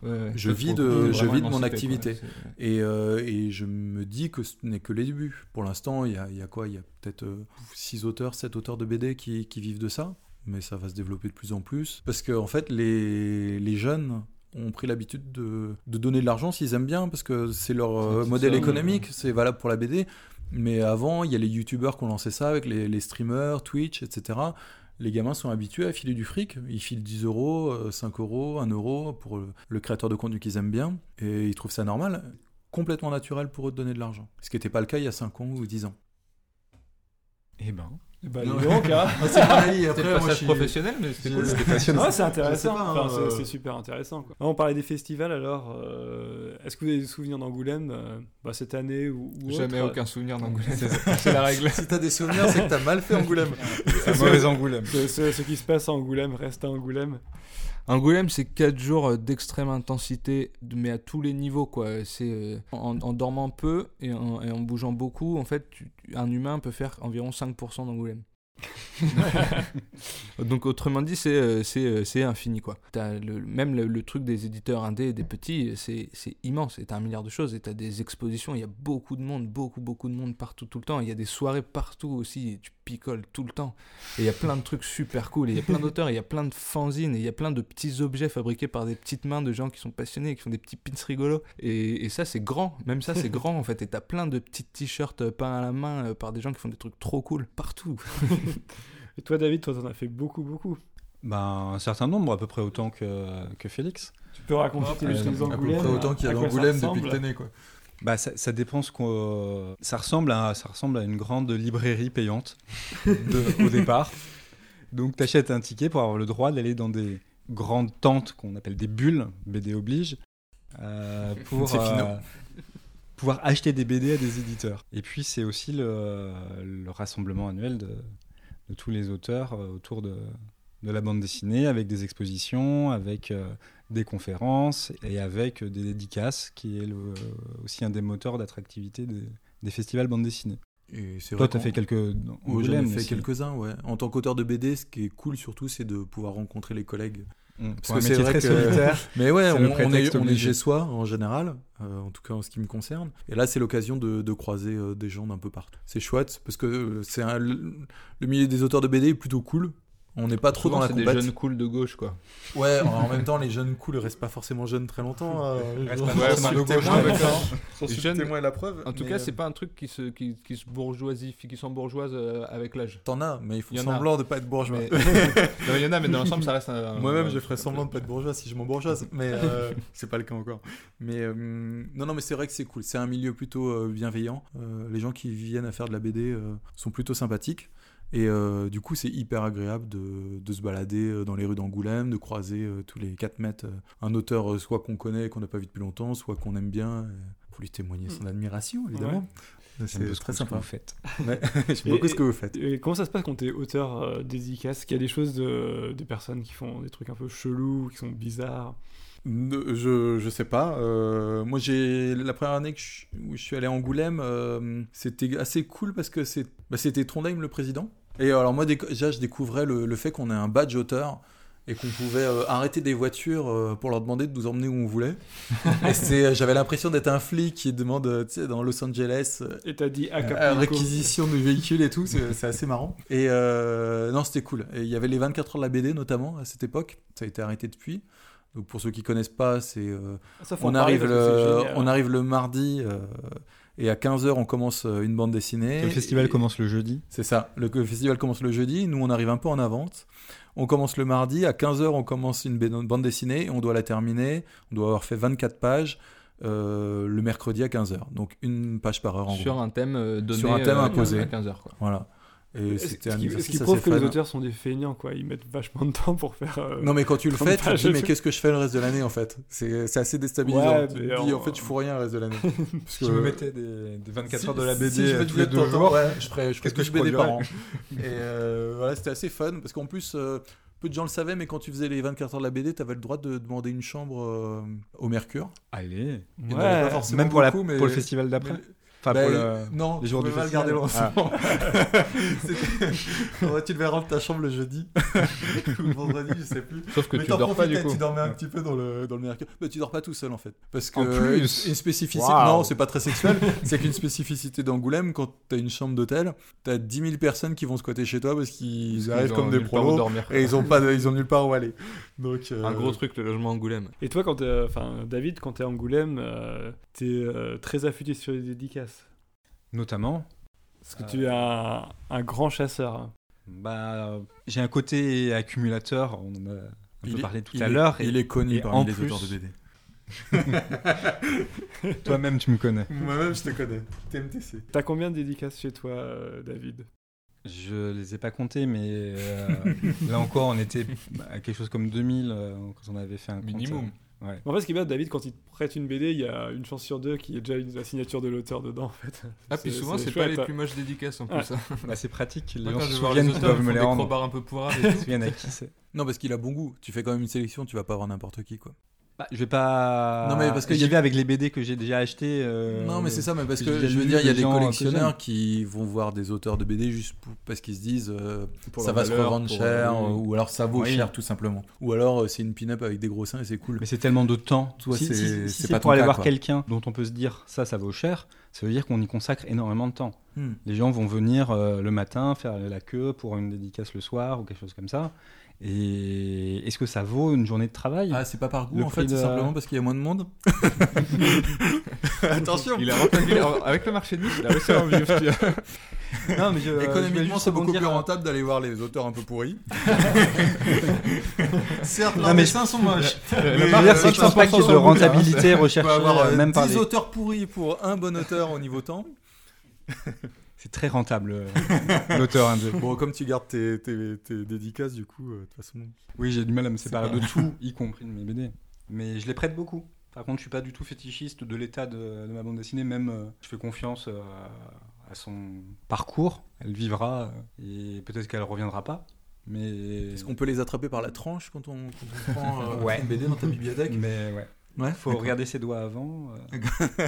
Speaker 2: Ouais, ouais.
Speaker 6: Je vis
Speaker 2: Pour
Speaker 6: de-
Speaker 2: le coup,
Speaker 6: je
Speaker 2: vraiment
Speaker 6: vis de mon
Speaker 2: émancipé, quoi.
Speaker 6: activité.
Speaker 2: C'est-
Speaker 6: et, euh, et je me dis que ce n'est que les débuts. Pour l'instant, il y a, il y a quoi Il y a peut-être 6 auteurs, 7 auteurs de BD qui, qui vivent de ça. Mais ça va se développer de plus en plus. Parce que, en fait, les, les jeunes ont pris l'habitude de, de donner de l'argent s'ils aiment bien, parce que c'est leur
Speaker 2: C'est une
Speaker 6: euh,
Speaker 2: petite
Speaker 6: modèle
Speaker 2: somme,
Speaker 6: économique, c'est valable pour la BD. Mais avant, il y a les youtubeurs qui ont lancé ça avec les, les streamers, Twitch, etc. Les gamins sont habitués à filer du fric. Ils filent 10 euros, euh, 5 euros, 1 euro pour le- le créateur de contenu qu'ils aiment bien. Et ils trouvent ça normal complètement naturel pour eux de donner de l'argent. Ce qui n'était pas le cas il y a 5 ans ou 10 ans.
Speaker 3: Eh ben.
Speaker 1: Bah,
Speaker 6: Non.
Speaker 1: dis donc, hein.
Speaker 6: c'est mon avis,
Speaker 2: C'était le passage professionnel, mais c'était
Speaker 6: je-
Speaker 2: cool.
Speaker 1: Ah, c'est intéressant,
Speaker 6: Je sais pas, hein,
Speaker 1: Enfin, c'est-
Speaker 6: euh.
Speaker 1: c'est super intéressant. Quoi. On parlait des festivals alors. euh, Est-ce que vous avez des souvenirs d'Angoulême euh, bah, cette année ou, ou
Speaker 2: Jamais
Speaker 1: autre,
Speaker 2: aucun souvenir d'Angoulême. C'est la règle.
Speaker 6: Si t'as des souvenirs, c'est que t'as mal fait Angoulême.
Speaker 3: Un mauvais Angoulême.
Speaker 1: Ce, ce- ce qui se passe à Angoulême reste à Angoulême.
Speaker 2: Angoulême, c'est 4 jours euh, d'extrême intensité, de- mais à tous les niveaux, quoi. C'est euh, en, en dormant peu et en, et en bougeant beaucoup, en fait, tu- tu- un humain peut faire environ 5% d'Angoulême. Donc, autrement dit, c'est euh, c'est euh, c'est infini, quoi. T'as le, même le, le truc des éditeurs indés et des petits, c'est c'est immense. Et t'as un milliard de choses, et t'as des expositions, il y a beaucoup de monde, beaucoup, beaucoup de monde partout, tout le temps. Il y a des soirées partout aussi, et tu picoles tout le temps. Et il y a plein de trucs super cool, et il y a plein d'auteurs, et il y a plein de fanzines, et il y a plein de petits objets fabriqués par des petites mains de gens qui sont passionnés, qui font des petits pins rigolos. Et, et ça, c'est grand, même ça, c'est grand en fait. Et t'as plein de petits t-shirts euh, peints à la main euh, par des gens qui font des trucs trop cool partout.
Speaker 1: Et toi, David, toi, t'en as fait beaucoup, beaucoup.
Speaker 3: ben, un certain nombre, à peu près autant que, que Félix.
Speaker 1: Tu peux raconter
Speaker 2: Hop,
Speaker 1: tes-
Speaker 2: euh,
Speaker 1: tes
Speaker 2: à peu
Speaker 6: À peu
Speaker 1: Angoulèmes,
Speaker 6: près autant qu'il y a
Speaker 1: à quoi ça
Speaker 6: d'Angoulême depuis que
Speaker 1: ressemble.
Speaker 6: t'es né, quoi.
Speaker 3: Bah, ça, ça dépend ce qu'on. euh, Ça ressemble, à, ça ressemble à une grande librairie payante de- au départ. Donc, tu achètes un ticket pour avoir le droit d'aller dans des grandes tentes qu'on appelle des bulles, BD oblige, euh, pour
Speaker 6: C'est finot.
Speaker 3: pouvoir acheter des BD à des éditeurs. Et puis, c'est aussi le, le rassemblement annuel de, de tous les auteurs euh, autour de, de la bande dessinée, avec des expositions, avec. euh, des conférences et avec des dédicaces, qui est le- aussi un des moteurs d'attractivité des, des festivals bande dessinée.
Speaker 6: Et c'est
Speaker 3: Toi,
Speaker 6: vrai
Speaker 3: t'as
Speaker 6: qu'en-
Speaker 3: fait quelques. en
Speaker 6: Ouais, j'en ai
Speaker 3: Angoulême, mais
Speaker 6: fait
Speaker 3: c'est-
Speaker 6: quelques-uns, ouais. En tant qu'auteur de BD, ce qui est cool surtout, c'est de pouvoir rencontrer les collègues.
Speaker 3: Mm. Pour
Speaker 6: Parce que
Speaker 3: un
Speaker 6: c'est
Speaker 3: métier
Speaker 6: vrai
Speaker 3: très
Speaker 6: que-
Speaker 3: solitaire.
Speaker 6: Mais ouais,
Speaker 3: C'est
Speaker 6: on,
Speaker 3: le
Speaker 6: on
Speaker 3: prétexte
Speaker 6: est, on est
Speaker 3: obligé.
Speaker 6: chez soi en général, euh, en tout cas en ce qui me concerne. Et là, c'est l'occasion de, de croiser euh, des gens d'un peu partout. C'est chouette parce que euh, c'est un- le le milieu des auteurs de BD est plutôt cool. On n'est pas trop dans la
Speaker 2: c'est des
Speaker 6: combatte.
Speaker 2: jeunes cool de gauche, quoi.
Speaker 6: Ouais, en en même temps, les jeunes cool restent pas forcément jeunes très longtemps. euh,
Speaker 3: Restent
Speaker 6: genre,
Speaker 3: pas
Speaker 6: sont
Speaker 3: forcément
Speaker 6: le
Speaker 3: de gauche,
Speaker 6: témoin,
Speaker 3: ouais,
Speaker 6: enfin.
Speaker 2: Les
Speaker 6: Sont le
Speaker 2: jeunes-
Speaker 6: témoin et la preuve.
Speaker 2: En tout
Speaker 6: mais,
Speaker 2: cas,
Speaker 6: euh,
Speaker 2: c'est pas un truc qui se, qui, qui se bourgeoisifie, qui s'embourgeoise euh, avec l'âge.
Speaker 6: T'en as, mais ils font
Speaker 2: Y en a.
Speaker 6: semblant de pas être bourgeois.
Speaker 2: Mais- Non, mais il y en a, mais dans l'ensemble, ça reste
Speaker 3: Ah,
Speaker 2: un.
Speaker 6: Moi-même,
Speaker 2: un-
Speaker 6: je ferais semblant de pas être bourgeois si je m'embourgeoise, mais euh, c'est pas le cas encore. Mais euh, non, non, mais c'est vrai que c'est cool. C'est un milieu plutôt euh, bienveillant. Euh, les gens qui viennent à faire de la BD euh, sont plutôt sympathiques. Et euh, du coup, c'est hyper agréable de, de se balader euh, dans les rues d'Angoulême, de croiser euh, tous les 4 mètres euh, un auteur, euh, soit qu'on connaît, qu'on n'a pas vu depuis longtemps, soit qu'on aime bien, euh, pour lui témoigner son admiration, évidemment.
Speaker 3: Mm. J'aime
Speaker 6: C'est
Speaker 3: beaucoup ce
Speaker 6: très
Speaker 3: que
Speaker 6: sympa.
Speaker 3: vous faites.
Speaker 6: J'aime beaucoup
Speaker 1: Et-
Speaker 6: ce que vous faites.
Speaker 1: Et comment ça se passe quand t'es auteur euh, dédicace Qu'il y a des choses de, des personnes qui font des trucs un peu chelous, qui sont bizarres.
Speaker 6: Ne- Je, je sais pas. euh, moi, j'ai la première année que je, où je suis allé à Angoulême, euh, c'était assez cool parce que c'est- bah, c'était Trondheim le président. Et alors, moi, déc- déjà, je découvrais le, le fait qu'on ait un badge auteur et qu'on pouvait euh, arrêter des voitures euh, pour leur demander de nous emmener où on voulait. et c'est- j'avais l'impression d'être un flic qui demande, euh, tu sais, dans Los Angeles, euh,
Speaker 1: Et t'as dit
Speaker 6: euh,
Speaker 1: Acapulco.
Speaker 6: réquisition de véhicules et tout, c'est c'est assez marrant. Et euh, non, c'était cool. Et il y avait les 24 heures de la BD notamment à cette époque. Ça a été arrêté depuis. Donc pour ceux qui connaissent pas, c'est euh,
Speaker 1: Ça, faut
Speaker 6: on
Speaker 1: en parler
Speaker 6: arrive
Speaker 1: parce que c'est
Speaker 6: le,
Speaker 1: génial.
Speaker 6: on arrive le mardi euh, et à 15h on commence euh, une bande dessinée.
Speaker 3: le festival
Speaker 6: Et-
Speaker 3: commence le jeudi.
Speaker 6: C'est ça. Le, le festival commence le jeudi, nous on arrive un peu en avance. On commence le mardi à 15h on commence une ba- bande dessinée, on doit la terminer, on doit avoir fait 24 pages euh, le mercredi à 15h. Donc une page par heure en gros.
Speaker 2: Sur un thème euh, donné.
Speaker 6: Sur un thème
Speaker 2: euh,
Speaker 6: imposé.
Speaker 2: À 15h, quoi.
Speaker 6: Voilà. Et
Speaker 1: Ce
Speaker 6: Euh,
Speaker 1: qui-
Speaker 6: c'était un
Speaker 1: ce qui
Speaker 6: exercice
Speaker 1: prouve
Speaker 6: assez
Speaker 1: que les
Speaker 6: fun.
Speaker 1: auteurs sont des feignants, quoi. Ils mettent vachement de temps pour faire. euh,
Speaker 6: Non mais quand tu le fais, tu te
Speaker 1: pages.
Speaker 6: dis mais qu'est-ce que je fais le reste de l'année en fait C'est c'est assez déstabilisant.
Speaker 1: Ouais,
Speaker 6: tu
Speaker 1: mais
Speaker 6: te dis
Speaker 1: en-
Speaker 6: en fait je fous rien le reste de l'année. Parce
Speaker 3: Si je me mettais des, des 24
Speaker 6: Si-
Speaker 3: heures de la
Speaker 6: si
Speaker 3: BD
Speaker 6: je
Speaker 3: euh,
Speaker 6: fais
Speaker 3: tous
Speaker 6: du
Speaker 3: les
Speaker 6: web
Speaker 3: deux
Speaker 6: temps en
Speaker 3: jours,
Speaker 6: temps, ouais, je ferais je
Speaker 3: qu'est-ce
Speaker 6: ferais
Speaker 3: que
Speaker 6: du BD
Speaker 3: je
Speaker 6: par an. Et euh, voilà c'était assez fun parce qu'en plus euh, peu de gens le savaient mais quand tu faisais les 24 heures de la BD t'avais le droit de demander une chambre euh, au Mercure.
Speaker 3: allez.
Speaker 6: Il y en
Speaker 1: Ouais.
Speaker 6: avait pas forcément
Speaker 3: Même pour, la,
Speaker 6: beaucoup, mais-
Speaker 3: pour le festival d'après.
Speaker 6: mais-
Speaker 3: Enfin,
Speaker 6: Bah,
Speaker 3: pour le.
Speaker 6: Non,
Speaker 3: les jours
Speaker 6: tu
Speaker 3: du
Speaker 6: pouvais pas le
Speaker 3: festival. Ah.
Speaker 6: garder l'ensemble. C'était- Ouais, tu devais rendre ta chambre le jeudi ou le vendredi, je sais plus.
Speaker 2: Sauf que
Speaker 6: mais
Speaker 2: tu
Speaker 6: t'en
Speaker 2: dors pas du
Speaker 6: profitais,
Speaker 2: coup.
Speaker 6: tu dormais un petit peu dans le, dans le mercure. Mais tu dors pas tout seul en fait. Parce que
Speaker 3: En plus
Speaker 6: une, une spécificité.
Speaker 3: Waouh.
Speaker 6: Non, c'est pas très sexuel. c'est qu'une spécificité d'Angoulême, quand t'as une chambre d'hôtel, t'as 10 000 personnes qui vont squatter chez toi parce qu'ils arrivent
Speaker 2: ont
Speaker 6: comme des
Speaker 2: nulle part où
Speaker 6: prolos
Speaker 2: dormir.
Speaker 6: et ils ont, pas de- ils ont nulle part où aller. Donc, euh,
Speaker 2: Un gros truc, le logement Angoulême.
Speaker 1: Et toi, quand t'es- enfin, David, quand t'es à Angoulême, euh, t'es euh, très affûté sur les dédicaces.
Speaker 3: Notamment.
Speaker 1: Parce que
Speaker 6: Euh.
Speaker 1: tu es un, un grand chasseur. hein.
Speaker 3: Bah, j'ai un côté accumulateur, on en a un
Speaker 6: il
Speaker 3: peu
Speaker 6: est-
Speaker 3: parlé tout
Speaker 6: il
Speaker 3: à
Speaker 6: est-
Speaker 3: l'heure.
Speaker 6: Il
Speaker 3: Et
Speaker 6: est connu
Speaker 3: et
Speaker 6: parmi
Speaker 3: en
Speaker 6: les
Speaker 3: plus-
Speaker 6: auteurs de BD.
Speaker 3: toi-même, tu me connais.
Speaker 6: Moi-même, je te connais. TMTC.
Speaker 1: T'as combien de dédicaces chez toi, euh, David
Speaker 3: Je les ai pas comptés, mais euh, là encore, on était à quelque chose comme 2000 euh, quand on avait fait un compte,
Speaker 2: Minimum.
Speaker 1: En fait, ce qui est bien, David, quand il te prête une BD, il y a une chance sur deux qu'il y ait déjà une- la signature de l'auteur dedans, en fait.
Speaker 2: Ah, puis
Speaker 1: C'est-
Speaker 2: souvent,
Speaker 1: c'est
Speaker 2: c'est pas les
Speaker 1: chouette. hein.
Speaker 2: plus moches dédicaces en
Speaker 1: Ouais.
Speaker 2: plus. hein.
Speaker 3: euh, bah, c'est pratique, les
Speaker 2: Moi,
Speaker 3: gens
Speaker 2: quand
Speaker 3: se
Speaker 2: je vois les
Speaker 3: souviennent qu'ils
Speaker 2: auteurs, ils
Speaker 3: peuvent
Speaker 2: font
Speaker 3: me
Speaker 2: des
Speaker 3: les rendre.
Speaker 2: crobards un peu poirables.
Speaker 3: Ils se souviennent à qui c'est.
Speaker 6: Non, parce qu'il a bon goût. Tu fais quand même une sélection, tu vas pas avoir n'importe qui, quoi.
Speaker 3: Bah, je vais pas.
Speaker 6: Non, mais parce que
Speaker 3: j'y
Speaker 6: j'ai-
Speaker 3: vais avec les BD que j'ai déjà acheté. euh,
Speaker 6: non, mais c'est ça, mais parce
Speaker 3: j'ai
Speaker 6: que
Speaker 3: déjà
Speaker 6: je veux
Speaker 3: lu
Speaker 6: dire, il y a
Speaker 3: des
Speaker 6: des
Speaker 3: gens que j'aime.
Speaker 6: collectionneurs qui vont voir des auteurs de BD juste pour- parce qu'ils se disent euh,
Speaker 2: Pour
Speaker 6: ça
Speaker 2: leur
Speaker 6: va se
Speaker 2: valeur,
Speaker 6: revendre
Speaker 2: pour,
Speaker 6: cher,
Speaker 2: euh,
Speaker 6: euh, ou alors ça vaut
Speaker 3: Oui.
Speaker 6: cher tout simplement. Ou alors euh, c'est une pin-up avec des gros seins et c'est cool.
Speaker 3: Mais c'est tellement de temps.
Speaker 6: Toi,
Speaker 3: si
Speaker 6: c'est-
Speaker 3: si- si c'est
Speaker 6: c'est pas
Speaker 3: pour
Speaker 6: ton
Speaker 3: aller
Speaker 6: cas,
Speaker 3: voir
Speaker 6: quoi.
Speaker 3: quelqu'un dont on peut se dire ça, ça vaut cher, ça veut dire qu'on y consacre énormément de temps.
Speaker 6: Hmm.
Speaker 3: Les gens vont venir euh, le matin faire la queue pour une dédicace le soir ou quelque chose comme ça. Et est-ce que ça vaut une journée de travail
Speaker 6: Ah, c'est pas par goût
Speaker 3: Le
Speaker 6: en
Speaker 3: prix
Speaker 6: fait, c'est
Speaker 3: de-
Speaker 6: simplement parce qu'il y a moins de monde. Attention
Speaker 2: Il a reconnu- il a- avec le marché de niche, il a réussi à en vivre. tu vois.
Speaker 3: Non, mais je- euh, je vais
Speaker 6: Économiquement,
Speaker 3: juste
Speaker 6: Euh, c'est beaucoup
Speaker 3: rebondir.
Speaker 6: plus rentable d'aller voir les auteurs un peu pourrits. Certes,
Speaker 3: Non,
Speaker 6: leurs
Speaker 3: mais
Speaker 6: dessins sont moches.
Speaker 3: Je
Speaker 6: Mais,
Speaker 3: veux dire, c'est
Speaker 6: euh,
Speaker 3: que c'est un paquet
Speaker 6: 100%
Speaker 3: de rentabilité
Speaker 6: On peut
Speaker 3: recherchée
Speaker 6: avoir
Speaker 3: euh,
Speaker 6: euh,
Speaker 3: même par
Speaker 6: 10
Speaker 3: les-
Speaker 6: auteurs pourris pour un bon auteur au niveau temps.
Speaker 3: C'est très rentable, euh, l'auteur indé.
Speaker 6: Bon, comme tu gardes tes, tes- tes dédicaces, du coup, euh, de toute façon.
Speaker 3: Oui, j'ai du mal à me séparer de tout, y compris de mes BD. Mais je les prête beaucoup. Par contre, je suis pas du tout fétichiste de l'état de, de ma bande dessinée. Même, euh, je fais confiance euh, à son parcours. Elle vivra euh, et peut-être qu'elle reviendra pas. Mais
Speaker 6: Est-ce qu'on peut les attraper par la tranche quand on, quand on prend euh,
Speaker 3: Ouais.
Speaker 6: une BD dans ta bibliothèque
Speaker 3: Mais ouais,
Speaker 6: Ouais,
Speaker 3: faut regarder ses doigts avant. euh,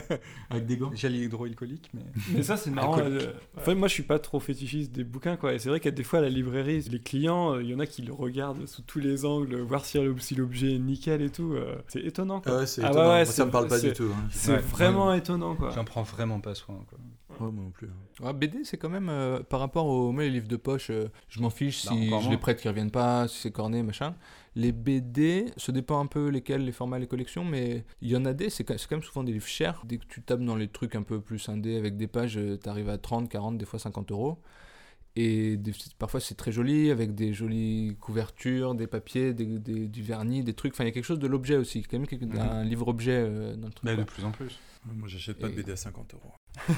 Speaker 6: Avec des gants.
Speaker 3: gel hydroalcoolique, mais
Speaker 1: Mais ça, c'est marrant.
Speaker 3: Alcoolique.
Speaker 1: euh, enfin, moi, je suis pas trop fétichiste des bouquins, quoi. Et c'est vrai qu'à des fois, à la librairie, les clients, euh, il y en a qui le regardent sous tous les angles, voir si l'ob- si l'objet est nickel et tout. euh, c'est étonnant, quoi.
Speaker 6: Ah ouais, c'est
Speaker 1: Ah
Speaker 6: étonnant.
Speaker 1: ouais, ouais,
Speaker 6: Moi,
Speaker 1: c'est-
Speaker 6: ça me parle pas
Speaker 1: c'est-
Speaker 6: du tout. hein.
Speaker 1: C'est
Speaker 3: Ouais.
Speaker 1: vraiment étonnant, quoi.
Speaker 3: j'en prends vraiment pas soin. quoi.
Speaker 6: Ouais, Oh, moi non plus.
Speaker 2: Ouais, BD, Ah, c'est quand même euh, par rapport aux moi, les livres de poche, euh, je m'en fiche
Speaker 3: Bah,
Speaker 2: si
Speaker 3: encore
Speaker 2: je
Speaker 3: moins.
Speaker 2: les prête qu'ils reviennent pas, si c'est corné, machin. Les BD, ça dépend un peu lesquels, les formats, les collections, mais il y en a des, c'est quand c'est quand même souvent des livres chers. Dès que tu tapes dans les trucs un peu plus indés avec des pages, euh, t'arrives à 30, 40, des fois 50 euros. Et des- parfois c'est très joli, avec des jolies couvertures, des papiers, des- des- du vernis, des trucs. Enfin, il y a quelque chose de l'objet aussi, quand même quelque-
Speaker 3: Mhm.
Speaker 2: un livre-objet euh, dans le truc.
Speaker 3: Bah,
Speaker 2: quoi.
Speaker 3: de plus en plus.
Speaker 6: Moi, j'achète pas de
Speaker 2: Et-
Speaker 6: BD à 50 euros.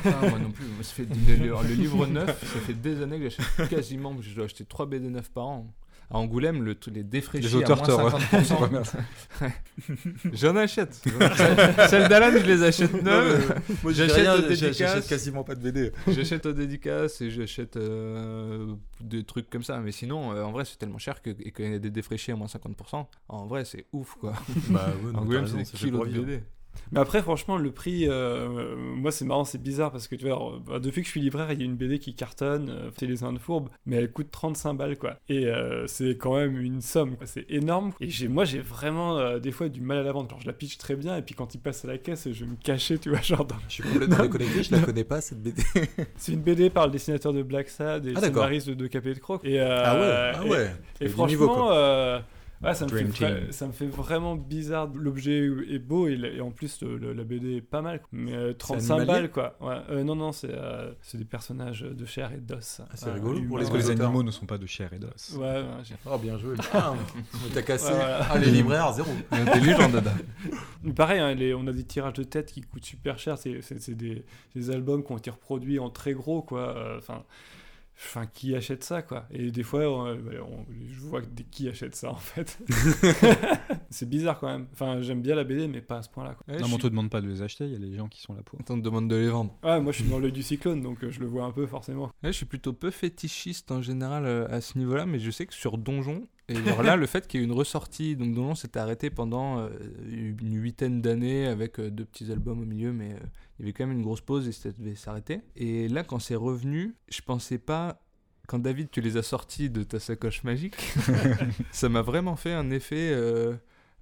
Speaker 2: Ah, moi non plus. Moi, ça fait le, le- le livre neuf, ça fait des années que j'achète quasiment. Je dois acheter 3 BD neufs par an. À Angoulême, le, les défraîchis
Speaker 3: Les auteurs
Speaker 2: à
Speaker 3: te
Speaker 2: moins
Speaker 3: re-
Speaker 2: 50%. J'en achète. Celles d'Alan, je les achète neuves.
Speaker 6: Moi,
Speaker 2: J'achète
Speaker 6: j'achète
Speaker 2: des
Speaker 6: j'a- j'achète
Speaker 2: dédicaces.
Speaker 6: quasiment pas de BD.
Speaker 2: J'achète aux dédicaces et j'achète euh, des trucs comme ça. Mais sinon, euh, en vrai, c'est tellement cher que, et qu'il y a des défraîchis à moins 50%. En vrai, c'est ouf, quoi.
Speaker 6: Bah, ouais, non,
Speaker 2: Angoulême,
Speaker 6: t'as
Speaker 2: c'est des
Speaker 6: raison, ça fait pour
Speaker 2: kilos de
Speaker 6: vivre.
Speaker 2: BD.
Speaker 1: Mais après, franchement, le prix, euh, moi, c'est marrant, c'est bizarre parce que tu vois, alors, bah, depuis que je suis libraire, il y a une BD qui cartonne, euh, c'est les Indes fourbes, mais elle coûte 35 balles, quoi. Et euh, c'est quand même une somme, quoi. C'est énorme. Et j'ai, moi, j'ai vraiment euh, des fois du mal à la vendre. Genre, je la pitche très bien, et puis quand il passe à la caisse, je vais me cacher, tu vois, genre. dans-
Speaker 6: Je suis complètement déconnecté, je la connais pas cette BD.
Speaker 1: C'est une BD par le dessinateur de Black Sad et
Speaker 6: Ah,
Speaker 1: le
Speaker 6: d'accord.
Speaker 1: scénariste de, de Capé de Croc. Et, euh,
Speaker 6: Ah ouais, ah
Speaker 1: et-
Speaker 6: ouais.
Speaker 1: Et,
Speaker 6: Il y a du
Speaker 1: franchement,
Speaker 6: niveau, quoi.
Speaker 1: euh, ouais, ça, me fait,
Speaker 3: Dream
Speaker 1: vra-
Speaker 3: team.
Speaker 1: ça me fait vraiment bizarre. L'objet est beau et, la- et en plus, le- le- la BD est pas mal. quoi. Mais euh, 35
Speaker 6: animalier
Speaker 1: balles, quoi. Ouais. Euh, non, non, c'est euh, c'est des personnages de chair et d'os.
Speaker 6: Ah, c'est
Speaker 1: Euh,
Speaker 6: rigolo pour
Speaker 1: humains.
Speaker 6: les
Speaker 3: Parce que les
Speaker 6: auteurs.
Speaker 3: animaux ne sont pas de chair et d'os.
Speaker 1: Ouais, ouais, j'ai-
Speaker 6: Oh, bien joué. Ah, t'as cassé.
Speaker 1: Ouais, voilà.
Speaker 6: Ah, les libraires, zéro.
Speaker 3: Euh,
Speaker 2: Des légendes, dada.
Speaker 1: Mais pareil, hein, les- on a des tirages de tête qui coûtent super cher. C'est c'est- c'est des, des albums qui ont été reproduits en très gros, quoi. Euh, Enfin. Enfin, qui achète ça, quoi Et des fois, on- bah, on- je vois des- qui achète ça, en fait. c'est bizarre, quand même. Enfin, j'aime bien la BD, mais pas à ce point-là, quoi.
Speaker 2: Ouais, Eh, je
Speaker 3: Non,
Speaker 2: suis-
Speaker 3: mais on te demande pas de les acheter, il y a les gens qui sont là pour.
Speaker 2: On te demande de les vendre.
Speaker 1: Ouais, moi je suis dans l'œil du cyclone, donc euh, je le vois un peu forcément.
Speaker 2: Ouais, je suis plutôt peu fétichiste en général euh, à ce niveau-là, mais je sais que sur Donjon, et alors là, le fait qu'il y ait une ressortie, donc Donjon s'était arrêté pendant euh, une huitaine d'années avec euh, deux petits albums au milieu, mais euh, il y avait quand même une grosse pause et ça devait s'arrêter. Et là, quand c'est revenu, je pensais pas. Quand David, tu les as sortis de ta sacoche magique, ça m'a vraiment fait un effet. euh,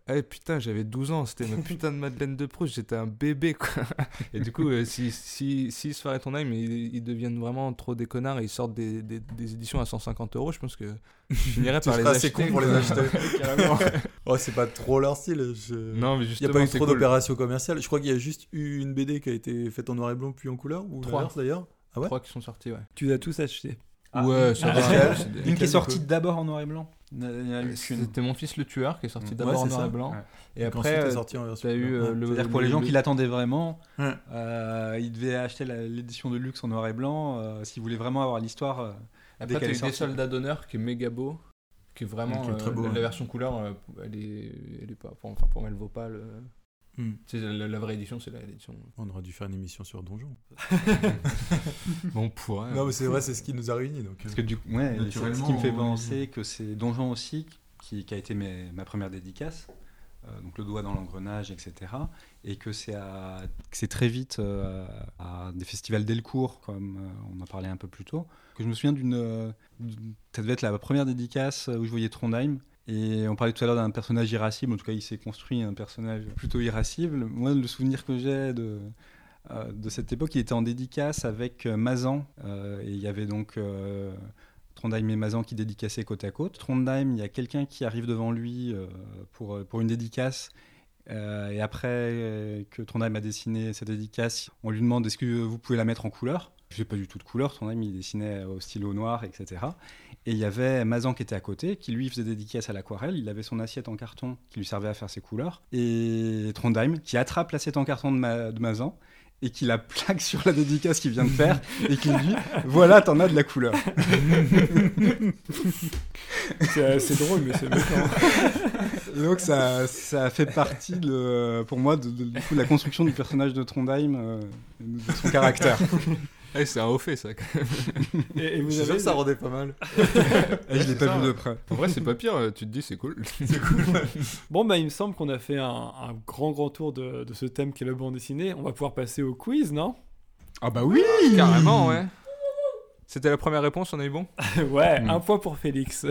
Speaker 2: Eh putain, j'avais 12 ans, c'était ma putain de Madeleine de Proust, j'étais un bébé quoi. Et du coup, euh, si, si, si se ferait ton âme, ils, ils deviennent vraiment trop des connards et ils sortent des, des- des éditions à 150 euros, je pense que je finirais
Speaker 6: Tu
Speaker 2: par les
Speaker 6: seras
Speaker 2: acheter.
Speaker 6: assez con pour les
Speaker 2: quoi.
Speaker 6: acheter. oh, c'est pas trop leur style. Je...
Speaker 2: Non, mais
Speaker 6: Il n'y
Speaker 2: justement,
Speaker 6: a pas eu
Speaker 2: c'est
Speaker 6: trop
Speaker 2: cool.
Speaker 6: d'opérations commerciales. Je crois qu'il y a juste eu une BD qui a été faite en noir et blanc puis en couleur, ou
Speaker 2: Trois.
Speaker 6: l'inverse d'ailleurs. Ah ouais
Speaker 2: Trois qui sont sortis, ouais.
Speaker 1: Tu les as tous achetés.
Speaker 2: ouais, ça
Speaker 3: Ah,
Speaker 2: va. c'est des-
Speaker 3: Une qui est
Speaker 6: Lesquelles,
Speaker 3: sortie d'abord en noir et blanc. Il y en a eu qu'une.
Speaker 2: C'était mon fils le tueur qui est sorti
Speaker 6: Ouais,
Speaker 2: d'abord en
Speaker 6: c'est
Speaker 2: noir
Speaker 6: ça.
Speaker 2: et blanc.
Speaker 3: Ouais.
Speaker 2: Et
Speaker 6: Donc
Speaker 2: après,
Speaker 6: ensuite, elle est
Speaker 2: euh,
Speaker 6: sortie en version
Speaker 2: t'as eu
Speaker 6: couleur.
Speaker 2: euh, le.
Speaker 3: C'est-à-dire pour les gens qui l'attendaient vraiment,
Speaker 6: Ouais.
Speaker 3: euh, ils devaient acheter la- l'édition de luxe en noir et blanc euh, s'ils voulaient vraiment avoir l'histoire. euh.
Speaker 2: Après, t'as
Speaker 3: qu'elle est
Speaker 2: eu des
Speaker 3: sortie.
Speaker 2: soldats d'honneur qui est méga beau, qui est vraiment.
Speaker 6: Qui est très
Speaker 2: euh,
Speaker 6: beau,
Speaker 2: la,
Speaker 6: ouais.
Speaker 2: la version couleur, euh, elle est, elle est pas. Pour, enfin, pour moi, elle vaut pas le.
Speaker 6: Hmm.
Speaker 2: Tu sais, la, la vraie édition, c'est la édition.
Speaker 6: On aurait dû faire une émission sur Donjon.
Speaker 2: bon, pour.
Speaker 6: Non, mais c'est vrai, c'est ce qui nous a réunis. Donc, euh.
Speaker 3: Parce que du coup, ouais, c'est
Speaker 6: Naturellement,
Speaker 3: ce qui me fait
Speaker 6: on-
Speaker 3: penser que c'est Donjon aussi qui, qui a été mes- ma première dédicace, euh, donc le doigt dans l'engrenage, etc. Et que c'est à- que c'est très vite euh, à des festivals Delcourt, comme euh, on en parlait un peu plus tôt, que je me souviens d'une. euh, d'une- ça devait être la première dédicace euh, où je voyais Trondheim. Et on parlait tout à l'heure d'un personnage irascible, en tout cas il s'est construit un personnage plutôt irascible. Moi, le souvenir que j'ai de, euh, de cette époque. Il était en dédicace avec euh, Mazan. euh, et il y avait donc euh, Trondheim et Mazan qui dédicassaient côte à côte. Trondheim, il y a quelqu'un qui arrive devant lui euh, pour, euh, pour une dédicace. Euh, et après euh, que Trondheim a dessiné sa dédicace, on lui demande est-ce que vous pouvez la mettre en couleur Je n'ai pas du tout de couleur. Trondheim, il dessinait au stylo noir, etc. Et il y avait Mazan qui était à côté, qui lui faisait dédicace à l'aquarelle. Il avait son assiette en carton qui lui servait à faire ses couleurs. Et Trondheim qui attrape l'assiette en carton de, Ma- de Mazan et qui la plaque sur la dédicace qu'il vient de faire et qui lui dit voilà t'en as de la couleur
Speaker 1: C'est euh, c'est drôle, mais c'est méchant.
Speaker 3: Et donc ça, ça fait partie de- pour moi de, de- du coup, de la construction du personnage de Trondheim euh, de son caractère
Speaker 2: Eh, c'est un haut fait ça.
Speaker 1: Et, et
Speaker 6: Je
Speaker 1: vous
Speaker 6: suis sûr
Speaker 1: avez.
Speaker 6: que ça rendait pas mal.
Speaker 3: et je l'ai
Speaker 6: c'est
Speaker 3: pas
Speaker 6: ça.
Speaker 3: vu de près
Speaker 2: En vrai, c'est pas pire, euh, tu te dis c'est cool.
Speaker 1: Bon, bah, il me semble qu'on a fait un, un grand, grand tour de, de ce thème qu'est le bande dessinée. On va pouvoir passer au quiz, non
Speaker 3: ah bah oui
Speaker 2: Carrément, ouais. C'était la première réponse, on a eu bon
Speaker 1: Ouais,
Speaker 2: Mm.
Speaker 1: un point pour Félix.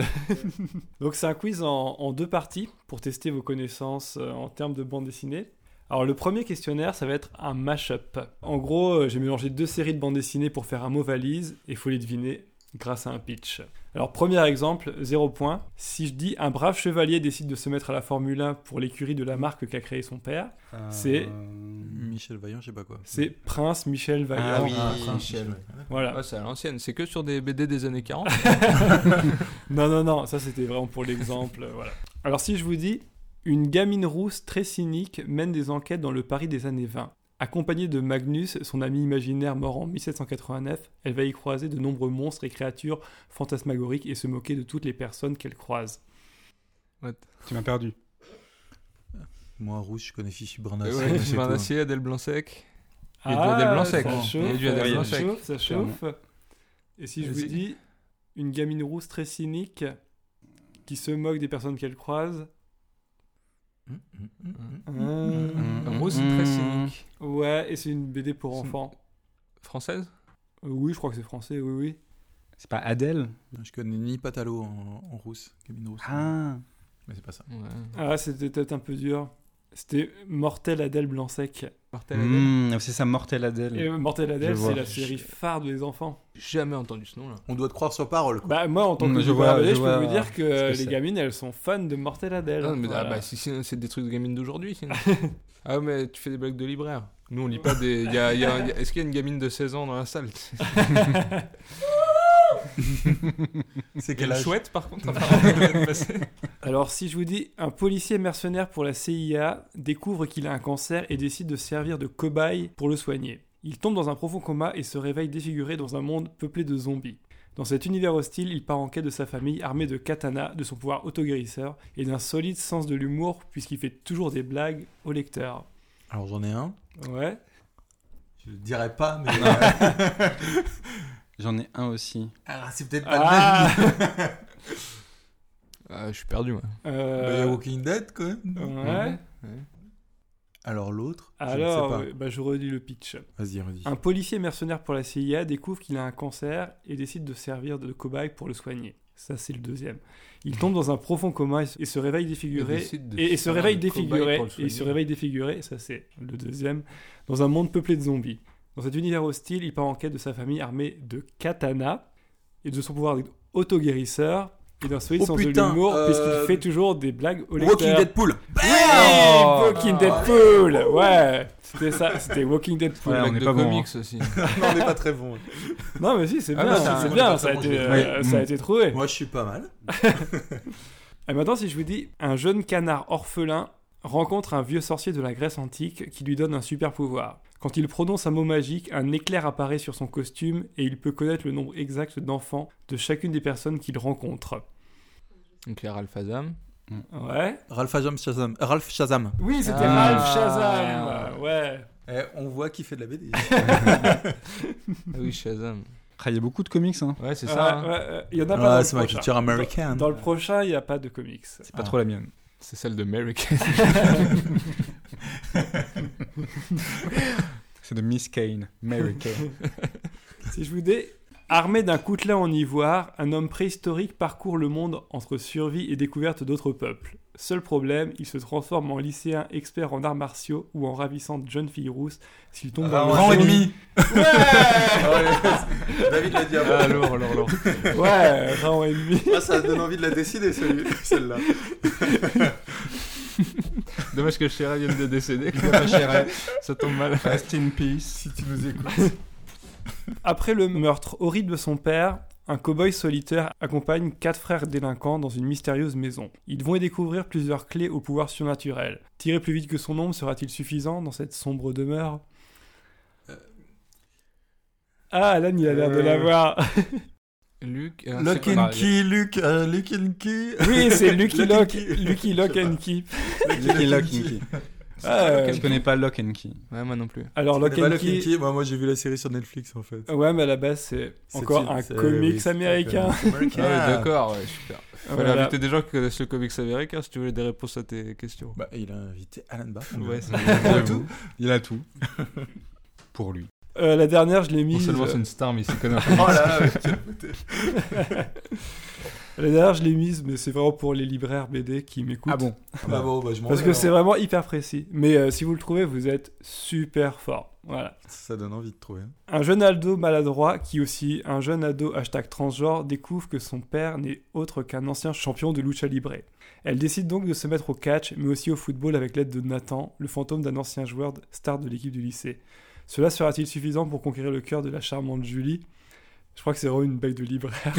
Speaker 1: Donc c'est un quiz en, en deux parties pour tester vos connaissances euh, en termes de bande dessinée. Alors le premier questionnaire, ça va être un mash-up. En gros, euh, j'ai mélangé deux séries de bandes dessinées pour faire un mot valise et faut les deviner grâce à un pitch. Alors premier exemple, 0 point. Si je dis un brave chevalier décide de se mettre à la Formule 1 pour l'écurie de la marque qu'a créée son père,
Speaker 3: Euh,
Speaker 1: C'est-
Speaker 2: Mm.
Speaker 6: Michel Vaillant, je sais pas quoi.
Speaker 1: c'est Prince Michel
Speaker 2: Bah,
Speaker 1: Vaillant.
Speaker 6: Ah oui,
Speaker 7: Michel.
Speaker 1: Voilà.
Speaker 2: Ah, c'est à l'ancienne, c'est que sur des BD des années 40.
Speaker 1: Non, non, non, ça c'était vraiment pour l'exemple. euh, voilà. Alors si je vous dis, une gamine rousse très cynique mène des enquêtes dans le Paris des années 20. Accompagnée de Magnus, son ami imaginaire mort en 1789, elle va y croiser de nombreux monstres et créatures fantasmagoriques et se moquer de toutes les personnes qu'elle croise.
Speaker 3: tu m'as perdu
Speaker 6: Moi, en rouge, je connais Fifi Barnasse.
Speaker 2: Eh Ouais,
Speaker 6: c'est
Speaker 2: Sylvain
Speaker 6: tout.
Speaker 2: Dacier, Adèle Blanc-Sec. Il y a du Adèle
Speaker 1: Ah,
Speaker 2: Blanc-Sec.
Speaker 1: ça
Speaker 2: Il y a
Speaker 1: chauffe,
Speaker 2: du Adèle
Speaker 3: Oui,
Speaker 1: ça
Speaker 2: Blanc-Sec.
Speaker 1: chauffe, ça chauffe. Et si je vous
Speaker 2: Vas-y.
Speaker 1: dis, une gamine rousse très cynique qui se moque des personnes qu'elle croise.
Speaker 6: Hum, hum, hum,
Speaker 1: euh,
Speaker 3: Mm.
Speaker 2: Rose
Speaker 3: Mm.
Speaker 2: très cynique.
Speaker 1: Ouais, et c'est une BD pour
Speaker 2: C'est-
Speaker 1: enfants.
Speaker 2: Française
Speaker 1: Euh, Oui, je crois que c'est français, oui, oui.
Speaker 3: c'est pas Adèle
Speaker 6: hum. Je connais ni Patalo en, en rousse, Camille Rousse.
Speaker 3: ah
Speaker 6: Mais c'est pas ça.
Speaker 2: Ouais.
Speaker 1: Ah, c'était peut-être un peu dur. C'était Mortel Adèle Blanc-Sec.
Speaker 2: Martel Adèle
Speaker 3: Mm, c'est sa mortelle Adèle
Speaker 1: Et Mortel
Speaker 3: Je
Speaker 1: Adèle,
Speaker 3: vois.
Speaker 1: c'est la série phare des enfants.
Speaker 2: Jamais entendu ce nom là.
Speaker 6: On doit te croire sur parole, quoi.
Speaker 1: Bah, moi, en tant que
Speaker 3: Mm, je
Speaker 1: je,
Speaker 3: vois,
Speaker 1: je,
Speaker 3: je
Speaker 1: peux
Speaker 3: vois
Speaker 1: vous dire que,
Speaker 3: que
Speaker 1: les
Speaker 3: c'est.
Speaker 1: gamines, elles sont fans de Mortel Adèle.
Speaker 2: Ah, mais, ah,
Speaker 1: Voilà.
Speaker 2: bah, si, si, c'est des trucs de gamine d'aujourd'hui. sinon. ah, mais tu fais des blagues de libraire. Nous, on lit pas des. y a- y a- y a- Est-ce qu'il y a une gamine de 16 ans dans la salle
Speaker 6: C'est
Speaker 2: Quelle
Speaker 6: âge
Speaker 2: chouette, par contre. apparemment, passer.
Speaker 1: Alors, si je vous dis un policier mercenaire pour la CIA découvre qu'il a un cancer et décide de servir de cobaye pour le soigner. Il tombe dans un profond coma et se réveille défiguré dans un monde peuplé de zombies. Dans cet univers hostile, il part en quête de sa famille armé de katana, de son pouvoir autoguérisseur et d'un solide sens de l'humour puisqu'il fait toujours des blagues au lecteur.
Speaker 6: Alors j'en ai un.
Speaker 1: Ouais.
Speaker 6: Je le dirais pas, mais.
Speaker 3: j'en ai un aussi
Speaker 6: ah, c'est peut-être pas
Speaker 1: Ah
Speaker 2: Ah, je suis perdu, moi.
Speaker 6: le
Speaker 1: Euh,
Speaker 6: même. Bah, il y a Walking Dead, quand
Speaker 2: Euh,
Speaker 6: même.
Speaker 1: Ouais.
Speaker 6: Alors l'autre.
Speaker 1: Alors,
Speaker 6: Je ne sais
Speaker 1: euh, bah, je redis le pitch.
Speaker 6: pas. Vas-y, redis.
Speaker 1: Un policier mercenaire pour la CIA découvre qu'il a un cancer et décide de servir de cobaye pour le soigner. Ça, c'est le deuxième. Il tombe dans un profond coma et se- et se réveille
Speaker 2: Il
Speaker 1: défiguré.
Speaker 2: décide de
Speaker 1: Et, et se
Speaker 2: faire
Speaker 1: réveille
Speaker 2: un cobaye
Speaker 1: défiguré.
Speaker 2: pour le
Speaker 1: Et il se
Speaker 2: soigner.
Speaker 1: réveille défiguré, ça c'est le deuxième. Dans un monde peuplé de zombies. Dans cet univers hostile, il part en quête de sa famille armée de katana et de son pouvoir auto-guérisseur et d'un solide
Speaker 6: Oh,
Speaker 1: sens de
Speaker 6: putain,
Speaker 1: l'humour
Speaker 6: euh,
Speaker 1: puisqu'il fait toujours des blagues au lecteur.
Speaker 6: Walking Deadpool.
Speaker 1: Ouais, Walking Deadpool Ouais C'était ça, c'était Walking Deadpool.
Speaker 3: Ouais, on
Speaker 2: Blague
Speaker 3: est
Speaker 2: de
Speaker 3: pas bon,
Speaker 2: comics aussi.
Speaker 6: non, on n'est pas très bon.
Speaker 1: Non mais si, c'est
Speaker 2: Ah
Speaker 1: bien,
Speaker 2: bah, c'est-
Speaker 1: c'est
Speaker 6: moi,
Speaker 1: bien,
Speaker 6: j'ai
Speaker 1: ça a,
Speaker 6: pas
Speaker 1: été,
Speaker 6: mangé.
Speaker 1: euh,
Speaker 3: Oui.
Speaker 1: ça a été trouvé.
Speaker 6: Moi, je suis pas mal.
Speaker 1: Et maintenant si je vous dis, un jeune canard orphelin rencontre un vieux sorcier de la Grèce antique qui lui donne un super pouvoir. Quand il prononce un mot magique, un éclair apparaît sur son costume et il peut connaître le nombre exact d'enfants de chacune des personnes qu'il rencontre.
Speaker 2: Donc, il y a Ralph Azam.
Speaker 1: Ouais
Speaker 6: Ralph Shazam. Shazam. Ralph Shazam.
Speaker 1: Oui, c'était
Speaker 2: Ah.
Speaker 1: Ralph Shazam Ouais
Speaker 6: Eh, on voit qui fait de la BD.
Speaker 2: Ah oui, Shazam.
Speaker 3: Ah, il y a beaucoup de comics hein.
Speaker 2: Ouais, c'est
Speaker 1: Ouais,
Speaker 2: ça. hein.
Speaker 1: ouais, euh, Il y en a pas
Speaker 6: Ah,
Speaker 1: dans
Speaker 6: c'est
Speaker 1: le
Speaker 6: ma
Speaker 1: prochain.
Speaker 6: culture américaine.
Speaker 1: Dans le prochain, il n'y a pas de comics.
Speaker 3: c'est pas trop la mienne
Speaker 2: C'est celle de Mary Kay.
Speaker 3: c'est de Miss Kane Mary Kane
Speaker 1: Si je vous dis, armé d'un coutelas en ivoire, un homme préhistorique parcourt le monde entre survie et découverte d'autres peuples. Seul problème, il se transforme en lycéen expert en arts martiaux ou en ravissante jeune fille rousse s'il tombe dans le
Speaker 3: Grand
Speaker 1: jaune.
Speaker 3: ennemi
Speaker 6: Ah, Ouais. Ah, David l'a dit avant.
Speaker 2: alors, alors, alors.
Speaker 1: Ouais, grand ennemi.
Speaker 6: Ah, ça donne envie de la décider, celui- celle-là.
Speaker 2: Dommage que Chéra vienne de décéder. Ça tombe mal.
Speaker 3: Rest in peace.
Speaker 6: Si tu nous écoutes.
Speaker 1: Après le meurtre horrible de son père, un cow-boy solitaire accompagne quatre frères délinquants dans une mystérieuse maison. Ils vont y découvrir plusieurs clés au pouvoir surnaturel. Tirer plus vite que son ombre sera-t-il suffisant dans cette sombre demeure Ah, Alan, il a l'air de
Speaker 6: Euh.
Speaker 1: l'avoir.
Speaker 2: Luc. euh,
Speaker 6: Lock
Speaker 2: c'est-
Speaker 6: and
Speaker 2: bah,
Speaker 6: key, Luke, euh, Luke and key.
Speaker 1: Oui, c'est Lucky
Speaker 6: Lucky
Speaker 1: Lock,
Speaker 6: Key.
Speaker 1: Lucky Lock
Speaker 6: Je sais
Speaker 1: and Key.
Speaker 3: Lucky Lock and Key.
Speaker 1: Ah, euh,
Speaker 3: Je connais pas Lock and Key.
Speaker 2: Ouais, moi non plus.
Speaker 1: alors Lock and Key.
Speaker 6: Moi, moi, j'ai vu la série sur Netflix en fait.
Speaker 1: Ouais, mais à la base, c'est
Speaker 6: C'est-
Speaker 1: encore un
Speaker 6: c'est- oui,
Speaker 1: comics
Speaker 6: c'est-
Speaker 1: américain.
Speaker 2: Ah, ouais, d'accord, ouais, super. Fallait
Speaker 1: Voilà.
Speaker 2: inviter des gens qui connaissent le comics américain si tu voulais des réponses à tes questions.
Speaker 6: Bah, il a invité Alan Barr.
Speaker 2: Ouais, c'est
Speaker 3: J'avoue, Il a tout. Pour lui.
Speaker 1: Euh, la dernière, je l'ai mise. euh,
Speaker 2: une star, mais c'est comme
Speaker 6: Oh là là, quelle beauté.
Speaker 1: La dernière, je l'ai mise, mais c'est vraiment pour les libraires BD qui m'écoutent.
Speaker 2: Ah
Speaker 3: bon
Speaker 6: Bah bon, bah, je m'en
Speaker 1: Parce
Speaker 6: vais,
Speaker 1: que
Speaker 6: alors.
Speaker 1: c'est vraiment hyper précis. Mais euh, si vous le trouvez, vous êtes super fort. Voilà.
Speaker 6: Ça donne envie de trouver. hein.
Speaker 1: Un jeune ado maladroit qui aussi, un jeune ado hashtag transgenre, découvre que son père n'est autre qu'un ancien champion de lucha libre. Elle décide donc de se mettre au catch, mais aussi au football avec l'aide de Nathan, le fantôme d'un ancien joueur de- star de l'équipe du lycée. Cela sera-t-il suffisant pour conquérir le cœur de la charmante Julie Je crois que c'est vraiment une blague de libraire.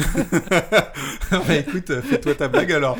Speaker 6: bah écoute, euh, fais-toi ta blague alors.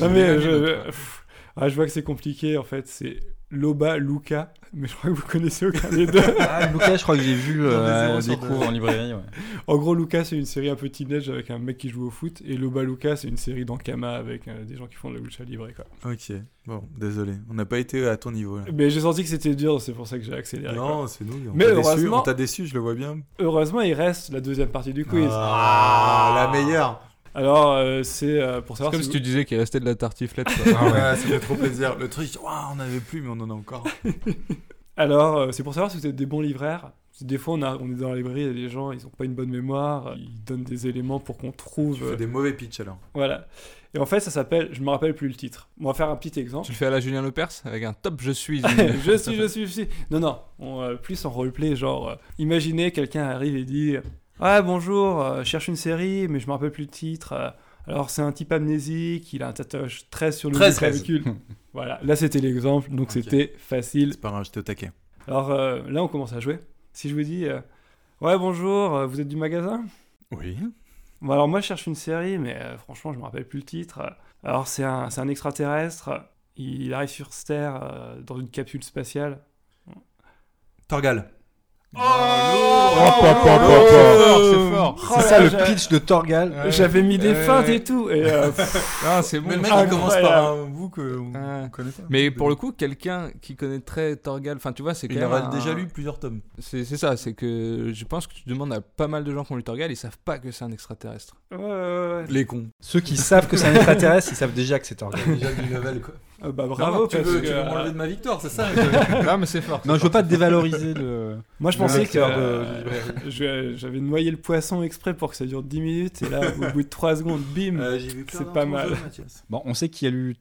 Speaker 1: non mais je, je- pff. Ah, je vois que c'est compliqué en fait, c'est Loba, Luca, mais je crois que vous connaissez aucun des deux.
Speaker 3: Ah, Lucas, je crois que j'ai vu euh,
Speaker 6: zéro sur
Speaker 3: des
Speaker 6: deux.
Speaker 3: cours en librairie. ouais.
Speaker 1: En gros, Lucas, c'est une série un peu teenage avec un mec qui joue au foot. Et Loba Lucas, c'est une série d'Ankama avec euh, des gens qui font de la lucha libre. Quoi.
Speaker 6: Ok, bon, désolé. On n'a pas été à ton niveau là.
Speaker 1: Mais j'ai senti que c'était dur, c'est pour ça que j'ai accéléré. quoi.
Speaker 6: Non, c'est nous. on
Speaker 1: Mais
Speaker 6: t'a déçu,
Speaker 1: heureusement-
Speaker 6: On t'a déçu, je le vois bien.
Speaker 1: Heureusement, il reste la deuxième partie du quiz.
Speaker 6: Ah, la meilleure.
Speaker 1: Alors, euh, c'est euh, pour
Speaker 2: C'est
Speaker 1: savoir
Speaker 2: comme
Speaker 1: si,
Speaker 2: si
Speaker 1: vous-
Speaker 2: tu disais qu'il restait de la tartiflette. quoi.
Speaker 3: Ah ouais.
Speaker 6: ça fait trop plaisir. Le truc, waouh, on n'avait plus, mais on en a encore.
Speaker 1: Alors, euh, c'est pour savoir si vous êtes des bons livraires. Parce que Des fois, on, a- on est dans la librairie, il y a des gens, ils ont pas une bonne mémoire, ils donnent des éléments pour qu'on trouve.
Speaker 6: Tu fais
Speaker 1: euh,
Speaker 6: des mauvais pitchs alors.
Speaker 1: Voilà. Et en fait, ça s'appelle, je me rappelle plus le titre. On va faire un petit exemple.
Speaker 2: Tu le fais à la Julien Lepers avec un top je suis. Oh, une-
Speaker 1: je suis, je suis, je suis. Non, non, on, euh, plus en roleplay, genre, euh, imaginez quelqu'un arrive et dit Ah, bonjour, euh, je cherche une série, mais je me rappelle plus le titre. euh, alors, c'est un type amnésique, il a un tatouage 13 sur le
Speaker 6: 13,
Speaker 1: bout du clavicule. voilà, là c'était l'exemple, donc
Speaker 6: Ok.
Speaker 1: c'était facile.
Speaker 6: C'est pas grave, j'étais au taquet.
Speaker 1: Alors euh, là, on commence à jouer. Si je vous dis euh, Ouais, bonjour, euh, vous êtes du magasin
Speaker 6: Oui.
Speaker 1: Bon, alors moi, je cherche une série, mais euh, franchement, je me rappelle plus le titre. Euh, Alors, c'est un, c'est un extraterrestre, il arrive sur Terre euh, dans une capsule spatiale.
Speaker 6: Torgal.
Speaker 2: Oh,
Speaker 1: Oh
Speaker 2: C'est fort, c'est fort.
Speaker 1: là,
Speaker 3: C'est ça le
Speaker 1: j'a-
Speaker 3: pitch de Torgal.
Speaker 2: Ouais.
Speaker 1: J'avais mis des
Speaker 2: Ouais,
Speaker 1: feintes
Speaker 2: ouais.
Speaker 1: et tout. Et, euh, pff,
Speaker 2: Non, c'est bon.
Speaker 6: Mais le mec,
Speaker 1: Ah,
Speaker 6: il commence par un bout qu'on
Speaker 2: Ah.
Speaker 6: connaît pas.
Speaker 2: Mais pour le coup, quelqu'un qui connaîtrait Torgal, enfin tu vois, c'est quand
Speaker 6: il
Speaker 2: même
Speaker 6: aura
Speaker 2: un-
Speaker 6: déjà lu plusieurs tomes.
Speaker 2: C'est c'est ça, c'est que je pense que tu demandes à pas mal de gens qui ont lu Torgal, ils savent pas que c'est un extraterrestre.
Speaker 1: ouais, ouais, ouais.
Speaker 6: Les cons.
Speaker 3: Ceux qui savent que c'est un extraterrestre, ils savent déjà que c'est Torgal.
Speaker 6: Déjà du level quoi.
Speaker 1: Euh, bah, bravo,
Speaker 6: tu
Speaker 1: parce
Speaker 6: veux,
Speaker 1: que,
Speaker 6: tu veux
Speaker 1: euh,
Speaker 6: m'enlever de ma victoire, c'est ça
Speaker 2: non, mais c'est fort.
Speaker 3: Non, je veux pas dévaloriser le.
Speaker 1: moi je
Speaker 3: Le
Speaker 1: pensais que
Speaker 3: lecteur
Speaker 1: euh, je- j'avais noyé le poisson exprès pour que ça dure 10 minutes. Et là, au bout de 3 secondes, bim.
Speaker 6: Euh, j'ai vu plein
Speaker 1: C'est
Speaker 6: dans
Speaker 1: pas
Speaker 6: ton
Speaker 1: mal.
Speaker 6: jeu, Mathias.
Speaker 3: Bon, on sait qu'il y a lu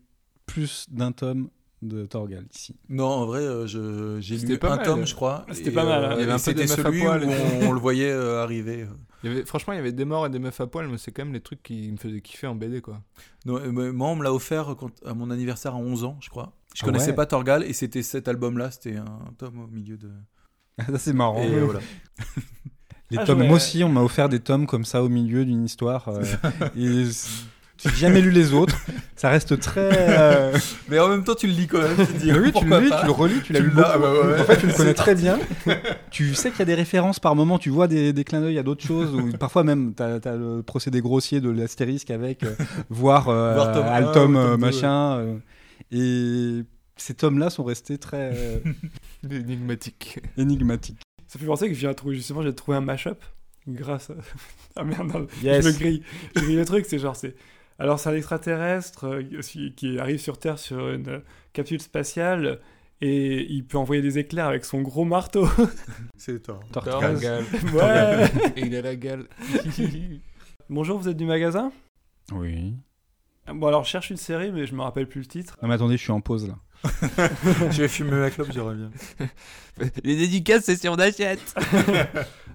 Speaker 3: plus d'un tome de Torgal ici.
Speaker 6: Non, en vrai, euh, je- j'ai
Speaker 2: C'était
Speaker 6: lu
Speaker 2: pas
Speaker 6: un
Speaker 2: mal.
Speaker 6: tome, je crois.
Speaker 1: C'était
Speaker 6: et,
Speaker 1: pas mal, hein.
Speaker 6: euh,
Speaker 2: Il y avait
Speaker 6: et
Speaker 2: un peu
Speaker 6: C'était
Speaker 2: des meufs à
Speaker 6: celui où
Speaker 2: poil et
Speaker 6: on, on le voyait euh, arriver.
Speaker 2: Il y avait- franchement, il y avait des morts et des meufs à poil, mais c'est quand même les trucs qui me faisaient kiffer en BD, quoi.
Speaker 6: Non, euh, mais moi, on me l'a offert quand- à mon anniversaire à 11 ans, je crois. Je
Speaker 3: Ah
Speaker 6: connaissais
Speaker 3: ouais.
Speaker 6: pas Torgal et c'était cet album-là, c'était un tome au milieu de.
Speaker 3: ça, c'est marrant.
Speaker 6: Et euh, voilà.
Speaker 3: Les
Speaker 1: Ah,
Speaker 3: tomes,
Speaker 1: j'aurais-
Speaker 3: moi aussi, on m'a offert des tomes comme ça au milieu d'une histoire. euh, et c- j'ai jamais lu les autres. Ça reste très. euh,
Speaker 6: Mais en même temps, tu le lis quand même. Tu te dis,
Speaker 3: Mais Ah oui, tu
Speaker 6: pourquoi
Speaker 3: le lis,
Speaker 6: pas
Speaker 3: tu le relis, tu l'as
Speaker 6: Tu
Speaker 3: lu.
Speaker 6: l'as,
Speaker 3: beaucoup.
Speaker 6: bah ouais, ouais.
Speaker 3: En fait, tu le connais très bien. tu sais qu'il y a des références par moment, tu vois des, des clins d'œil à d'autres choses, ou parfois même, tu as, le procédé grossier de l'astérisque avec euh, voir, euh,
Speaker 6: Voir tome un,
Speaker 3: Altom,
Speaker 6: ou tome
Speaker 3: euh,
Speaker 6: deux,
Speaker 3: machin. euh, et ces tomes-là sont restés très euh,
Speaker 2: Énigmatique.
Speaker 3: énigmatiques.
Speaker 1: Ça fait penser que j'ai trouvé, justement, j'ai trouvé un mashup grâce à. ah merde, non,
Speaker 3: Yes.
Speaker 1: je me grille. Je grille le truc, c'est genre, c'est. Alors, c'est un extraterrestre euh, qui- qui arrive sur Terre sur une euh, capsule spatiale et il peut envoyer des éclairs avec son gros marteau.
Speaker 6: C'est toi.
Speaker 3: Torgal.
Speaker 1: ouais.
Speaker 2: Et il a la gale.
Speaker 1: Bonjour, vous êtes du magasin
Speaker 3: Oui.
Speaker 1: Bon, alors, je cherche une série, mais je me rappelle plus le titre.
Speaker 3: Non mais attendez, je suis en pause là.
Speaker 6: je vais fumer ma clope, je reviens.
Speaker 2: Les dédicaces, c'est si on achète.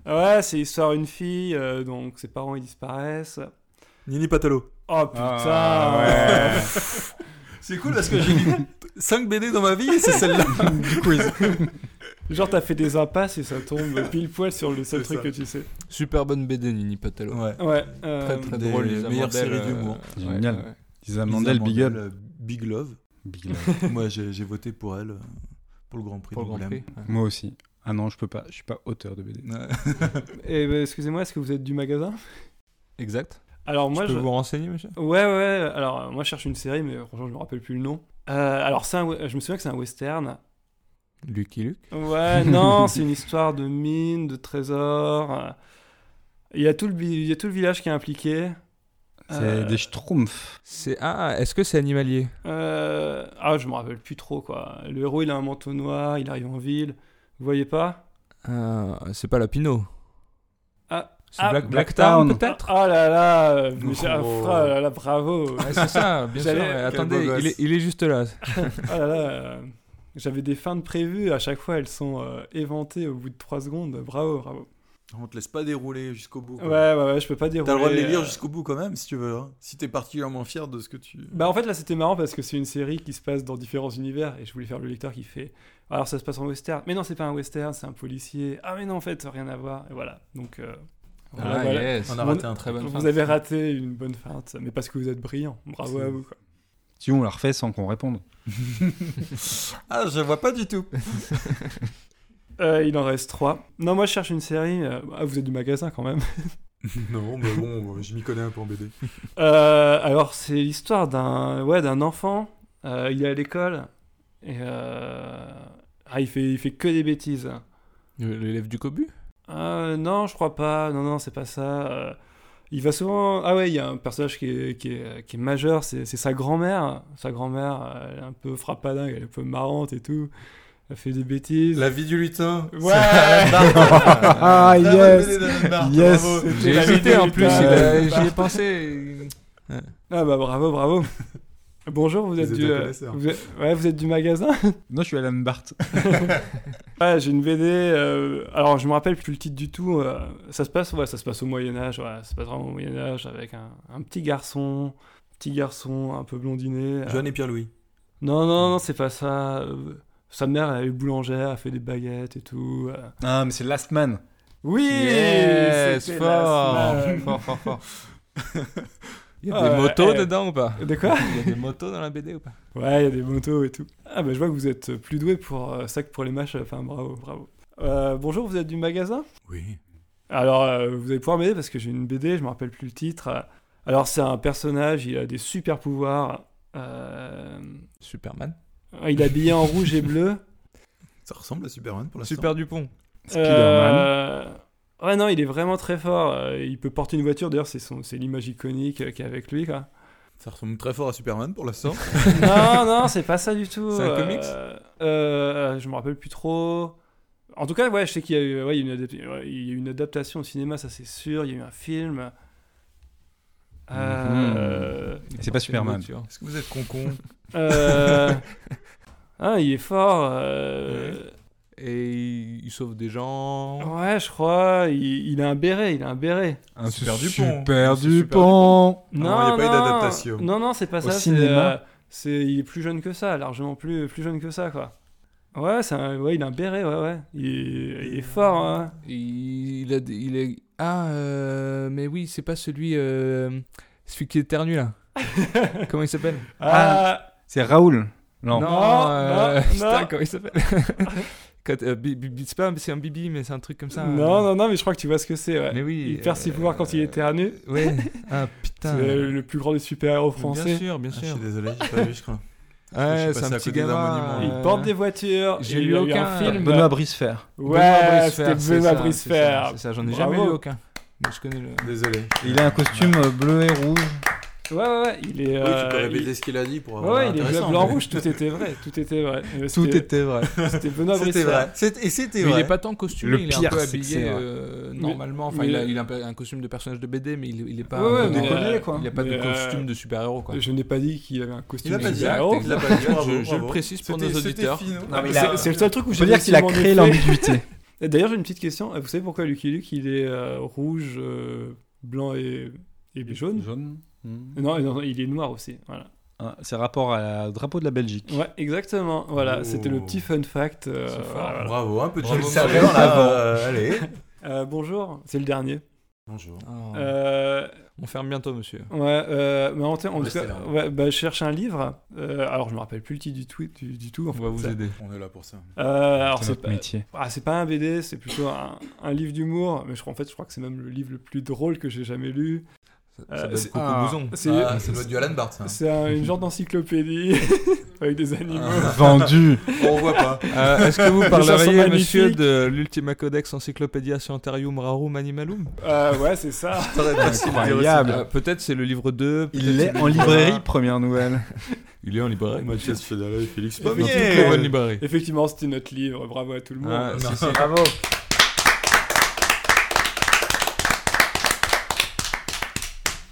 Speaker 1: Ouais, c'est l'histoire d'une fille, euh, donc ses parents ils disparaissent.
Speaker 6: Nini Patalo.
Speaker 1: Oh putain
Speaker 3: Ah,
Speaker 6: C'est cool parce que j'ai lu 5 BD dans ma vie et c'est celle-là.
Speaker 3: Du quiz.
Speaker 1: Genre, t'as fait des impasses et ça tombe pile poil sur le seul
Speaker 6: C'est
Speaker 1: truc
Speaker 6: ça.
Speaker 1: que tu sais.
Speaker 2: Super bonne BD, Nini Patalo.
Speaker 6: Ouais.
Speaker 1: Ouais. euh,
Speaker 2: Très très
Speaker 6: Des
Speaker 2: drôle. les euh,
Speaker 6: meilleures
Speaker 2: Amandelles,
Speaker 6: séries d'humour.
Speaker 3: Génial. Lisa Mandel,
Speaker 6: Lisa
Speaker 3: big up.
Speaker 6: Mandel, euh, Big Love.
Speaker 3: Big up.
Speaker 6: Moi, j'ai j'ai voté pour elle euh, pour le Grand Prix
Speaker 2: Pour le
Speaker 6: de
Speaker 2: Grand
Speaker 6: Angoulême.
Speaker 2: Prix. ouais.
Speaker 3: Moi aussi. Ah non, je peux pas. Je suis pas auteur de BD.
Speaker 6: Ouais.
Speaker 1: et, bah, excusez-moi, est-ce que vous êtes du magasin
Speaker 2: Exact.
Speaker 1: Alors, moi,
Speaker 2: je peux
Speaker 1: je.
Speaker 2: vous renseigner, monsieur
Speaker 1: Ouais, ouais, alors euh, moi je cherche une série, mais euh, franchement je me rappelle plus le nom. Euh, alors c'est un we- je me souviens que c'est un western.
Speaker 2: Lucky Luke.
Speaker 1: Ouais, non, c'est une histoire de mine, de trésor. euh. Il y, a tout le, bi- il y a tout le village qui est impliqué.
Speaker 3: C'est
Speaker 1: Euh,
Speaker 3: des schtroumpfs.
Speaker 2: C'est ah, est-ce que c'est animalier
Speaker 1: euh, Ah, je me rappelle plus trop quoi. Le héros il a un manteau noir, il arrive en ville. Vous voyez pas
Speaker 2: Ah, C'est pas Lapino.
Speaker 1: Ah,
Speaker 2: C'est
Speaker 1: ah,
Speaker 2: Black,
Speaker 3: Black
Speaker 2: Town,
Speaker 3: Town.
Speaker 2: peut-être.
Speaker 1: Ah là là, euh, mais j'ai- ah,
Speaker 6: Oh.
Speaker 1: fra- là là, bravo.
Speaker 2: Ouais, c'est ça, bien sûr.
Speaker 1: Ah. J'allais-
Speaker 2: ouais.
Speaker 1: Quel
Speaker 2: Attendez,
Speaker 6: beau
Speaker 2: il est,
Speaker 6: gosse.
Speaker 2: il est juste là.
Speaker 1: Ah là là, euh, j'avais des fins de prévues, à chaque fois elles sont euh, éventées au bout de 3 secondes. Bravo, bravo.
Speaker 6: On te laisse pas dérouler jusqu'au bout.
Speaker 1: Ouais,
Speaker 6: quoi.
Speaker 1: ouais, ouais, je peux pas dire.
Speaker 6: T'as le droit de les lire
Speaker 1: euh,
Speaker 6: jusqu'au bout quand même, si tu veux. hein. Si t'es particulièrement fier de ce que tu.
Speaker 1: Bah, en fait, là, c'était marrant parce que c'est une série qui se passe dans différents univers et je voulais faire le lecteur qui fait. Alors, ça se passe en western. Mais non, c'est pas un western, c'est un policier. Ah, mais non, en fait, rien à voir. Et voilà. Donc, euh, voilà,
Speaker 2: Ah,
Speaker 1: voilà.
Speaker 2: yes.
Speaker 6: On a raté un
Speaker 2: très bonne fin.
Speaker 1: Vous avez raté une bonne feinte, mais parce que vous êtes brillant. Bravo à vous. quoi.
Speaker 3: Si on la refait sans qu'on réponde.
Speaker 6: Ah, je vois pas du tout.
Speaker 1: Euh, il en reste trois. Non, moi, je cherche une série. euh, Ah, vous êtes du magasin quand même.
Speaker 6: non, mais bon, euh, je m'y connais un peu en BD.
Speaker 1: Euh, alors, c'est l'histoire d'un ouais, d'un enfant. Euh, il est à l'école et euh, ah, il, fait, il fait que des bêtises.
Speaker 2: L'élève du cobu
Speaker 1: Euh, non, je crois pas. Non, non, c'est pas ça. Euh, il va souvent. Ah ouais, il y a un personnage qui est, qui est, qui est majeur, c'est c'est sa grand-mère. Sa grand-mère, euh, elle est un peu frappadingue, elle est un peu marrante et tout. Elle fait des bêtises.
Speaker 6: La vie du lutin.
Speaker 1: Ouais.
Speaker 3: Ah, yes. Yes.
Speaker 1: J'ai
Speaker 2: J'ai hésité
Speaker 1: hésité,
Speaker 2: en plus,
Speaker 1: putain.
Speaker 2: il a-
Speaker 1: bah.
Speaker 2: j'y ai pensé.
Speaker 1: euh, Ah bah bravo, bravo. Bonjour, vous êtes
Speaker 6: êtes
Speaker 1: du.
Speaker 6: un
Speaker 1: euh,
Speaker 6: connaisseur.
Speaker 1: vous êtes- ouais, vous êtes du magasin
Speaker 3: Non, je suis Alan Barth.
Speaker 1: Ouais, j'ai une BD. euh, alors, je me rappelle plus le titre du tout. euh, ça se passe, ouais, ça se passe au Moyen Âge. Ouais, ça se passe vraiment au Moyen Âge avec un, un petit garçon, petit garçon un peu blondiné. euh,
Speaker 6: Joanne et Pierre-Louis.
Speaker 1: Non, non, non, c'est pas ça. Euh, Sa mère, elle est boulangère, elle fait des baguettes et tout. euh.
Speaker 3: Ah, mais c'est Last Man.
Speaker 1: Oui
Speaker 2: Yes,
Speaker 1: c'était
Speaker 2: fort.
Speaker 1: la semaine.
Speaker 2: fort, fort, fort. Il y a
Speaker 1: Ah,
Speaker 2: des
Speaker 1: ouais,
Speaker 2: motos
Speaker 1: eh.
Speaker 2: dedans ou pas
Speaker 1: De quoi
Speaker 2: Il y a des motos dans la BD ou pas
Speaker 1: Ouais, il y a des motos et tout. Ah bah je vois que vous êtes plus doué pour euh, ça que pour les matchs. Enfin, bravo, bravo. Euh, bonjour, vous êtes du magasin
Speaker 6: Oui.
Speaker 1: Alors, euh, vous allez pouvoir m'aider parce que j'ai une BD, je me rappelle plus le titre. Euh, Alors, c'est un personnage, il a des super pouvoirs. euh,
Speaker 2: Superman.
Speaker 1: Il est habillé en rouge et bleu.
Speaker 6: Ça ressemble à Superman pour l'instant.
Speaker 2: Super Dupont.
Speaker 3: Spider-Man.
Speaker 1: Euh, Ouais, non, il est vraiment très fort. Euh, Il peut porter une voiture. D'ailleurs, c'est son- c'est l'image iconique euh, qui est avec lui. Quoi.
Speaker 6: Ça ressemble très fort à Superman pour l'instant.
Speaker 1: non, non, c'est pas ça du tout.
Speaker 2: C'est un
Speaker 1: Euh,
Speaker 2: comics
Speaker 1: euh, Je me rappelle plus trop. En tout cas, ouais, je sais qu'il y a eu ouais, il y a eu une, adap- ouais, il y a eu une adaptation au cinéma, ça c'est sûr. Il y a eu un film. Euh,
Speaker 2: Il a
Speaker 3: Mhm. C'est pas
Speaker 2: porté une
Speaker 3: Superman.
Speaker 2: voiture.
Speaker 6: Est-ce que vous êtes concon
Speaker 1: euh, ah, il est fort. euh,
Speaker 2: Ouais. Et il il sauve des
Speaker 6: Oh.
Speaker 2: gens.
Speaker 1: Ouais, je crois. Il, il a un béret. Il a un béret.
Speaker 3: Un
Speaker 6: Super
Speaker 3: su-
Speaker 6: Dupont.
Speaker 3: Super
Speaker 6: Un Super
Speaker 3: Dupont.
Speaker 1: Non,
Speaker 6: non, il y a pas eu
Speaker 1: non,
Speaker 6: d'adaptation.
Speaker 1: Non, non, c'est pas ça. c'est,
Speaker 3: cinéma
Speaker 1: euh, C'est il est plus jeune que ça, largement plus plus jeune que ça, quoi. Ouais, c'est un- ouais, il a un béret, ouais, ouais. Il, est- il est fort. hein.
Speaker 2: Il, il a, des- il est. Ah, euh, mais oui, c'est pas celui, euh, celui qui éternue là. comment il s'appelle
Speaker 1: Ah,
Speaker 3: C'est Raoul. Non.
Speaker 1: Non,
Speaker 2: euh,
Speaker 1: non,
Speaker 2: putain,
Speaker 1: non.
Speaker 2: comment il s'appelle Quand, euh, bi- bi- bi- C'est pas un- c'est un bibi, mais c'est un truc comme ça. hein.
Speaker 1: non, non, non, mais je crois que tu vois ce que c'est. ouais.
Speaker 2: Mais oui.
Speaker 1: il perd ses
Speaker 2: euh,
Speaker 1: pouvoirs quand il éternue.
Speaker 2: Ouais. Ah
Speaker 1: C'est
Speaker 2: putain.
Speaker 1: le, le plus grand des super-héros
Speaker 2: Bien
Speaker 1: français.
Speaker 2: sûr, bien
Speaker 6: Ah, Je
Speaker 2: sûr.
Speaker 6: suis désolé, j'ai pas vu, je crois. je
Speaker 2: ouais, c'est
Speaker 6: suis passé
Speaker 2: un
Speaker 6: à
Speaker 2: petit
Speaker 6: côté d'un
Speaker 2: gamin.
Speaker 6: monument.
Speaker 1: Il porte des voitures.
Speaker 2: J'ai
Speaker 1: il
Speaker 2: lu
Speaker 1: a eu
Speaker 2: aucun,
Speaker 1: un
Speaker 2: euh,
Speaker 1: film.
Speaker 3: Benoît Brisefer.
Speaker 1: Ouais, c'était
Speaker 2: Bricefer, c'est
Speaker 1: Benoît
Speaker 2: ça,
Speaker 1: Bricefer.
Speaker 2: C'est ça, c'est ça, j'en ai
Speaker 1: Bravo.
Speaker 2: jamais lu aucun. Mais je connais le.
Speaker 6: Désolé.
Speaker 3: Il a un costume euh, bleu et rouge.
Speaker 1: Ouais, ouais, ouais, il est.
Speaker 6: Oui,
Speaker 1: euh,
Speaker 6: tu peux
Speaker 1: il-
Speaker 6: répéter ce qu'il a dit pour
Speaker 1: Ouais,
Speaker 6: avoir.
Speaker 1: ouais, il est bleu,
Speaker 6: intéressant,
Speaker 1: blanc,
Speaker 6: mais-
Speaker 1: rouge, tout était vrai, tout était vrai. Euh,
Speaker 3: Tout
Speaker 1: c'était-
Speaker 3: était vrai.
Speaker 1: C'était Benoît
Speaker 6: C'était
Speaker 1: Brière.
Speaker 6: vrai. C'est- Et c'était
Speaker 2: Mais
Speaker 6: vrai.
Speaker 2: il est pas tant costumé,
Speaker 3: Le
Speaker 2: il est un
Speaker 3: pire,
Speaker 2: peu
Speaker 3: c'est que
Speaker 2: habillé
Speaker 3: c'est vrai.
Speaker 2: euh,
Speaker 1: Mais-
Speaker 2: normalement. Enfin,
Speaker 1: mais-
Speaker 2: il, a, il a un, un costume de personnage de BD, mais il, il est pas.
Speaker 1: Ouais, ouais,
Speaker 2: euh,
Speaker 1: mais-
Speaker 2: il a-
Speaker 3: Décollier, quoi.
Speaker 2: Il a pas de
Speaker 1: Mais, euh,
Speaker 2: costume de super-héros, quoi.
Speaker 1: Je n'ai pas dit qu'il avait un
Speaker 6: Il
Speaker 1: costume
Speaker 6: l'a pas dit.
Speaker 2: Exact,
Speaker 1: super-héros.
Speaker 6: Bah, Il l'a pas dit. Bravo,
Speaker 2: Je- je
Speaker 6: bravo.
Speaker 2: le précise pour
Speaker 6: C'était-
Speaker 2: nos
Speaker 6: c'était
Speaker 2: auditeurs.
Speaker 6: finot.
Speaker 3: Non, mais il a-
Speaker 1: C'est c'est le seul truc où
Speaker 3: Je
Speaker 1: j'ai
Speaker 3: peux dire qu'il
Speaker 1: réussi
Speaker 3: a
Speaker 1: à m'en
Speaker 3: créé
Speaker 1: effet.
Speaker 3: l'ambiguïté.
Speaker 1: Et D'ailleurs, j'ai une petite question. Vous savez pourquoi Lucky Luke, il est euh, rouge, euh, blanc et, et jaune
Speaker 3: Jaune. Hmm.
Speaker 1: non, non, il est noir aussi. Voilà.
Speaker 3: Ah, C'est rapport à- au drapeau de la Belgique.
Speaker 1: Ouais, exactement. Voilà,
Speaker 6: Oh.
Speaker 1: c'était le petit fun fact. euh,
Speaker 2: C'est fort.
Speaker 1: voilà.
Speaker 6: Bravo, un peu de
Speaker 2: Bravo,
Speaker 6: James
Speaker 2: Mario.
Speaker 6: Cameron, là. Euh, Allez.
Speaker 1: Euh, bonjour, c'est le dernier.
Speaker 6: Bonjour.
Speaker 2: Ah,
Speaker 3: Oh.
Speaker 1: Euh,
Speaker 2: On ferme bientôt, monsieur.
Speaker 1: ouais, euh, mais en, tout- en tout
Speaker 6: Restez
Speaker 1: cas,
Speaker 6: là.
Speaker 1: ouais, bah, je cherche un livre. Euh, alors, je me rappelle plus le titre du, tweet, du, du tout.
Speaker 2: On va vous
Speaker 1: ça-
Speaker 2: aider.
Speaker 6: On est là pour ça.
Speaker 1: Euh, alors,
Speaker 3: C'est
Speaker 1: c'est
Speaker 3: notre
Speaker 1: pas,
Speaker 3: métier.
Speaker 1: Ah, c'est pas un BD, c'est plutôt un, un livre d'humour, mais je crois en fait, je crois que c'est même le livre le plus drôle que j'ai jamais lu.
Speaker 2: Ça-
Speaker 1: Euh,
Speaker 2: Ça doit
Speaker 1: c'est-
Speaker 2: être Coco
Speaker 3: ah.
Speaker 2: Bouson.
Speaker 1: C'est
Speaker 6: Ah, ça doit être du Alan Bart, ça.
Speaker 1: c'est un- une genre d'encyclopédie avec des animaux.
Speaker 2: Ah.
Speaker 3: Vendu.
Speaker 6: On voit pas.
Speaker 2: Euh, Est-ce que vous
Speaker 1: chansons
Speaker 2: parleriez,
Speaker 1: magnifiques.
Speaker 2: monsieur, de l'Ultima Codex Encyclopédia Scientarium Rarum Animalum
Speaker 1: Euh, ouais, c'est ça.
Speaker 3: Incroyable.
Speaker 2: Euh, Peut-être c'est le livre 2.
Speaker 3: Il est en librairie, première nouvelle.
Speaker 2: Il est en librairie.
Speaker 6: Mathias Fedala et Félix
Speaker 4: Oh,
Speaker 1: Pas bien.
Speaker 2: Dans une très bonne librairie.
Speaker 1: Effectivement, c'était notre livre. Bravo à tout le monde.
Speaker 2: Ah, si, si.
Speaker 3: Bravo.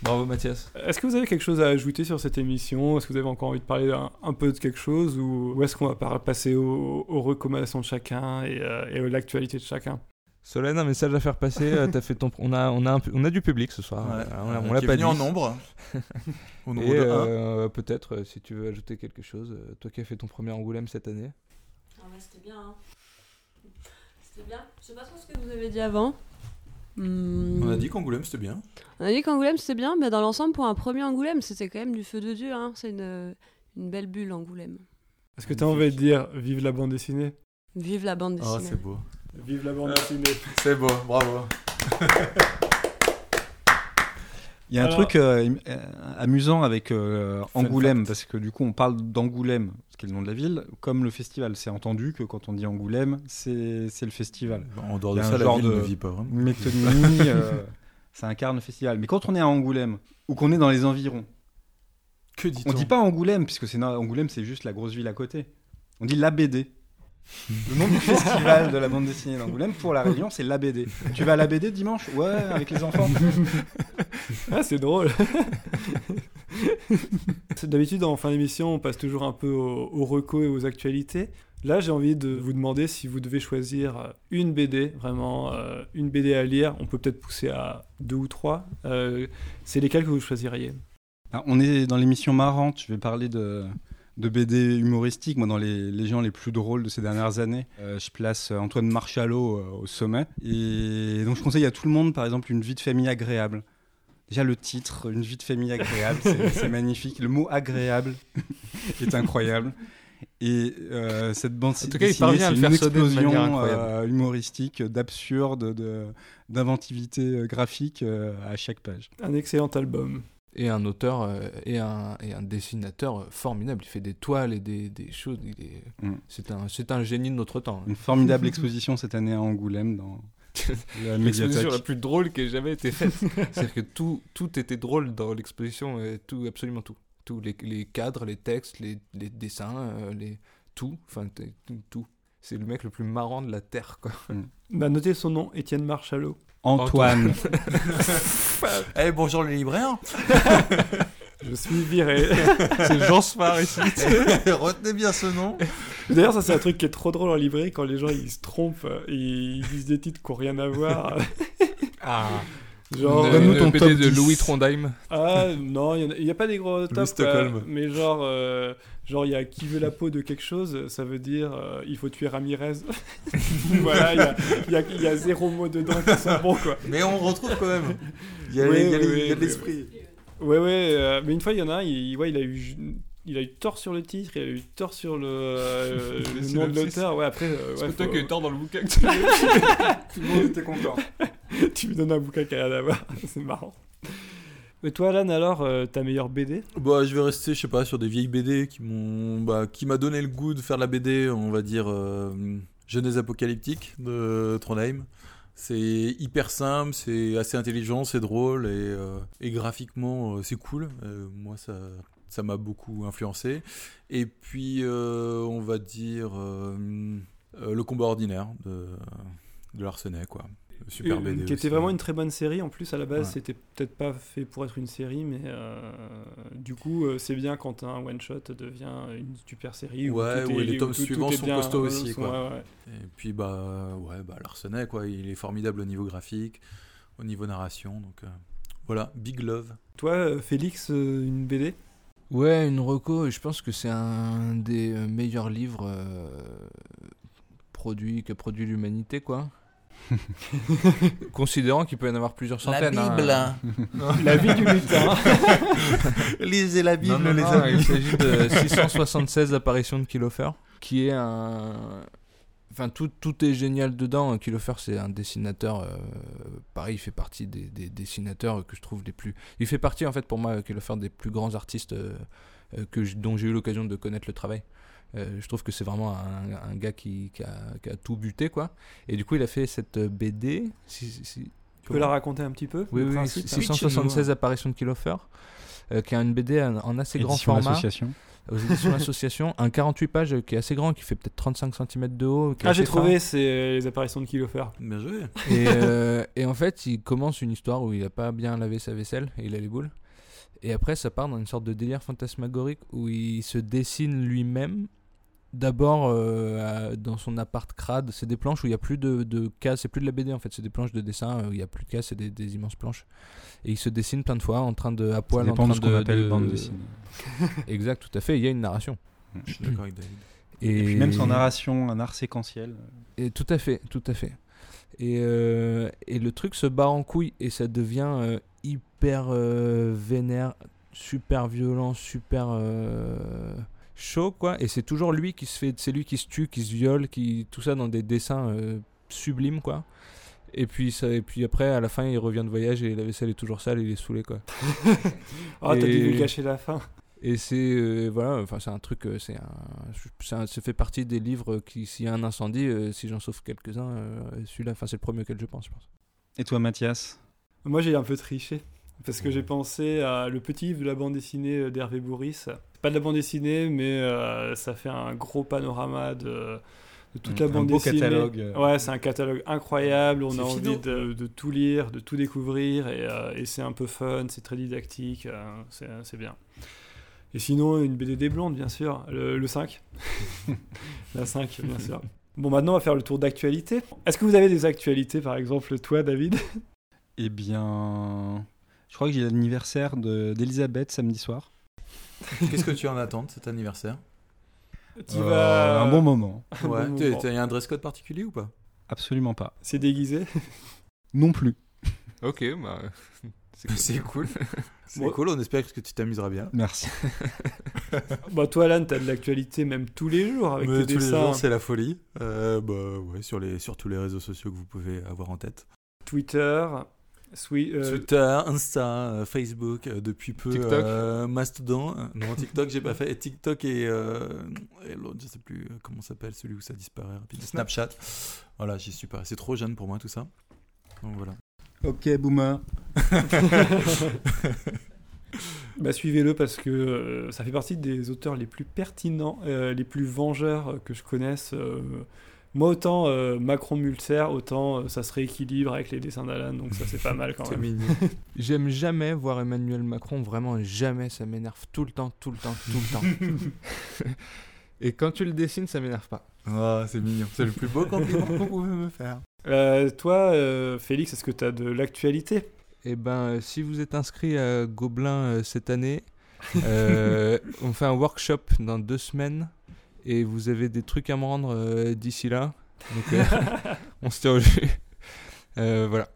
Speaker 2: Bravo, Mathias.
Speaker 1: Est-ce que vous avez quelque chose à ajouter sur cette émission Est-ce que vous avez encore envie de parler un, un peu de quelque chose Ou, ou est-ce qu'on va par- passer au- aux recommandations de chacun et, euh, et à l'actualité de chacun
Speaker 2: Solène, un message à faire passer. euh, t'as fait ton... on, a, on, a un pu- on a du public ce soir.
Speaker 6: Ouais.
Speaker 2: Euh, on a- on l'a pas dit.
Speaker 6: en nombre. Au nombre
Speaker 2: Et
Speaker 6: de un.
Speaker 2: euh, peut-être, euh, si tu veux ajouter quelque chose, euh, toi qui as fait ton premier Angoulême cette année.
Speaker 7: Ah ouais, c'était bien. hein. C'était bien. Je sais pas trop ce que vous avez dit avant. Hmm.
Speaker 6: On a dit qu'Angoulême, c'était bien.
Speaker 7: On a dit qu'Angoulême c'était bien, mais dans l'ensemble, pour un premier Angoulême, c'était quand même du feu de Dieu. Hein. C'est une, une belle bulle, Angoulême.
Speaker 1: Est-ce que tu as envie de dire vive la bande dessinée
Speaker 7: Vive la bande
Speaker 6: Ah,
Speaker 7: dessinée.
Speaker 6: c'est beau.
Speaker 1: Vive la bande
Speaker 6: Euh,
Speaker 1: dessinée.
Speaker 6: C'est beau, bravo.
Speaker 3: Il y a un
Speaker 1: Alors-
Speaker 3: truc euh, im- euh, amusant avec euh, Angoulême, parce que du coup on parle d'Angoulême, ce qui est le nom de la ville, comme le festival. C'est entendu que quand on dit Angoulême, c'est c'est le festival.
Speaker 6: En dehors
Speaker 3: Il y
Speaker 6: de
Speaker 3: a un
Speaker 6: ça, la
Speaker 3: genre
Speaker 6: ville
Speaker 3: de-
Speaker 6: ne vit pas vraiment.
Speaker 3: Métonymie, euh, ça incarne le festival. Mais quand on est à Angoulême, ou qu'on est dans les environs,
Speaker 6: Que dit-on
Speaker 3: on dit pas Angoulême, puisque c'est na- Angoulême c'est juste la grosse ville à côté. On dit l'ABD. Le nom du festival de la bande dessinée d'Angoulême pour la Réunion, c'est l'ABD. Tu vas à l'ABD dimanche Ouais, avec les enfants.
Speaker 1: Ah, c'est drôle. C'est- D'habitude, en fin d'émission, on passe toujours un peu aux, aux recos et aux actualités. Là, j'ai envie de vous demander si vous devez choisir euh, une BD, vraiment euh, une BD à lire. On peut peut-être pousser à deux ou trois. Euh, c'est lesquelles que vous choisiriez
Speaker 3: Ah, on est dans l'émission marrante, je vais parler de, de BD humoristique, moi dans les, les gens les plus drôles de ces dernières années. Euh, je place euh, Antoine Marchalot euh, au sommet. Et donc je conseille à tout le monde par exemple Une vie de famille agréable. Déjà le titre, Une vie de famille agréable, c'est c'est magnifique. Le mot agréable est incroyable. Et euh, cette bande
Speaker 2: tout cas, il
Speaker 3: dessinée,
Speaker 2: parvient à
Speaker 3: c'est
Speaker 2: le
Speaker 3: une
Speaker 2: faire sonner de
Speaker 3: explosion
Speaker 2: manière incroyable.
Speaker 3: euh, humoristique, d'absurde, de- d'inventivité euh, graphique euh, à chaque page.
Speaker 1: Un excellent album.
Speaker 2: Et un auteur euh, et, un, et un dessinateur euh, formidable. Il fait des toiles et des, des choses. Il est...
Speaker 3: Mm.
Speaker 2: c'est, un, c'est un génie de notre temps. hein.
Speaker 3: Une formidable exposition cette année à Angoulême dans la
Speaker 2: L'exposition la
Speaker 3: médiathèque.
Speaker 2: plus drôle qui ait jamais été faite. C'est-à-dire que tout, tout était drôle dans l'exposition, euh, tout, absolument tout. Tous les, les cadres, les textes, les, les dessins, euh, les, tout. Enfin, t- tout. tout. C'est le mec le plus marrant de la Terre, quoi.
Speaker 1: Bah, notez son nom, Étienne Marchalot.
Speaker 3: Antoine.
Speaker 6: Eh, bonjour les libraires.
Speaker 1: Je suis viré.
Speaker 2: C'est Jean Sfar ici.
Speaker 6: Retenez bien ce nom.
Speaker 1: D'ailleurs, ça, c'est un truc qui est trop drôle en librairie quand les gens ils se trompent euh, et ils disent des titres qui n'ont rien à voir.
Speaker 2: Ah,
Speaker 1: Genre,
Speaker 3: Une- Donne-nous une- ton
Speaker 2: BD
Speaker 3: top
Speaker 2: de
Speaker 3: 10.
Speaker 2: Louis Trondheim.
Speaker 1: Ah non, il n'y a, pas des gros tops. quoi.
Speaker 6: Stockholm.
Speaker 1: mais genre, euh, genre il y a qui veut la peau de quelque chose, ça veut dire euh, il faut tuer Ramirez. voilà, il y a- il y, a- il y a zéro mot dedans qui sont bons quoi.
Speaker 6: Mais on retrouve quand même. Il y a,
Speaker 1: Oui,
Speaker 6: il y a
Speaker 1: oui,
Speaker 6: les- il y a
Speaker 1: oui,
Speaker 6: de l'esprit.
Speaker 1: Ouais ouais, euh, mais une fois il y en a un, il, ouais, il a eu ju- il a eu tort sur le titre, il a eu tort sur le, euh, le
Speaker 2: Le
Speaker 1: nom de
Speaker 2: synopsis.
Speaker 1: l'auteur. Ouais après, euh, ouais, faut-
Speaker 2: tort dans le bouquin.
Speaker 3: Tout le monde était content.
Speaker 1: tu me donnes un bouquin qui a rien à voir, c'est marrant. Mais toi Alan alors, euh, ta meilleure BD
Speaker 6: Bah, je vais rester, je sais pas, sur des vieilles BD qui m'ont, bah, qui m'a donné le goût de faire de la BD, on va dire euh, jeunesse apocalyptique de Trondheim. C'est hyper simple, c'est assez intelligent, c'est drôle et, euh, et graphiquement euh, c'est cool. Euh, moi ça ça m'a beaucoup influencé. Et puis euh, on va dire euh, euh, le combat ordinaire de, de Larsenet quoi. Super
Speaker 1: Une-
Speaker 6: BD
Speaker 1: euh, qui était
Speaker 6: aussi.
Speaker 1: vraiment une très bonne série. En plus, à la base,
Speaker 6: Ouais.
Speaker 1: c'était peut-être pas fait pour être une série, mais euh, du coup, euh, c'est bien quand un one shot devient une super série. où
Speaker 6: Ouais,
Speaker 1: tout
Speaker 6: où
Speaker 1: est-
Speaker 6: les tomes
Speaker 1: tout- tout
Speaker 6: suivants
Speaker 1: est
Speaker 6: sont
Speaker 1: bien,
Speaker 6: costauds
Speaker 1: euh,
Speaker 6: aussi,
Speaker 1: sont-
Speaker 6: quoi.
Speaker 1: ouais, ouais.
Speaker 6: Et puis bah ouais bah Larsenet quoi, il est formidable au niveau graphique, au niveau narration donc euh, voilà big love.
Speaker 1: Toi, euh, Félix, euh, une BD
Speaker 2: Ouais, une reco, et je pense que c'est un des euh, meilleurs livres euh, produits que produit l'humanité, quoi. Considérant qu'il peut y en avoir plusieurs centaines. hein.
Speaker 1: La vie du lutin.
Speaker 8: Lisez la
Speaker 2: Non, non, non, il s'agit de 676 apparitions de Kilofer, qui est un. Enfin, tout, tout est génial dedans. Kilofer, c'est un dessinateur. euh, pareil, il fait partie des, des dessinateurs que je trouve les plus. Il fait partie, en fait, pour moi, Kilofer, des plus grands artistes euh, euh, que j- dont j'ai eu l'occasion de connaître le travail. Euh, je trouve que c'est vraiment un, un gars qui, qui a, qui a tout buté, quoi. Et du coup, il a fait cette euh, BD. si- si- si-
Speaker 1: tu peux la raconter un petit peu
Speaker 2: oui,
Speaker 1: le
Speaker 2: oui,
Speaker 1: principe
Speaker 2: 676 apparitions de Kilofer, euh, qui a une BD en, en assez grand
Speaker 3: Édition
Speaker 2: format,
Speaker 3: association.
Speaker 2: aux éditions Association, un 48 pages euh, qui est assez grand, qui fait peut-être 35 cm de haut. qui est
Speaker 1: Ah, j'ai
Speaker 2: assez
Speaker 1: trouvé, c'est euh, les apparitions de Kilofer.
Speaker 6: Bien joué.
Speaker 2: fin. Et, euh, et en fait, il commence une histoire où il a pas bien lavé sa vaisselle et il a les boules. Et après, ça part dans une sorte de délire fantasmagorique où il se dessine lui-même. D'abord euh, à- dans son appart crade, c'est des planches où il n'y a plus de, de cases, c'est plus de la BD en fait, c'est des planches de dessin euh, où il n'y a plus de cases, c'est des, des immenses planches. Et il se dessine plein de fois en train de à
Speaker 3: Ça
Speaker 2: poil, en
Speaker 3: dépend
Speaker 2: train
Speaker 3: de ce qu'on appelle
Speaker 2: de-
Speaker 3: bande dessinée.
Speaker 2: Exact, tout à fait. Il y a une narration.
Speaker 6: Je suis d'accord avec David.
Speaker 3: Et, puis même son narration, un art séquentiel.
Speaker 2: Et tout à fait, tout à fait. Et, euh, et le truc se bat en couille et ça devient euh, hyper euh, vénère, super violent, super euh, chaud quoi. Et c'est toujours lui qui se fait, c'est lui qui se tue, qui se viole, qui tout ça dans des dessins euh, sublimes quoi. Et puis ça, et puis après à la fin il revient de voyage et la vaisselle est toujours sale, il est saoulé quoi.
Speaker 1: Ah, t'as
Speaker 2: Et-
Speaker 1: dû lui cacher la fin.
Speaker 2: Et c'est euh, voilà, enfin c'est un truc, euh, c'est un, c'est un- ça fait partie des livres qui, s'il y a un incendie, euh, si j'en sauve quelques-uns, euh, celui-là, enfin c'est le premier auquel je pense, je pense.
Speaker 3: Et toi, Mathias
Speaker 1: Moi, j'ai un peu triché. Parce que j'ai pensé à le petit livre de la bande dessinée euh, d'Hervé Bourris. Pas de la bande dessinée, mais euh, ça fait un gros panorama de, de toute la
Speaker 3: Un
Speaker 1: bande
Speaker 3: beau
Speaker 1: dessinée.
Speaker 3: catalogue. euh.
Speaker 1: Ouais, c'est un catalogue incroyable. On
Speaker 6: C'est
Speaker 1: a
Speaker 6: finot.
Speaker 1: envie de, de tout lire, de tout découvrir. Et, euh, et c'est un peu fun, c'est très didactique. euh, c'est c'est bien. Et sinon, une BD des blondes, bien sûr. Le, le 5. la 5, bien sûr. Bon, maintenant, on va faire le tour d'actualité. Est-ce que vous avez des actualités, par exemple, toi, David
Speaker 3: Eh bien, je crois que j'ai l'anniversaire de- d'Elisabeth samedi soir.
Speaker 6: Qu'est-ce que tu en attends de cet anniversaire
Speaker 1: Tu
Speaker 3: Euh,
Speaker 1: vas-
Speaker 3: Un bon moment.
Speaker 6: Ouais.
Speaker 1: bon
Speaker 6: t'es-
Speaker 1: moment.
Speaker 6: t'es- y a un dress code particulier ou pas
Speaker 3: Absolument pas.
Speaker 1: C'est déguisé.
Speaker 3: Non plus.
Speaker 2: Ok, bah
Speaker 6: C'est cool. C'est
Speaker 1: Moi-
Speaker 6: cool. On espère que tu t'amuseras bien.
Speaker 3: Merci.
Speaker 1: Bah toi Alan, t'as de l'actualité même tous les jours avec
Speaker 6: Mais
Speaker 1: tes
Speaker 6: tous les
Speaker 1: dessins. hein.
Speaker 6: jours, c'est la folie. Euh, bah ouais, sur les sur tous les réseaux sociaux que vous pouvez avoir en tête.
Speaker 1: Twitter, swi- euh,
Speaker 6: Twitter, Insta, euh, Facebook, euh, depuis peu
Speaker 2: TikTok.
Speaker 6: euh, Mastodon. Euh, Non, TikTok, j'ai pas fait. Et TikTok et, euh, et l'autre, je sais plus euh, comment ça s'appelle, celui où ça disparaît rapidement. Snapchat. Voilà, j'y suis pas. C'est trop jeune pour moi tout ça. Donc voilà.
Speaker 3: Ok, Boomer.
Speaker 1: bah, suivez-le parce que euh, ça fait partie des auteurs les plus pertinents, euh, les plus vengeurs euh, que je connaisse. euh. moi autant euh, Macron Mulser, autant euh, ça se rééquilibre avec les dessins d'Alan, donc ça c'est pas mal quand
Speaker 6: C'est
Speaker 1: même.
Speaker 6: mignon.
Speaker 2: J'aime jamais voir Emmanuel Macron, vraiment jamais, ça m'énerve tout le temps, tout le temps, tout le temps. et quand tu le dessines, ça m'énerve pas.
Speaker 6: Ah, c'est mignon. C'est le plus beau compliment qu'on pouvait me faire.
Speaker 1: Euh, toi euh, Félix, est-ce que t'as de l'actualité
Speaker 2: Eh ben, euh, si vous êtes inscrit à Gobelin euh, cette année, euh, on fait un workshop dans deux semaines et vous avez des trucs à me rendre euh, d'ici là. Donc, euh, on se tient au jus. Euh, voilà.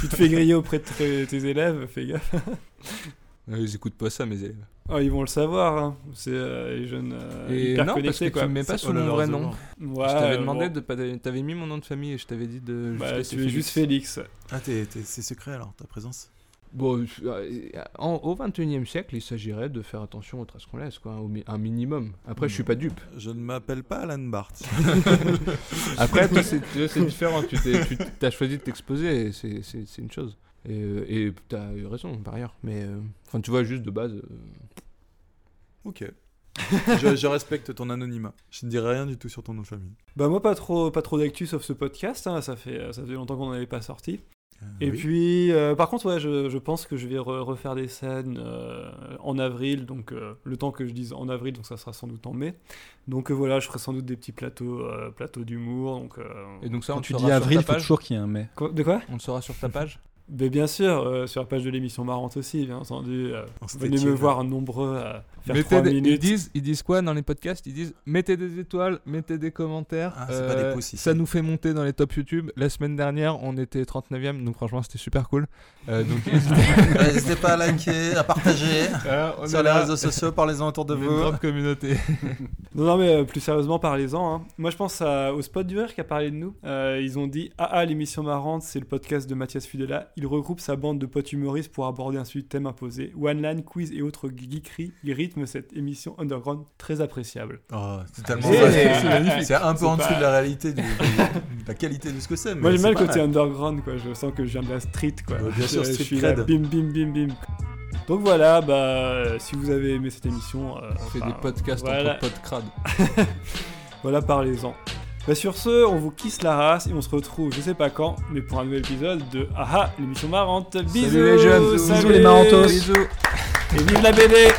Speaker 1: Tu te fais griller auprès de tes- tes élèves, fais gaffe.
Speaker 2: Euh, ils écoutent pas ça, mes élèves.
Speaker 1: Ah, ils vont le savoir, hein. c'est euh, les jeunes euh,
Speaker 2: et
Speaker 1: hyper
Speaker 2: non, parce que
Speaker 1: connectés, quoi.
Speaker 2: tu me mets pas sous mon vrai nom.
Speaker 1: Ouais,
Speaker 2: je t'avais
Speaker 1: euh,
Speaker 2: demandé
Speaker 1: bon.
Speaker 2: de pas. T'avais mis mon nom de famille et je t'avais dit de.
Speaker 1: Bah,
Speaker 2: laisser
Speaker 1: tu es juste Félix.
Speaker 6: Ah, t'es- t'es- c'est secret alors, ta présence
Speaker 2: Bon, euh, en- au 21e siècle, il s'agirait de faire attention aux traces qu'on laisse, quoi, au mi- un minimum. Après, je suis pas dupe.
Speaker 6: Je ne m'appelle pas Alan Barth.
Speaker 2: Après, toi, c'est tu vois, c'est différent. Tu t'es- tu as choisi de t'exposer, et c'est- c'est c'est une chose. Et, euh, Et tu as eu raison, par ailleurs. Mais, euh, enfin, tu vois, juste de base. euh,
Speaker 6: ok. je, je respecte ton anonymat. Je ne dirai rien du tout sur ton nom de famille.
Speaker 1: Bah moi pas trop, pas trop d'actu sauf ce podcast, hein, ça, fait, ça faisait longtemps qu'on n'avait pas sorti.
Speaker 6: Euh,
Speaker 1: Et
Speaker 6: oui.
Speaker 1: puis, euh, par contre, ouais, je, je pense que je vais re- refaire des scènes euh, en avril, donc euh, le temps que je dise en avril, donc ça sera sans doute en mai. Donc euh, voilà, je ferai sans doute des petits plateaux, euh, plateaux d'humour. Donc, euh,
Speaker 2: Et donc, ça, on
Speaker 3: Quand
Speaker 2: le
Speaker 3: tu
Speaker 2: saura
Speaker 3: dis
Speaker 2: sur
Speaker 3: avril,
Speaker 2: ta
Speaker 3: il faut
Speaker 2: page.
Speaker 3: toujours qu'il y ait un mai.
Speaker 1: Quoi- de quoi
Speaker 2: On le saura sur ta page
Speaker 1: Mais bien sûr, euh, sur la page de l'émission marrante aussi, bien entendu. euh,
Speaker 6: On s'était
Speaker 1: venez
Speaker 6: dit,
Speaker 1: me
Speaker 6: euh,
Speaker 1: voir nombreux à faire
Speaker 2: Mettez
Speaker 1: 3
Speaker 2: des- Ils
Speaker 1: minutes.
Speaker 2: disent, ils disent quoi dans les podcasts Ils disent mettez des étoiles, mettez des commentaires. Euh,
Speaker 6: Ah, c'est pas des pouces ici.
Speaker 2: ça nous fait monter dans les tops YouTube. La semaine dernière, on était 39e, donc franchement, c'était super cool. Euh, donc, n'hésitez
Speaker 6: Ouais, N'hésitez pas à liker, à partager
Speaker 2: pas, euh, on est
Speaker 6: sur les
Speaker 2: là.
Speaker 6: réseaux sociaux, parlez-en autour de
Speaker 2: On est une
Speaker 6: vous.
Speaker 2: grande communauté.
Speaker 1: Non, non, mais euh, plus sérieusement, parlez-en. hein. Moi, je pense à- au spot du rire qui a parlé de nous. Euh, ils ont dit Ah, ah, l'émission marrante, c'est le podcast de Mathias Fudela. Il regroupe sa bande de potes humoristes pour aborder un sujet de thème imposé. One line, quiz et autres geekeries. Ils rythment cette émission underground très appréciable.
Speaker 6: Oh, c'est tellement
Speaker 1: C'est-
Speaker 6: vrai.
Speaker 1: Ah, c'est- c'est
Speaker 6: C'est un peu en dessous
Speaker 1: pas-
Speaker 6: de la réalité, du- de la qualité de ce que c'est. mais
Speaker 1: Moi, j'aime
Speaker 6: c'est
Speaker 1: bien le
Speaker 6: pas
Speaker 1: côté
Speaker 6: mal.
Speaker 1: underground, quoi. Je sens que je viens de la street, quoi.
Speaker 6: Bah, bien sûr,
Speaker 1: je, je
Speaker 6: street
Speaker 1: suis là,
Speaker 6: cred.
Speaker 1: bim, bim, bim, bim. Donc voilà, bah, euh, si vous avez aimé cette émission, euh,
Speaker 2: On fait
Speaker 1: enfin,
Speaker 2: des podcasts
Speaker 1: voilà.
Speaker 2: entre potes crades.
Speaker 1: Voilà, parlez-en. Bah sur ce, on vous kiss la race et on se retrouve je sais pas quand, mais pour un nouvel épisode de Aha, l'émission marrante. Bisous
Speaker 2: les jeunes. Bisous
Speaker 1: salut.
Speaker 3: les marantos.
Speaker 2: Bisous.
Speaker 1: Et vive la BD